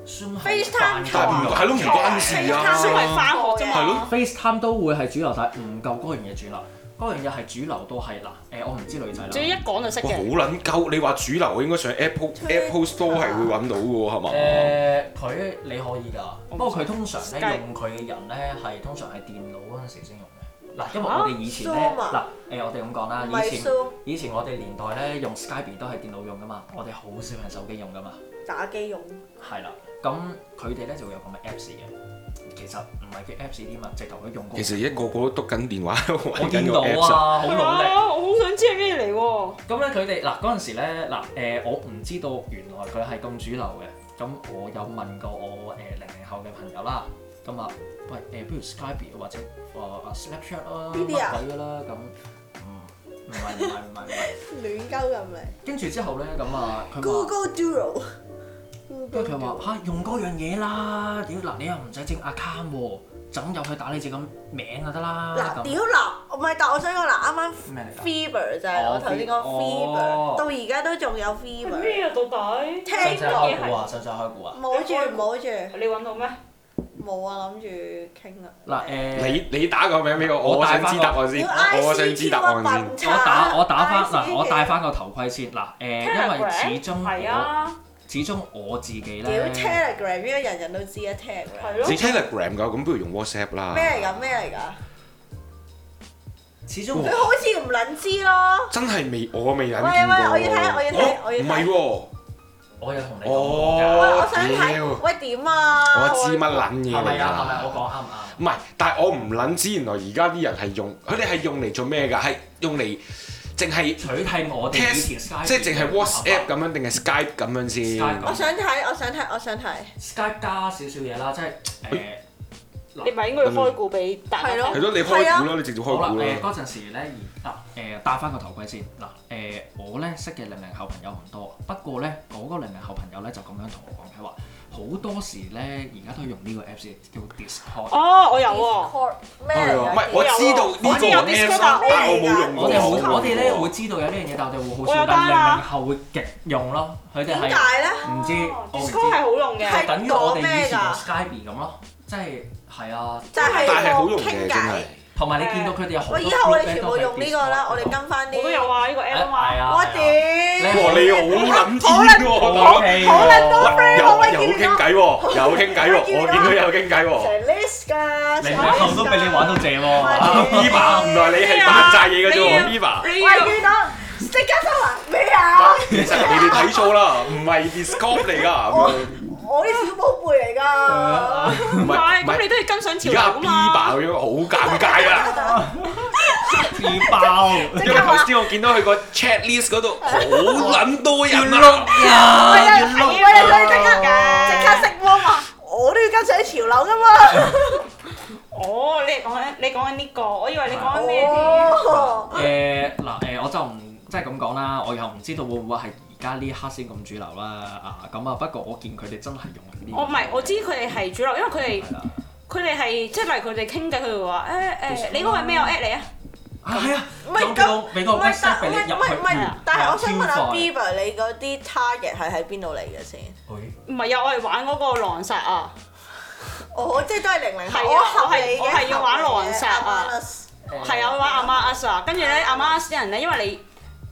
Speaker 3: Zoom 係
Speaker 4: FaceTime
Speaker 3: 飯
Speaker 2: 但係唔
Speaker 3: 堂
Speaker 2: 係咯，唔關事啊。
Speaker 5: 因為翻學啫
Speaker 2: 係
Speaker 5: 嘛
Speaker 2: 咯，
Speaker 3: FaceTime 都會係主流，但係唔夠嗰樣嘢主流。嗰樣嘢係主流到係嗱，誒我唔知女仔
Speaker 5: 仲
Speaker 3: 啦。
Speaker 5: 要一講就識
Speaker 2: 哇，好
Speaker 5: 嘅。
Speaker 2: 撚鳩！你話主流應該上 Apple Apple Store 係會揾到嘅喎，係嘛？
Speaker 4: 哦
Speaker 3: 誒佢你可以㗎，
Speaker 5: 我唔
Speaker 3: 不過佢通常咧
Speaker 5: Skype
Speaker 3: 用佢嘅人咧係通常係電腦嗰陣時先用嘅。嗱，因為我哋以前咧
Speaker 4: Zoom
Speaker 3: 嗱
Speaker 4: 啊
Speaker 3: 誒我哋咁講啦，
Speaker 4: 唔
Speaker 3: 以
Speaker 4: 係
Speaker 3: 前
Speaker 4: Zoom
Speaker 3: 以前我哋年代咧用 Skype 都係電腦用㗎嘛，我哋好少係手機用㗎嘛。
Speaker 4: 打機用，
Speaker 3: 係啦，咁佢哋咧就會有咁嘅 Apps 嘅，其實唔係叫 Apps 添啊，直頭佢用過
Speaker 2: 其實一個個都篤緊電話，
Speaker 3: 我
Speaker 2: 玩
Speaker 3: 見
Speaker 2: 緊個
Speaker 3: 到
Speaker 2: Apps 啊。
Speaker 3: 啊，好
Speaker 5: 係
Speaker 3: 努力。
Speaker 5: 啊，我好想知係咩嚟喎。
Speaker 3: 咁咧佢哋嗱嗰陣時咧嗱誒，我唔知道原來佢係咁主流嘅。咁我有問過我誒零零後嘅朋友啦，咁啊喂誒、不如 Skype 或者啊啊 Snapchat 啦，乜
Speaker 4: 呢啲啊
Speaker 3: 鬼㗎啦咁，嗯唔係唔係唔係唔係。
Speaker 4: 亂鳩咁嚟。
Speaker 3: 跟住之後咧咁啊，佢話。
Speaker 4: Google Duo，
Speaker 3: 跟
Speaker 4: Google
Speaker 3: 住佢話
Speaker 4: Duo
Speaker 3: 吓用嗰樣嘢啦，屌嗱你又唔使整 account 喎，整入去打你自己名就得啦。
Speaker 4: 嗱，
Speaker 3: 咁
Speaker 4: 屌嗱，唔係，但我想講嗱，啱啱
Speaker 3: 咩嚟㗎？
Speaker 4: Fever 就係我頭先講
Speaker 3: 哦
Speaker 4: Fever，到而家都仲有
Speaker 5: 係
Speaker 4: Fever。
Speaker 5: 咩啊？到底
Speaker 4: 聽
Speaker 3: 想唔想開
Speaker 5: 過
Speaker 3: 估啊？想唔想開估啊？
Speaker 4: 冇住冇住，
Speaker 5: 你揾到咩？
Speaker 4: 冇啊諗住傾啊。
Speaker 3: 嗱誒，
Speaker 2: 你你打個名俾我，
Speaker 3: 我
Speaker 2: 我
Speaker 3: 帶
Speaker 2: 想
Speaker 3: 返
Speaker 2: 知
Speaker 3: 個
Speaker 2: 答案先，我想知答案先。
Speaker 3: 我打我打翻嗱，我戴翻個頭盔先嗱誒，因為
Speaker 5: Telegram？
Speaker 3: 始終
Speaker 5: 係
Speaker 3: 我
Speaker 5: 啊，
Speaker 3: 始終我自己
Speaker 4: 屌
Speaker 3: 咧，
Speaker 4: Telegram 呢個人人都知啊 Telegram
Speaker 5: 係咯
Speaker 2: 你。Telegram 㗎，咁不如用 WhatsApp 啦。
Speaker 4: 咩嚟㗎咩嚟㗎？
Speaker 3: 始終
Speaker 2: 哦
Speaker 4: 佢好似唔撚知咯。
Speaker 2: 真係未，我未諗
Speaker 4: 喂
Speaker 2: 見過。哦
Speaker 4: 喂我要睇我要睇我要睇
Speaker 2: 唔係喎，
Speaker 3: 我有同你講過
Speaker 4: 喂，
Speaker 3: 㗎，
Speaker 4: 我
Speaker 2: 哦，
Speaker 4: 想睇
Speaker 2: 屌，。
Speaker 4: 喂點啊？
Speaker 2: 我知乜撚嘢
Speaker 3: 係咪
Speaker 2: 嚟
Speaker 3: 啊？係咪
Speaker 2: 㗎？
Speaker 3: 我講啱唔啱？
Speaker 2: 唔係，但係我唔撚知，原來而家啲人係用，佢哋係用嚟做咩㗎？係用嚟淨係
Speaker 3: 取替我哋以
Speaker 2: test，
Speaker 3: 前 Skype
Speaker 2: 即係淨係 WhatsApp 咁樣定係 Skype 咁樣先
Speaker 3: Skype？
Speaker 4: 我想睇我想睇我想睇。
Speaker 3: Skype 加少少嘢啦，即係誒。
Speaker 5: 你咪應該要開估俾大家
Speaker 4: 係
Speaker 5: 聽。
Speaker 4: 咯
Speaker 2: 係咯，你
Speaker 4: 係
Speaker 2: 開
Speaker 4: 啊
Speaker 2: 估啦，你直接
Speaker 3: 好
Speaker 2: 開
Speaker 3: 啦，
Speaker 2: 估
Speaker 3: 誒
Speaker 2: 啦。
Speaker 3: 嗰陣時咧，而啊誒戴翻個頭盔先嗱誒，我咧識嘅零零後朋友唔多，不過咧我嗰個零零後朋友咧就咁樣同我講，佢話好多時咧而家都用呢個 apps 叫 Discord，
Speaker 5: 哦，我有喎。
Speaker 4: Discord，咩嚟㗎
Speaker 2: 唔係，我知道呢個
Speaker 5: 我有 Discord，
Speaker 2: app，但我冇用過。
Speaker 3: 我哋
Speaker 4: 啊好
Speaker 3: 會我哋咧會知道有呢樣嘢，但我哋會好
Speaker 5: 我
Speaker 3: 少，
Speaker 5: 有
Speaker 3: 但
Speaker 5: 單
Speaker 3: 零
Speaker 5: 啊
Speaker 3: 零後會極用咯，佢哋
Speaker 4: 點
Speaker 3: 係
Speaker 4: 解咧？啊
Speaker 3: 唔知我唔
Speaker 5: Discord 係
Speaker 3: 知，
Speaker 5: 好用
Speaker 4: 係
Speaker 5: 嘅，
Speaker 3: 等於我哋以前用
Speaker 4: 講
Speaker 3: Skype 咁咯，即係係啊，
Speaker 4: 就係
Speaker 2: 但係好用
Speaker 4: 用
Speaker 2: 嘅
Speaker 4: 傾
Speaker 2: 真係
Speaker 4: 偈。。
Speaker 3: 同埋你見到佢哋有好多
Speaker 4: 喂，以後我
Speaker 3: group
Speaker 4: 哋
Speaker 3: 咧
Speaker 4: 全
Speaker 3: 都
Speaker 4: 部
Speaker 3: 係
Speaker 4: 用呢個啦，
Speaker 3: Discord
Speaker 4: 我哋跟翻啲。
Speaker 5: 我都有
Speaker 2: 哎
Speaker 5: 啊，呢個 app 啊
Speaker 3: 係
Speaker 5: 嘛。
Speaker 3: 啊，
Speaker 4: 我
Speaker 3: 係啊
Speaker 4: 屌！
Speaker 2: 哇！你好撚癲喎，大
Speaker 3: 好
Speaker 2: 佬。
Speaker 3: 撚
Speaker 4: 好撚多 friend，我
Speaker 2: 有有
Speaker 4: 見
Speaker 2: 傾
Speaker 4: 到
Speaker 2: 偈喎，有傾偈喎，
Speaker 4: 我
Speaker 2: 我
Speaker 4: 見到
Speaker 2: 見到有傾偈喎。
Speaker 4: 成 list 㗎，
Speaker 3: 零零後都俾你玩到正喎。
Speaker 2: Eva，原來哎你係扮晒嘢嘅啫喎，Eva。
Speaker 5: 啊你啊
Speaker 4: 喂，
Speaker 5: 要
Speaker 4: 見到即刻收埋咩啊？
Speaker 2: 其實你哋睇錯啦，唔係 Discord 嚟㗎，
Speaker 4: 我
Speaker 2: 啊
Speaker 4: 我啲小寶貝嚟
Speaker 3: 啊
Speaker 4: 㗎，
Speaker 2: 唔
Speaker 5: 唔係，
Speaker 2: 係唔
Speaker 5: 咁
Speaker 2: 係
Speaker 5: 你。都要跟上潮
Speaker 2: 而
Speaker 5: 流
Speaker 2: 家
Speaker 5: 噶
Speaker 2: B
Speaker 4: 啊
Speaker 5: 嘛。
Speaker 2: 爸咁樣好尷尬 啊！
Speaker 3: 自爆，
Speaker 2: 因為頭先我見到佢個 chat list 嗰 度好撚多人啊！
Speaker 4: 喂
Speaker 3: 啊
Speaker 4: 喂，所以即刻即刻食喎嘛，我都要跟上潮流㗎嘛。
Speaker 5: 哦，你講緊你講緊呢個，我以為你講緊咩添？
Speaker 4: 哦，
Speaker 3: 誒嗱誒，我就唔即係咁講啦，我又唔知道會唔會係而家呢一刻先咁主流啦啊咁啊，不過我見佢哋真係用呢個。
Speaker 5: 我唔係，我知佢哋係主流，因為佢哋
Speaker 3: 係啊啦
Speaker 5: 佢哋係即係例如佢哋傾偈，佢哋會話誒誒，你嗰個係咩？我 at 你啊。
Speaker 3: 啊係啊，
Speaker 4: 唔係
Speaker 3: 就俾
Speaker 4: 咁
Speaker 3: 個俾個
Speaker 4: 唔係
Speaker 3: WhatsApp
Speaker 4: 但
Speaker 3: 俾
Speaker 4: 唔
Speaker 3: 你
Speaker 4: 係
Speaker 3: 入
Speaker 4: 唔係唔係
Speaker 3: 去，，嗯
Speaker 4: 但嗯係我啊想問下
Speaker 3: 超快
Speaker 4: Bieber，你嗰啲 target 係喺邊度嚟嘅先？
Speaker 5: 唔係啊，我係玩嗰個狼殺啊，
Speaker 4: 哦，即係都係零零後，
Speaker 5: 係啊
Speaker 4: 我合理嘅，
Speaker 5: 我係我係要玩狼殺啊
Speaker 4: 合理嘅
Speaker 2: 哦
Speaker 5: 係啊，我玩阿媽 us 啊，跟住咧阿媽 us 啲人咧，因為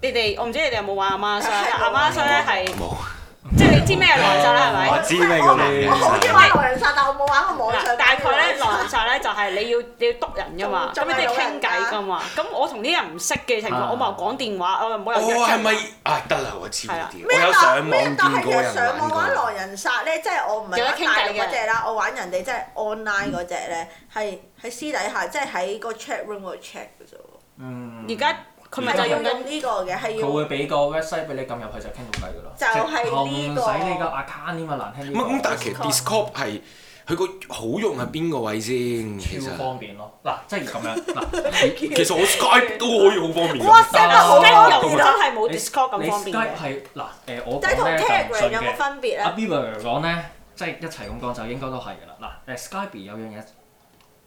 Speaker 5: 你你哋我唔知你哋有冇玩阿媽 us 啦， 但阿媽 us 咧係
Speaker 1: 冇，
Speaker 5: 即係你知咩係狼殺啦，係咪
Speaker 2: 我？知咩叫狼人
Speaker 4: 我好中意
Speaker 2: 殺，
Speaker 4: 玩狼人殺，但我冇玩過網
Speaker 5: 嗱，
Speaker 4: 上。
Speaker 5: 大概咧狼人殺咧就係你要你要篤人噶嘛，咁
Speaker 4: 仲
Speaker 5: 你
Speaker 4: 仲
Speaker 5: 哋
Speaker 4: 有老
Speaker 5: 傾
Speaker 4: 人家
Speaker 5: 偈噶嘛，咁我同啲人唔識嘅情況，
Speaker 3: 啊哦
Speaker 5: 我咪講電話，我咪唔好有約
Speaker 4: 哦
Speaker 2: 我係
Speaker 5: 出
Speaker 2: 咪
Speaker 5: 嚟
Speaker 2: 啊？得啦，我知呢啲，我
Speaker 4: 咩
Speaker 2: 有上
Speaker 4: 但
Speaker 2: 網
Speaker 4: 咩啊
Speaker 2: 見
Speaker 4: 但係
Speaker 2: 過
Speaker 4: 其
Speaker 2: 人
Speaker 4: 實上
Speaker 2: 玩
Speaker 4: 網玩
Speaker 2: 過。
Speaker 4: 狼人殺咧，即係我唔係
Speaker 5: 有得
Speaker 4: 玩
Speaker 5: 傾
Speaker 4: 大
Speaker 5: 偈
Speaker 4: 陸
Speaker 5: 嘅
Speaker 4: 嗰只啦，我玩人哋即係 online 嗰只咧，係喺私底下即係喺個 chat room 嗰度 check 嘅啫喎。
Speaker 3: 嗯，
Speaker 5: 而家佢咪就用緊
Speaker 4: 用呢個嘅，係
Speaker 3: 佢會
Speaker 4: 要
Speaker 3: 俾個 WhatsApp 俾你撳入去就傾到偈噶啦，
Speaker 4: 就係呢個
Speaker 3: 唔使你個 account 添啊，難
Speaker 2: 唔
Speaker 3: 聽啲
Speaker 2: 係
Speaker 3: 講。
Speaker 2: 咁，但係其實 Discord 係佢個好用係邊個位先？其
Speaker 3: 超
Speaker 2: 實
Speaker 3: 方便咯，嗱，即係咁樣嗱。
Speaker 2: 其實我 Skype 都可以好方便㗎。
Speaker 4: WhatsApp 都好方
Speaker 5: 又
Speaker 4: 便
Speaker 5: 真
Speaker 4: 啦，
Speaker 5: 係冇
Speaker 3: 你
Speaker 5: Discord 咁方便嘅
Speaker 3: Skype。係嗱誒，我
Speaker 4: 即係同
Speaker 3: 講咧就唔
Speaker 4: Telegram
Speaker 3: 信
Speaker 4: 有
Speaker 3: 嘅
Speaker 4: 冇。分別啊
Speaker 3: 阿
Speaker 4: 咧？
Speaker 3: Bieber 啊講咧，即係一齊咁講就應該都係㗎啦。嗱，誒 Skype 有樣嘢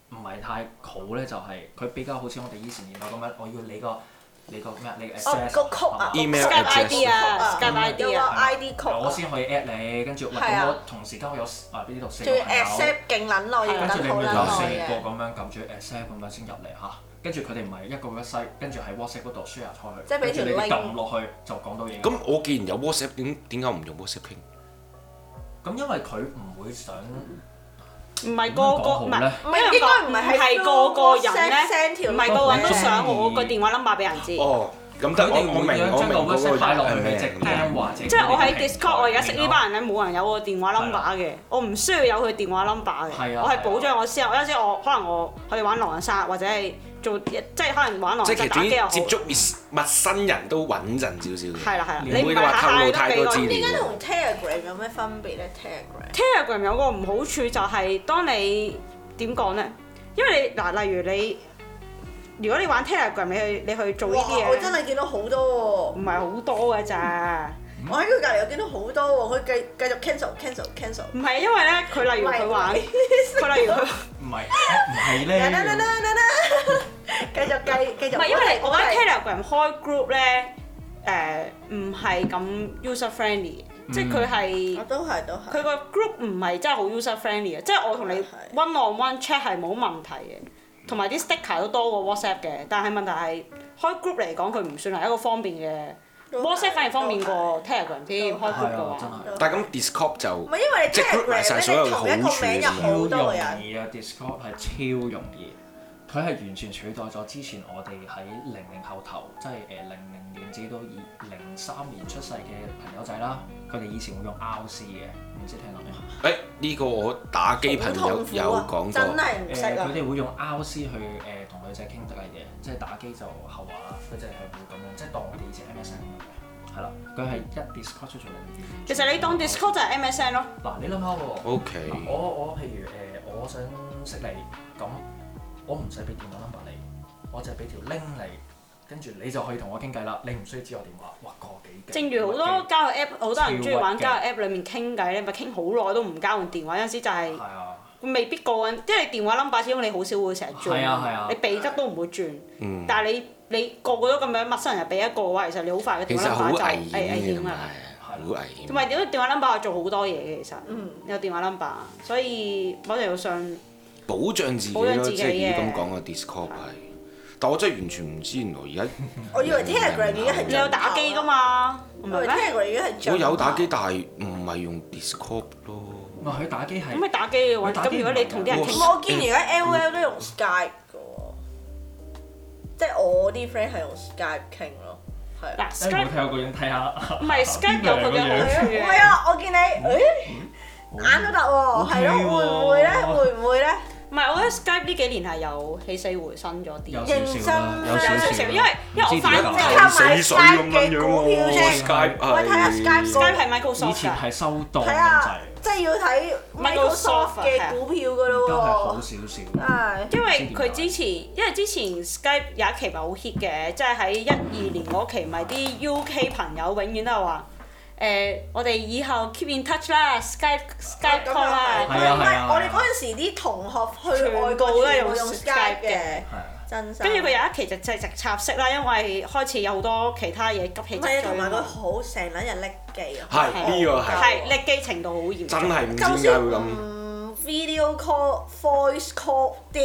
Speaker 3: 唔係太好咧，就係佢比較好似我哋以前年代咁樣，我要你個你個咩啊？你嘅
Speaker 4: 哦
Speaker 3: access
Speaker 4: 個曲
Speaker 3: 係
Speaker 4: 啊
Speaker 3: 嘛
Speaker 2: email
Speaker 5: Skype
Speaker 2: address
Speaker 5: ID 啊
Speaker 4: 曲
Speaker 5: ，Skype
Speaker 4: 啊
Speaker 5: ID
Speaker 4: 有個
Speaker 5: 啊，
Speaker 4: ID 曲
Speaker 3: 我
Speaker 4: 啊，
Speaker 3: 先可以 at 你，跟住喂
Speaker 4: 係啊
Speaker 3: 咁我同時間我有啊呢度四個
Speaker 4: 仲
Speaker 3: 朋
Speaker 4: 要
Speaker 3: 友，
Speaker 4: accept 勁撚耐，要
Speaker 3: 跟住
Speaker 4: 等
Speaker 3: 你
Speaker 4: 好
Speaker 3: 咪
Speaker 4: 撚
Speaker 3: 有四
Speaker 4: 耐
Speaker 3: 個
Speaker 4: 嘅。
Speaker 3: 咁樣撳住 accept 咁樣先入嚟嚇。跟住佢哋唔係一個 website，跟住喺 WhatsApp 嗰度 share 出去，
Speaker 4: 即係俾
Speaker 3: 跟
Speaker 4: 條
Speaker 3: 住你
Speaker 4: link
Speaker 3: 撳落去就講到嘢。
Speaker 2: 咁我既然有 WhatsApp，點點解我唔用 WhatsApp 傾？
Speaker 3: 咁因為佢唔會想
Speaker 5: 唔係個個唔
Speaker 3: 點樣講好
Speaker 5: 係
Speaker 3: 咧，
Speaker 5: 唔
Speaker 4: 唔係應該唔係喺
Speaker 5: 係個個人
Speaker 4: Facebook send
Speaker 5: 咧，
Speaker 4: 條
Speaker 5: 唔係個個人都
Speaker 3: 咩
Speaker 5: 想我個電話 number 俾人知。
Speaker 2: 哦，咁得
Speaker 3: 佢
Speaker 2: 我
Speaker 3: 哋
Speaker 2: 我
Speaker 3: 會
Speaker 2: 明
Speaker 3: 將
Speaker 2: 我
Speaker 3: 將
Speaker 2: 明
Speaker 3: 個
Speaker 2: 嗰個嗯
Speaker 3: website 擺落去
Speaker 2: 係啊
Speaker 3: 你直
Speaker 2: 明
Speaker 3: 聽或者
Speaker 5: 即係我喺
Speaker 3: 佢哋
Speaker 5: Discord，我而家識呢班人咧，冇人有我電話
Speaker 3: 係
Speaker 2: 啊
Speaker 5: number
Speaker 3: 啦
Speaker 5: 嘅，我唔需要有佢電話 number
Speaker 3: 係
Speaker 5: 嘅，
Speaker 3: 啊
Speaker 5: 我
Speaker 3: 係
Speaker 5: 係
Speaker 3: 啊
Speaker 5: 保障我私人。有陣時我可能我去玩狼人殺或者係做一即係可能玩狼
Speaker 2: 即係其
Speaker 5: 人殺打機又
Speaker 2: 實
Speaker 5: 好，
Speaker 2: 總之接觸陌陌生人都穩陣少少嘅。
Speaker 5: 係啦係啦，
Speaker 2: 唔
Speaker 5: 你
Speaker 2: 會
Speaker 5: 唔係
Speaker 2: 話透露
Speaker 5: 下下
Speaker 2: 太
Speaker 5: 都
Speaker 2: 多
Speaker 5: 俾
Speaker 2: 資料
Speaker 5: 個
Speaker 4: 點解同 Telegram 有咩分別咧？Telegram
Speaker 5: Telegram 有個唔好處就係當你點講咧，因為你嗱例如你如果你玩 Telegram 你去你去做呢啲
Speaker 4: 哇！我真
Speaker 5: 嘢，
Speaker 4: 係見到好多
Speaker 5: 唔係好多㗎咋。
Speaker 2: Ừ.
Speaker 4: 喎，我喺佢隔離又見到好多喎，佢繼繼續 cancel cancel cancel。
Speaker 5: 唔係因為咧，佢例如佢玩，佢例如佢。
Speaker 3: 唔係唔係
Speaker 4: 啦啦啦
Speaker 3: 咧，
Speaker 4: 啦啦啦，繼續計，繼續。
Speaker 5: 唔係因為我覺得 Telegram 開 group 咧，誒唔係咁 user friendly，嘅即
Speaker 3: 嗯
Speaker 5: 係佢
Speaker 4: 我
Speaker 5: 係
Speaker 4: 都係都係。
Speaker 5: 佢個 group 唔係真係好 user friendly 嘅，即係我同你
Speaker 4: 係
Speaker 5: one on one chat 係冇問題嘅，同埋啲 sticker 都多過 WhatsApp 嘅，但係問題係開 group 嚟講，佢唔算係一個方便嘅
Speaker 4: 都係
Speaker 5: ，WhatsApp 反而方便過 Telegram 添，開
Speaker 4: 都係
Speaker 3: 係
Speaker 5: group 嘅
Speaker 3: 啊真
Speaker 5: 話。
Speaker 3: 係。
Speaker 2: 但係咁 Discord 就
Speaker 4: 唔係因為你
Speaker 2: 即係 group 埋晒
Speaker 4: Telegram
Speaker 2: 所有嘅
Speaker 4: 咧，你
Speaker 2: 好
Speaker 4: 同
Speaker 2: 處
Speaker 4: 一個名有
Speaker 3: 超
Speaker 4: 好多
Speaker 3: 容
Speaker 4: 個人。
Speaker 3: 易啊！Discord 係超容易，佢係完全取代咗之前我哋喺零零後頭，即係誒零零年至到二零三年出世嘅朋友仔啦，佢哋以前會用 RC 嘅，唔知聽過未？
Speaker 2: 誒呢個我打機朋
Speaker 4: 好
Speaker 2: 友
Speaker 4: 痛苦
Speaker 2: 有
Speaker 4: 啊
Speaker 2: 講
Speaker 4: 真
Speaker 2: 過，
Speaker 4: 係唔識
Speaker 3: 誒
Speaker 4: 啊
Speaker 3: 佢！哋會用 RC 去誒同、女仔傾偈嘅嘢，即係打機就後話啦，佢哋係會咁樣，即係當我哋以前 MSN 咁樣嘅，係啦，佢係一 Discord 出咗嚟。哦
Speaker 5: 其實你當 Discord 就係 MSN 咯，
Speaker 3: 嗱，你諗下喎。
Speaker 2: OK，
Speaker 3: 嗱我我譬如誒、我想識你，咁我唔使俾電話 number 你，我就係俾條 link 你，跟住你就可以同我傾偈啦。你唔需要知我電話，哇個幾勁
Speaker 5: 正如好多交友 app，好多人中意玩
Speaker 3: 超
Speaker 5: 交
Speaker 3: 屈嘅
Speaker 5: 友 app 裏面傾偈咧，咪傾好耐都唔交換電話，有陣時就係、
Speaker 3: 係啊，
Speaker 5: 未必個人，即係你電話 number 始終你好少會成日轉，
Speaker 3: 係啊係啊
Speaker 5: 你避得都唔會轉。
Speaker 2: 嗯，
Speaker 5: 但係你你個個都咁樣陌生人避一個嘅話，其實你好快嘅
Speaker 2: 其
Speaker 5: 電
Speaker 2: 實
Speaker 5: 話
Speaker 2: 好
Speaker 5: number
Speaker 2: 危
Speaker 5: 就哎
Speaker 2: 險嘅，同
Speaker 5: 險啊
Speaker 2: 埋
Speaker 5: 啦。
Speaker 2: 好危險啊
Speaker 5: 同。埋點解電話 number 係做好多嘢嘅，其實
Speaker 4: 嗯
Speaker 5: 有電話 number，所以某程度上
Speaker 2: 保障自己
Speaker 5: 保
Speaker 2: 咯，
Speaker 5: 障自
Speaker 2: 即
Speaker 5: 己
Speaker 2: 係
Speaker 5: 嘅
Speaker 2: 如果咁講個啊 Discord 係，但我真係完全唔知原來而家
Speaker 4: 我以為 Telegram 已經係
Speaker 5: 你有打機㗎嘛，唔
Speaker 4: 唔嗯哦係
Speaker 5: 係咩？
Speaker 4: Telegram 已經係進
Speaker 2: 我
Speaker 4: 化
Speaker 2: 有打機，但係唔係用 Discord 咯。
Speaker 3: 唔係佢打機
Speaker 5: 咁
Speaker 3: 係
Speaker 5: 咪打機嘅話，
Speaker 3: 你打機
Speaker 5: 咁如果你同啲人
Speaker 2: 唔
Speaker 4: 唔
Speaker 2: 係㗎
Speaker 5: 傾
Speaker 4: 係我見而家 L O L 都用 Skype 嘅喎，即係我啲 friend 係用 Skype 傾咯，係啊。
Speaker 5: 嗱
Speaker 3: 誒冇
Speaker 5: Skype
Speaker 3: 睇我個樣睇下，
Speaker 5: 唔係 Skype 有佢嘅
Speaker 3: 邊個
Speaker 5: 好
Speaker 3: 樣
Speaker 5: 處
Speaker 4: 係
Speaker 5: 嘅，
Speaker 4: 啊，我見你，誒眼都得喎，係咯，會唔會咧？會唔會咧？
Speaker 5: 唔係我覺得 Skype 呢幾年係有起死回生咗啲
Speaker 3: 有。
Speaker 4: 認
Speaker 3: 少少啦，
Speaker 4: 真
Speaker 3: 有少
Speaker 5: 有少
Speaker 3: 少
Speaker 5: 少
Speaker 3: 啦，
Speaker 5: 因為因為我
Speaker 3: 唔知點
Speaker 5: 反而
Speaker 3: 解
Speaker 5: 真係
Speaker 4: 靠埋
Speaker 2: 死水咁
Speaker 4: Skype 嘅
Speaker 2: 樣
Speaker 4: 股票
Speaker 2: 喎
Speaker 4: 啫。
Speaker 2: ，Skype
Speaker 4: 我睇下
Speaker 2: 係
Speaker 4: Skype
Speaker 5: Skype 係
Speaker 3: 以
Speaker 5: Microsoft
Speaker 3: 前
Speaker 5: 㗎。
Speaker 3: 係收檔
Speaker 4: 睇
Speaker 3: 咁
Speaker 4: 下
Speaker 3: 滯，，
Speaker 4: 即係要睇 Microsoft
Speaker 5: Microsoft
Speaker 4: 嘅股票嘅
Speaker 3: 而家係好
Speaker 4: 咯
Speaker 3: 少少。
Speaker 4: 喎。唉，
Speaker 5: 因為佢之前，因為之前 Skype 有一期咪好 hit 嘅，即係喺一二年嗰期，咪啲 UK 朋友永遠都係話：誒、我哋以後 keep in touch 啦，Skype Skype
Speaker 4: 咁
Speaker 5: call
Speaker 4: 又
Speaker 5: 啦。
Speaker 3: 係啊
Speaker 4: 係。唔
Speaker 3: 係
Speaker 4: 係
Speaker 3: 啊
Speaker 4: 我哋嗰陣時啲同學去外
Speaker 5: 全部
Speaker 4: 國
Speaker 5: 都係
Speaker 4: 全部
Speaker 5: 用
Speaker 4: 用
Speaker 5: Skype
Speaker 4: Skype
Speaker 5: 嘅
Speaker 4: 嘅，
Speaker 3: 係啊
Speaker 4: 真心。
Speaker 5: 跟住佢有一期就直直插色啦，因為開始有好多其他嘢急起
Speaker 4: 唔
Speaker 5: 直
Speaker 4: 係啊，
Speaker 5: 追。
Speaker 4: 同埋佢好成撚日拎機啊。
Speaker 2: 係呢個係
Speaker 5: 係力機程度好嚴
Speaker 2: 真
Speaker 5: 重。
Speaker 2: 係唔知
Speaker 4: 就
Speaker 2: 點解
Speaker 4: 算
Speaker 2: 會咁。
Speaker 4: 唔 video call、voice call，屌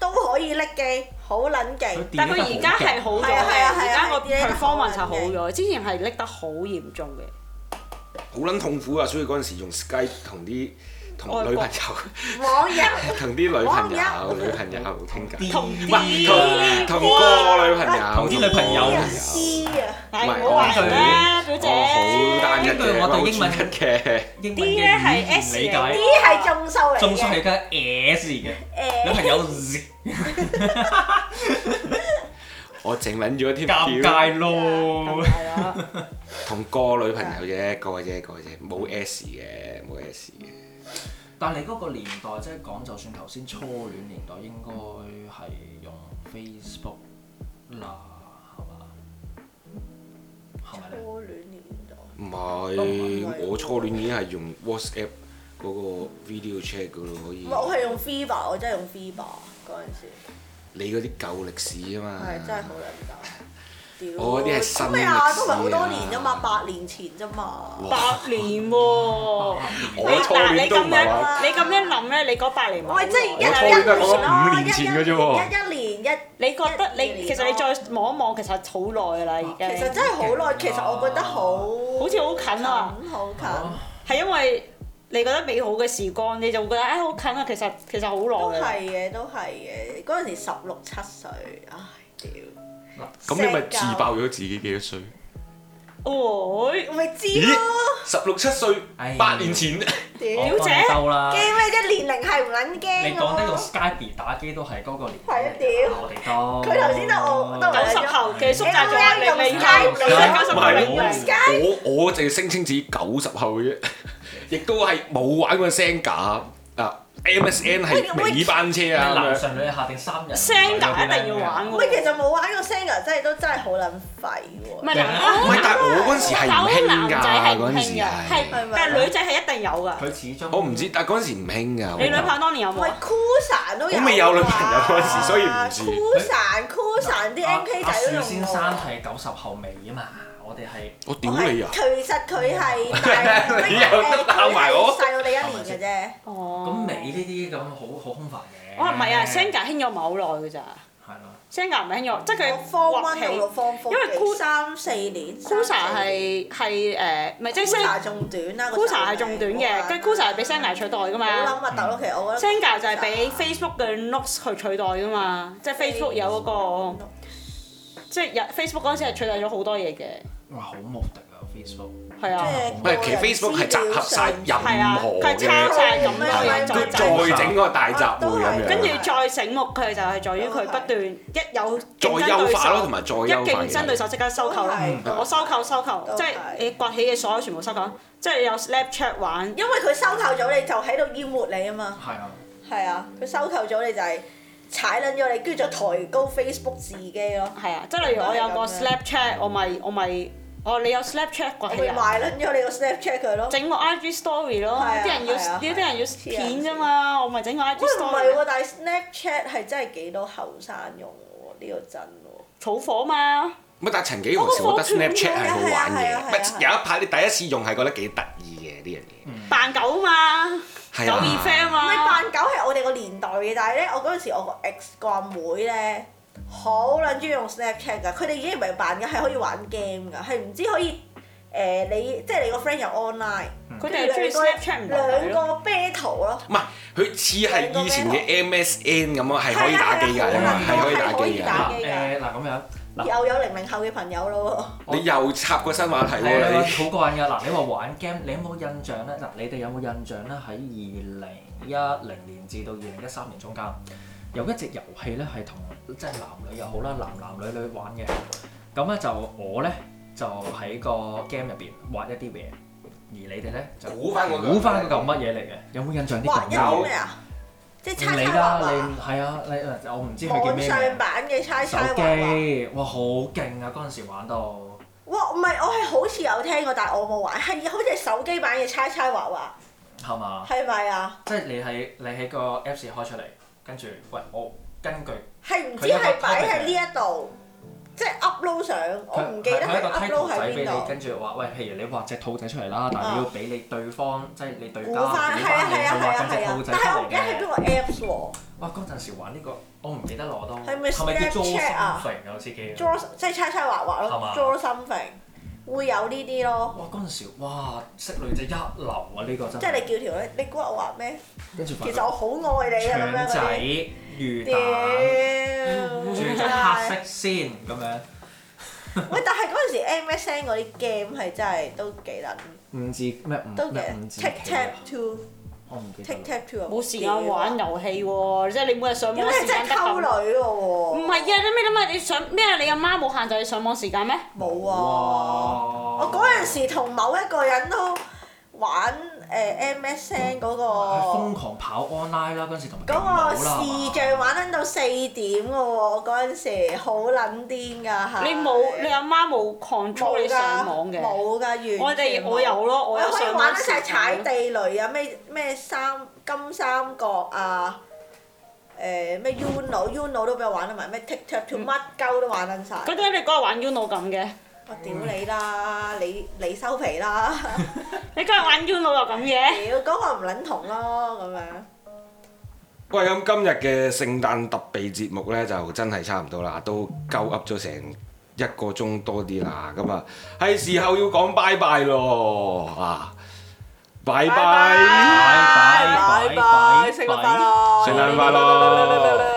Speaker 4: 都可以拎機，好撚勁。
Speaker 5: 但佢而家係好咗嘅，
Speaker 4: 係啊係啊係啊
Speaker 5: 而家個
Speaker 4: 係啊
Speaker 5: performance 係好咗，之前係拎得好嚴重嘅。
Speaker 2: 好撚痛苦啊！所以嗰陣時用 Skype 同啲同
Speaker 5: 外國
Speaker 2: 女朋友、
Speaker 4: 網友，
Speaker 2: 同啲女朋友、
Speaker 4: 網友
Speaker 2: 女朋友傾偈，
Speaker 5: 同
Speaker 2: 唔
Speaker 4: 啊
Speaker 2: 係同同個女朋友、
Speaker 3: 同啲女朋友
Speaker 2: 同個
Speaker 4: 知啊，
Speaker 5: 唉，
Speaker 2: 唔係
Speaker 5: 唔好話人啦，表
Speaker 2: 我
Speaker 5: 姐。
Speaker 2: 好單一
Speaker 3: 根據
Speaker 2: 嘅，
Speaker 3: 我
Speaker 2: 好
Speaker 3: 對
Speaker 2: 專一
Speaker 3: 英文
Speaker 2: 嘅。
Speaker 3: 英文
Speaker 5: D
Speaker 3: 嘅
Speaker 5: 咧
Speaker 3: 語
Speaker 5: 係
Speaker 3: 言
Speaker 5: S
Speaker 3: 理
Speaker 5: 嚟
Speaker 3: 解
Speaker 5: 嘅，
Speaker 4: 啲係眾數嚟
Speaker 3: 中數
Speaker 4: 嘅。
Speaker 3: 係加 S 嘅，女
Speaker 4: 誒，
Speaker 3: 朋友 Z
Speaker 2: 我整撚咗添，
Speaker 3: 尷
Speaker 2: 屌
Speaker 3: 尬咯。
Speaker 5: 係啦。
Speaker 2: 同個女朋友啫，個啫個啫，冇 S 嘅，冇 S 嘅。
Speaker 3: 但你嗰個年代，即係講，就算頭先初戀年代，應該係用 Facebook 啦，係嘛？係咪咧？
Speaker 4: 初戀年代，
Speaker 2: 唔
Speaker 5: 哦
Speaker 4: 都唔
Speaker 2: 係
Speaker 4: 係，
Speaker 2: 我初戀已經係用 WhatsApp 嗰個 video chat 嗰度可以
Speaker 4: 唔。係
Speaker 5: 哦
Speaker 4: 我係用 Viva，我真係用 Viva 嗰陣時，
Speaker 2: 你嗰啲舊歷史啊嘛。
Speaker 4: 係
Speaker 5: 嗯
Speaker 4: 真係好撚大。屌，
Speaker 2: 我嗰啲係新
Speaker 4: 咁咩啊？都唔係好
Speaker 2: 歷史
Speaker 4: 多
Speaker 2: 啊
Speaker 4: 年啫嘛，八年前啫嘛。
Speaker 5: 八年喎、
Speaker 2: 我
Speaker 5: 你
Speaker 2: 初
Speaker 5: 嗱你
Speaker 2: 戀都
Speaker 5: 咁
Speaker 2: 唔係話。
Speaker 5: 樣，你咁樣諗咧，你嗰八年冇
Speaker 4: 喂，即係一
Speaker 5: 喎
Speaker 2: 我初戀都係講
Speaker 4: 一年
Speaker 2: 緊
Speaker 4: 啦，
Speaker 2: 五年前嘅啫喎。
Speaker 4: 一一年一。
Speaker 5: 你覺得
Speaker 4: 一
Speaker 5: 你其實你再望一望，其實好耐啦，已
Speaker 4: 其
Speaker 5: 經。
Speaker 4: 實真係好耐，其實我覺得好，
Speaker 5: 哦好似好近啊，
Speaker 4: 近，好近。
Speaker 5: 係因為你覺得美好嘅時光，你就會覺得唉好近啊，其實其實好
Speaker 4: 都
Speaker 5: 耐啦。
Speaker 4: 係嘅，都係嘅。嗰陣時十六七歲，唉屌，
Speaker 2: 咁你咪自爆咗自己幾多歲？
Speaker 5: 哦，
Speaker 4: 咪知
Speaker 2: 咦
Speaker 4: 咯，，
Speaker 2: 十六七歲
Speaker 3: 哎，
Speaker 2: 八年 前，
Speaker 4: 屌
Speaker 5: 我
Speaker 2: 哦
Speaker 4: 驚
Speaker 5: 表姐
Speaker 3: 兜啦！
Speaker 4: 咩啫？年齡係唔撚
Speaker 3: 你
Speaker 4: 驚
Speaker 3: 講得用
Speaker 4: 咯。
Speaker 3: Skype 打機都係嗰個年
Speaker 4: 哎係啊
Speaker 3: 代，
Speaker 4: 屌
Speaker 3: 我哋都
Speaker 4: 佢頭先都我都
Speaker 5: 九十後嘅縮窄咗你未？你
Speaker 2: 唔
Speaker 5: 九十後
Speaker 2: 哦係啊
Speaker 5: 你
Speaker 4: 用 Skype
Speaker 5: 未？
Speaker 2: 我我我就聲稱自己九十後嘅啫，亦都係冇玩過聲架啊，MSN 係尾班車啊咁樣。
Speaker 3: 男上女下定三人
Speaker 5: 聲㗎一定要玩
Speaker 4: 喂，
Speaker 5: 喎。
Speaker 4: 其實冇玩過 Singer 真係都真係好撚廢
Speaker 5: 唔
Speaker 4: 喎。
Speaker 5: 係男，
Speaker 2: 唔係，但係我嗰陣時係唔
Speaker 5: 但
Speaker 2: 興
Speaker 5: 男仔
Speaker 2: 㗎，
Speaker 5: 係唔
Speaker 2: 嗰陣時
Speaker 5: 興㗎，
Speaker 2: 係。
Speaker 5: 係但係女仔係一定有㗎。
Speaker 3: 佢始終
Speaker 2: 我唔知，但係嗰陣時唔興㗎。
Speaker 5: 你女朋友當年有冇
Speaker 4: 喂
Speaker 5: 啊？
Speaker 4: ，Coolsan 都有啊。
Speaker 2: 我未有女朋友嗰陣時所以唔知
Speaker 4: Coolsan Coolsan
Speaker 5: 啊
Speaker 4: 啲 MK
Speaker 3: 阿
Speaker 4: 仔都
Speaker 3: 樹
Speaker 4: 用
Speaker 3: 先
Speaker 4: 過
Speaker 3: 生
Speaker 4: 啊。
Speaker 3: 係九十後尾啊嘛，我哋係
Speaker 2: 我屌你啊！
Speaker 4: 其實佢係大，
Speaker 2: 你又得鬧埋我
Speaker 4: 細我哋一年
Speaker 5: 哦
Speaker 3: 咁尾呢啲咁好好空泛嘅。
Speaker 4: 哦
Speaker 5: 我唔係啊，Senga 興咗唔係好耐㗎咋
Speaker 3: 係咯，
Speaker 5: ，Senga 唔係興咗，即係
Speaker 4: 嘅啫。我
Speaker 5: 佢
Speaker 4: 方
Speaker 5: 畫
Speaker 4: 温到
Speaker 5: 起
Speaker 4: 六方科，
Speaker 5: 因為 Cool-
Speaker 4: 三四年
Speaker 5: Kusa 係係誒，唔係即係
Speaker 4: Kusa
Speaker 5: Sen
Speaker 4: 仲短啦
Speaker 5: Kusa 係仲短嘅，跟 Kusa 係俾 Senga 取代㗎
Speaker 4: 好
Speaker 5: 嘛
Speaker 4: 撚。核突咯，其實我覺得
Speaker 5: Senga 就係俾 Facebook 嘅 Notes 去取代㗎嘛，即係 Facebook 有嗰、
Speaker 4: 嗯
Speaker 5: 個，即係有 Facebook 嗰陣時係取代咗好多嘢嘅，
Speaker 3: 哇好無敵啊 Facebook，
Speaker 5: 係
Speaker 4: 即
Speaker 5: 啊，
Speaker 4: 係
Speaker 2: 唔係，其實 Facebook 係集合晒
Speaker 5: 係
Speaker 2: 任
Speaker 5: 啊，
Speaker 2: 何
Speaker 5: 佢抄
Speaker 2: 嘅，啊
Speaker 5: 晒咁多嘢
Speaker 4: 抄
Speaker 5: 再
Speaker 4: 曬
Speaker 5: 製
Speaker 2: 再整個大集會咁樣。
Speaker 5: 啊跟住再醒目佢就係在於佢不斷一有
Speaker 2: 再
Speaker 5: 競爭
Speaker 2: 優
Speaker 5: 對
Speaker 2: 化咯，
Speaker 5: 手
Speaker 2: 同。埋再
Speaker 5: 一
Speaker 2: 優化
Speaker 5: 競爭對手即刻收購咯
Speaker 4: 嗯，
Speaker 5: 我收購收購
Speaker 4: 都，係
Speaker 5: 即係你崛起嘅所有全部收購，即係有 Snapchat 玩，
Speaker 4: 因為佢收購咗你就喺度淹沒你啊嘛，
Speaker 3: 係啊，
Speaker 4: 係啊，佢收購咗你就係踩撚咗你，跟住再抬高 Facebook 自己咯，
Speaker 5: 係啊，即係例如我有個
Speaker 4: 都係咁
Speaker 5: Snapchat，我咪我咪，哦你有 Snapchat
Speaker 4: 我
Speaker 5: 崛起
Speaker 4: 咪
Speaker 5: 啊？
Speaker 4: 賣撚咗你個 Snapchat 佢咯。
Speaker 5: 整個 IG story 咯，
Speaker 4: 係啊
Speaker 5: 啲人要
Speaker 4: 係啊
Speaker 5: 啲人要片啫嘛，我咪整個 IG
Speaker 3: 啊
Speaker 4: 喂，唔係
Speaker 5: story
Speaker 4: 喎，但係 Snapchat 係真係幾多後生用喎，呢個真喎。
Speaker 5: 儲火嘛，
Speaker 2: 乜但係曾幾何時，我覺得 Snapchat 係好玩
Speaker 4: 係啊
Speaker 2: 嘅，
Speaker 4: 係啊係啊
Speaker 2: 不有一排你第一次用係覺得幾得意嘅呢樣
Speaker 5: 扮狗嘛，
Speaker 2: 嘢，係
Speaker 5: 狗二 friend
Speaker 2: 啊，
Speaker 4: 唔係
Speaker 5: 嘛，
Speaker 4: 扮狗係我哋個年代嘅，但係咧，我嗰陣時我個 ex 個阿妹咧，好撚中意用 Snapchat 㗎。佢哋已經唔係扮嘅，係可以玩 game 㗎，係唔知可以誒、你即係你個 friend 有 online，
Speaker 5: 佢哋係中意 Snapchat
Speaker 3: 嗯
Speaker 5: 唔同
Speaker 4: 兩
Speaker 5: 佢
Speaker 4: 個
Speaker 5: 咯，
Speaker 4: battle 咯，
Speaker 2: 唔係佢似係以前
Speaker 5: 嗯
Speaker 2: 嘅 MSN 咁啊，係可以打機㗎，
Speaker 4: 係
Speaker 2: 你
Speaker 4: 啊
Speaker 2: 話
Speaker 4: 係
Speaker 2: 係
Speaker 4: 啊
Speaker 2: 可以打
Speaker 4: 係可以
Speaker 2: 機
Speaker 4: 打
Speaker 2: 㗎，
Speaker 3: 嗱誒嗱咁樣。嗱
Speaker 4: 又有零零後嘅朋友咯
Speaker 2: 你又插個新話題
Speaker 3: 係啊
Speaker 2: 喎，你
Speaker 3: 好過癮㗎！嗱，你話玩 game，你有冇印象咧？嗱，你哋有冇印象咧？喺二零一零年至到二零一三年中間，有一隻遊戲咧係同即係男女又好啦，男男女女玩嘅。咁咧就我咧就喺個 game 入邊畫一啲嘢，而你哋咧就
Speaker 2: 估翻我
Speaker 3: 估翻嗰嚿乜嘢嚟嘅？有冇印象
Speaker 4: 喎，
Speaker 3: 啲嚿
Speaker 4: 畫一
Speaker 3: 嘢
Speaker 4: 啲？咩啊？即係
Speaker 3: 唔
Speaker 4: 猜
Speaker 3: 理
Speaker 4: 猜
Speaker 3: 啦，
Speaker 4: 畫
Speaker 3: 你
Speaker 4: 畫，
Speaker 3: 係啊，你嗱我唔知佢叫
Speaker 4: 網
Speaker 3: 咩
Speaker 4: 上
Speaker 3: 名。
Speaker 4: 版嘅猜
Speaker 3: 手
Speaker 4: 猜畫畫。
Speaker 3: 機，哇，好勁啊！嗰陣時玩到〜
Speaker 4: 哇，唔係，我係好似有聽過，但係我冇玩，係好似係手機版嘅猜猜畫
Speaker 3: 啊
Speaker 4: 畫，
Speaker 3: 係嘛？
Speaker 4: 係咪啊？
Speaker 3: 即係你喺你喺個 Apps 開出嚟，跟住喂我根據
Speaker 4: 係唔知係擺喺呢一度，即係 upload 相，我唔記得
Speaker 3: 佢
Speaker 4: 係
Speaker 3: 一個 title
Speaker 4: upload
Speaker 3: 仔
Speaker 4: 喺
Speaker 3: 俾
Speaker 4: 邊
Speaker 3: 你，
Speaker 4: 度。啊
Speaker 3: 跟住話喂，譬如你畫只兔仔出嚟啦，但係你要俾你對方即係你對家
Speaker 4: 估
Speaker 3: 俾
Speaker 4: 翻
Speaker 3: 翻
Speaker 4: 係
Speaker 3: 你
Speaker 4: 啊係啊
Speaker 3: 去畫緊
Speaker 4: 係啊係
Speaker 3: 隻
Speaker 4: 啊
Speaker 3: 兔，仔
Speaker 4: 但
Speaker 3: 出
Speaker 4: 係我
Speaker 3: 嚟
Speaker 4: 唔記得係邊
Speaker 3: 嘅。
Speaker 4: 個 Apps 喎
Speaker 3: 哇！嗰陣時玩呢個，我唔記得攞到，
Speaker 4: 係咪
Speaker 3: 係咪叫
Speaker 4: Snapchat 啊
Speaker 3: something 啊？好似叫。
Speaker 4: ，draw 即係猜猜畫畫
Speaker 3: 係
Speaker 4: 咯
Speaker 3: 嘛
Speaker 4: ，draw something 會有呢啲咯，
Speaker 3: 哇！嗰陣時哇，識女仔一流啊！呢個真
Speaker 4: 即係你叫條女，你估我畫咩？
Speaker 3: 跟住發
Speaker 4: 其
Speaker 3: 覺
Speaker 4: 實我好愛你啊咁樣
Speaker 3: 腸
Speaker 4: 嗰
Speaker 3: 仔嗯
Speaker 4: 啲。
Speaker 3: 魚
Speaker 4: 屌！
Speaker 3: 蛋，仲要嗯隻黑色先咁樣。
Speaker 4: 喂，但係嗰陣時 MSN 嗰啲 game 係真係都幾撚，
Speaker 3: 五字咩五
Speaker 4: 都幾
Speaker 3: 咩五字
Speaker 4: take
Speaker 3: 棋啊
Speaker 4: tap to。
Speaker 3: 我唔記得
Speaker 4: Take
Speaker 3: 啦。
Speaker 4: tap two 啊！
Speaker 5: 冇時間玩
Speaker 4: 咁
Speaker 5: 遊戲喎，即係你每日上
Speaker 4: 你
Speaker 5: 網時
Speaker 4: 真
Speaker 5: 間
Speaker 4: 係
Speaker 5: 得
Speaker 4: 溝
Speaker 5: 咁。
Speaker 4: 女嘅喎！
Speaker 5: 唔係啊！你咩你咪你上咩啊？你阿媽冇限制你上網時間咩？
Speaker 4: 冇啊！我嗰陣時同某一個人都玩誒 MSN 嗰
Speaker 3: 係瘋
Speaker 4: 個
Speaker 3: 狂跑 online 啦，嗰陣時同埋
Speaker 4: 嗰個
Speaker 3: 勁舞
Speaker 4: 視
Speaker 3: 啦
Speaker 4: 像玩撚到四點嘅喎，我嗰陣時好撚癲㗎嚇！
Speaker 5: 你冇你阿媽冇
Speaker 4: 冇
Speaker 5: control
Speaker 4: 㗎
Speaker 5: 你上網嘅。
Speaker 4: 冇㗎，完全
Speaker 5: 我哋
Speaker 4: 冇
Speaker 5: 我有咯，我有
Speaker 4: 可以
Speaker 5: 上
Speaker 4: 玩
Speaker 5: 網
Speaker 4: 得
Speaker 5: 時
Speaker 4: 晒踩
Speaker 5: 間。
Speaker 4: 地雷啊，咩咩三金三角啊，誒、誒咩 Uno、Uno 都俾我玩得埋，咩 TikTok 條乜鳩都玩撚晒。
Speaker 5: 佢點解你嗰日玩 Uno 咁嘅？
Speaker 4: 我屌你啦，你你收皮 啦！
Speaker 5: 你嗰日玩 Uno 就咁嘅？
Speaker 4: 屌，嗰個唔撚同咯咁樣。
Speaker 2: 喂，咁今日嘅聖誕特備節目呢，就真係差唔多啦，都鳩噏咗成一個鐘多啲啦，咁啊，係時候要講拜拜咯啊！拜拜，
Speaker 4: 拜拜，拜拜，聖誕快樂！
Speaker 2: 聖誕快樂！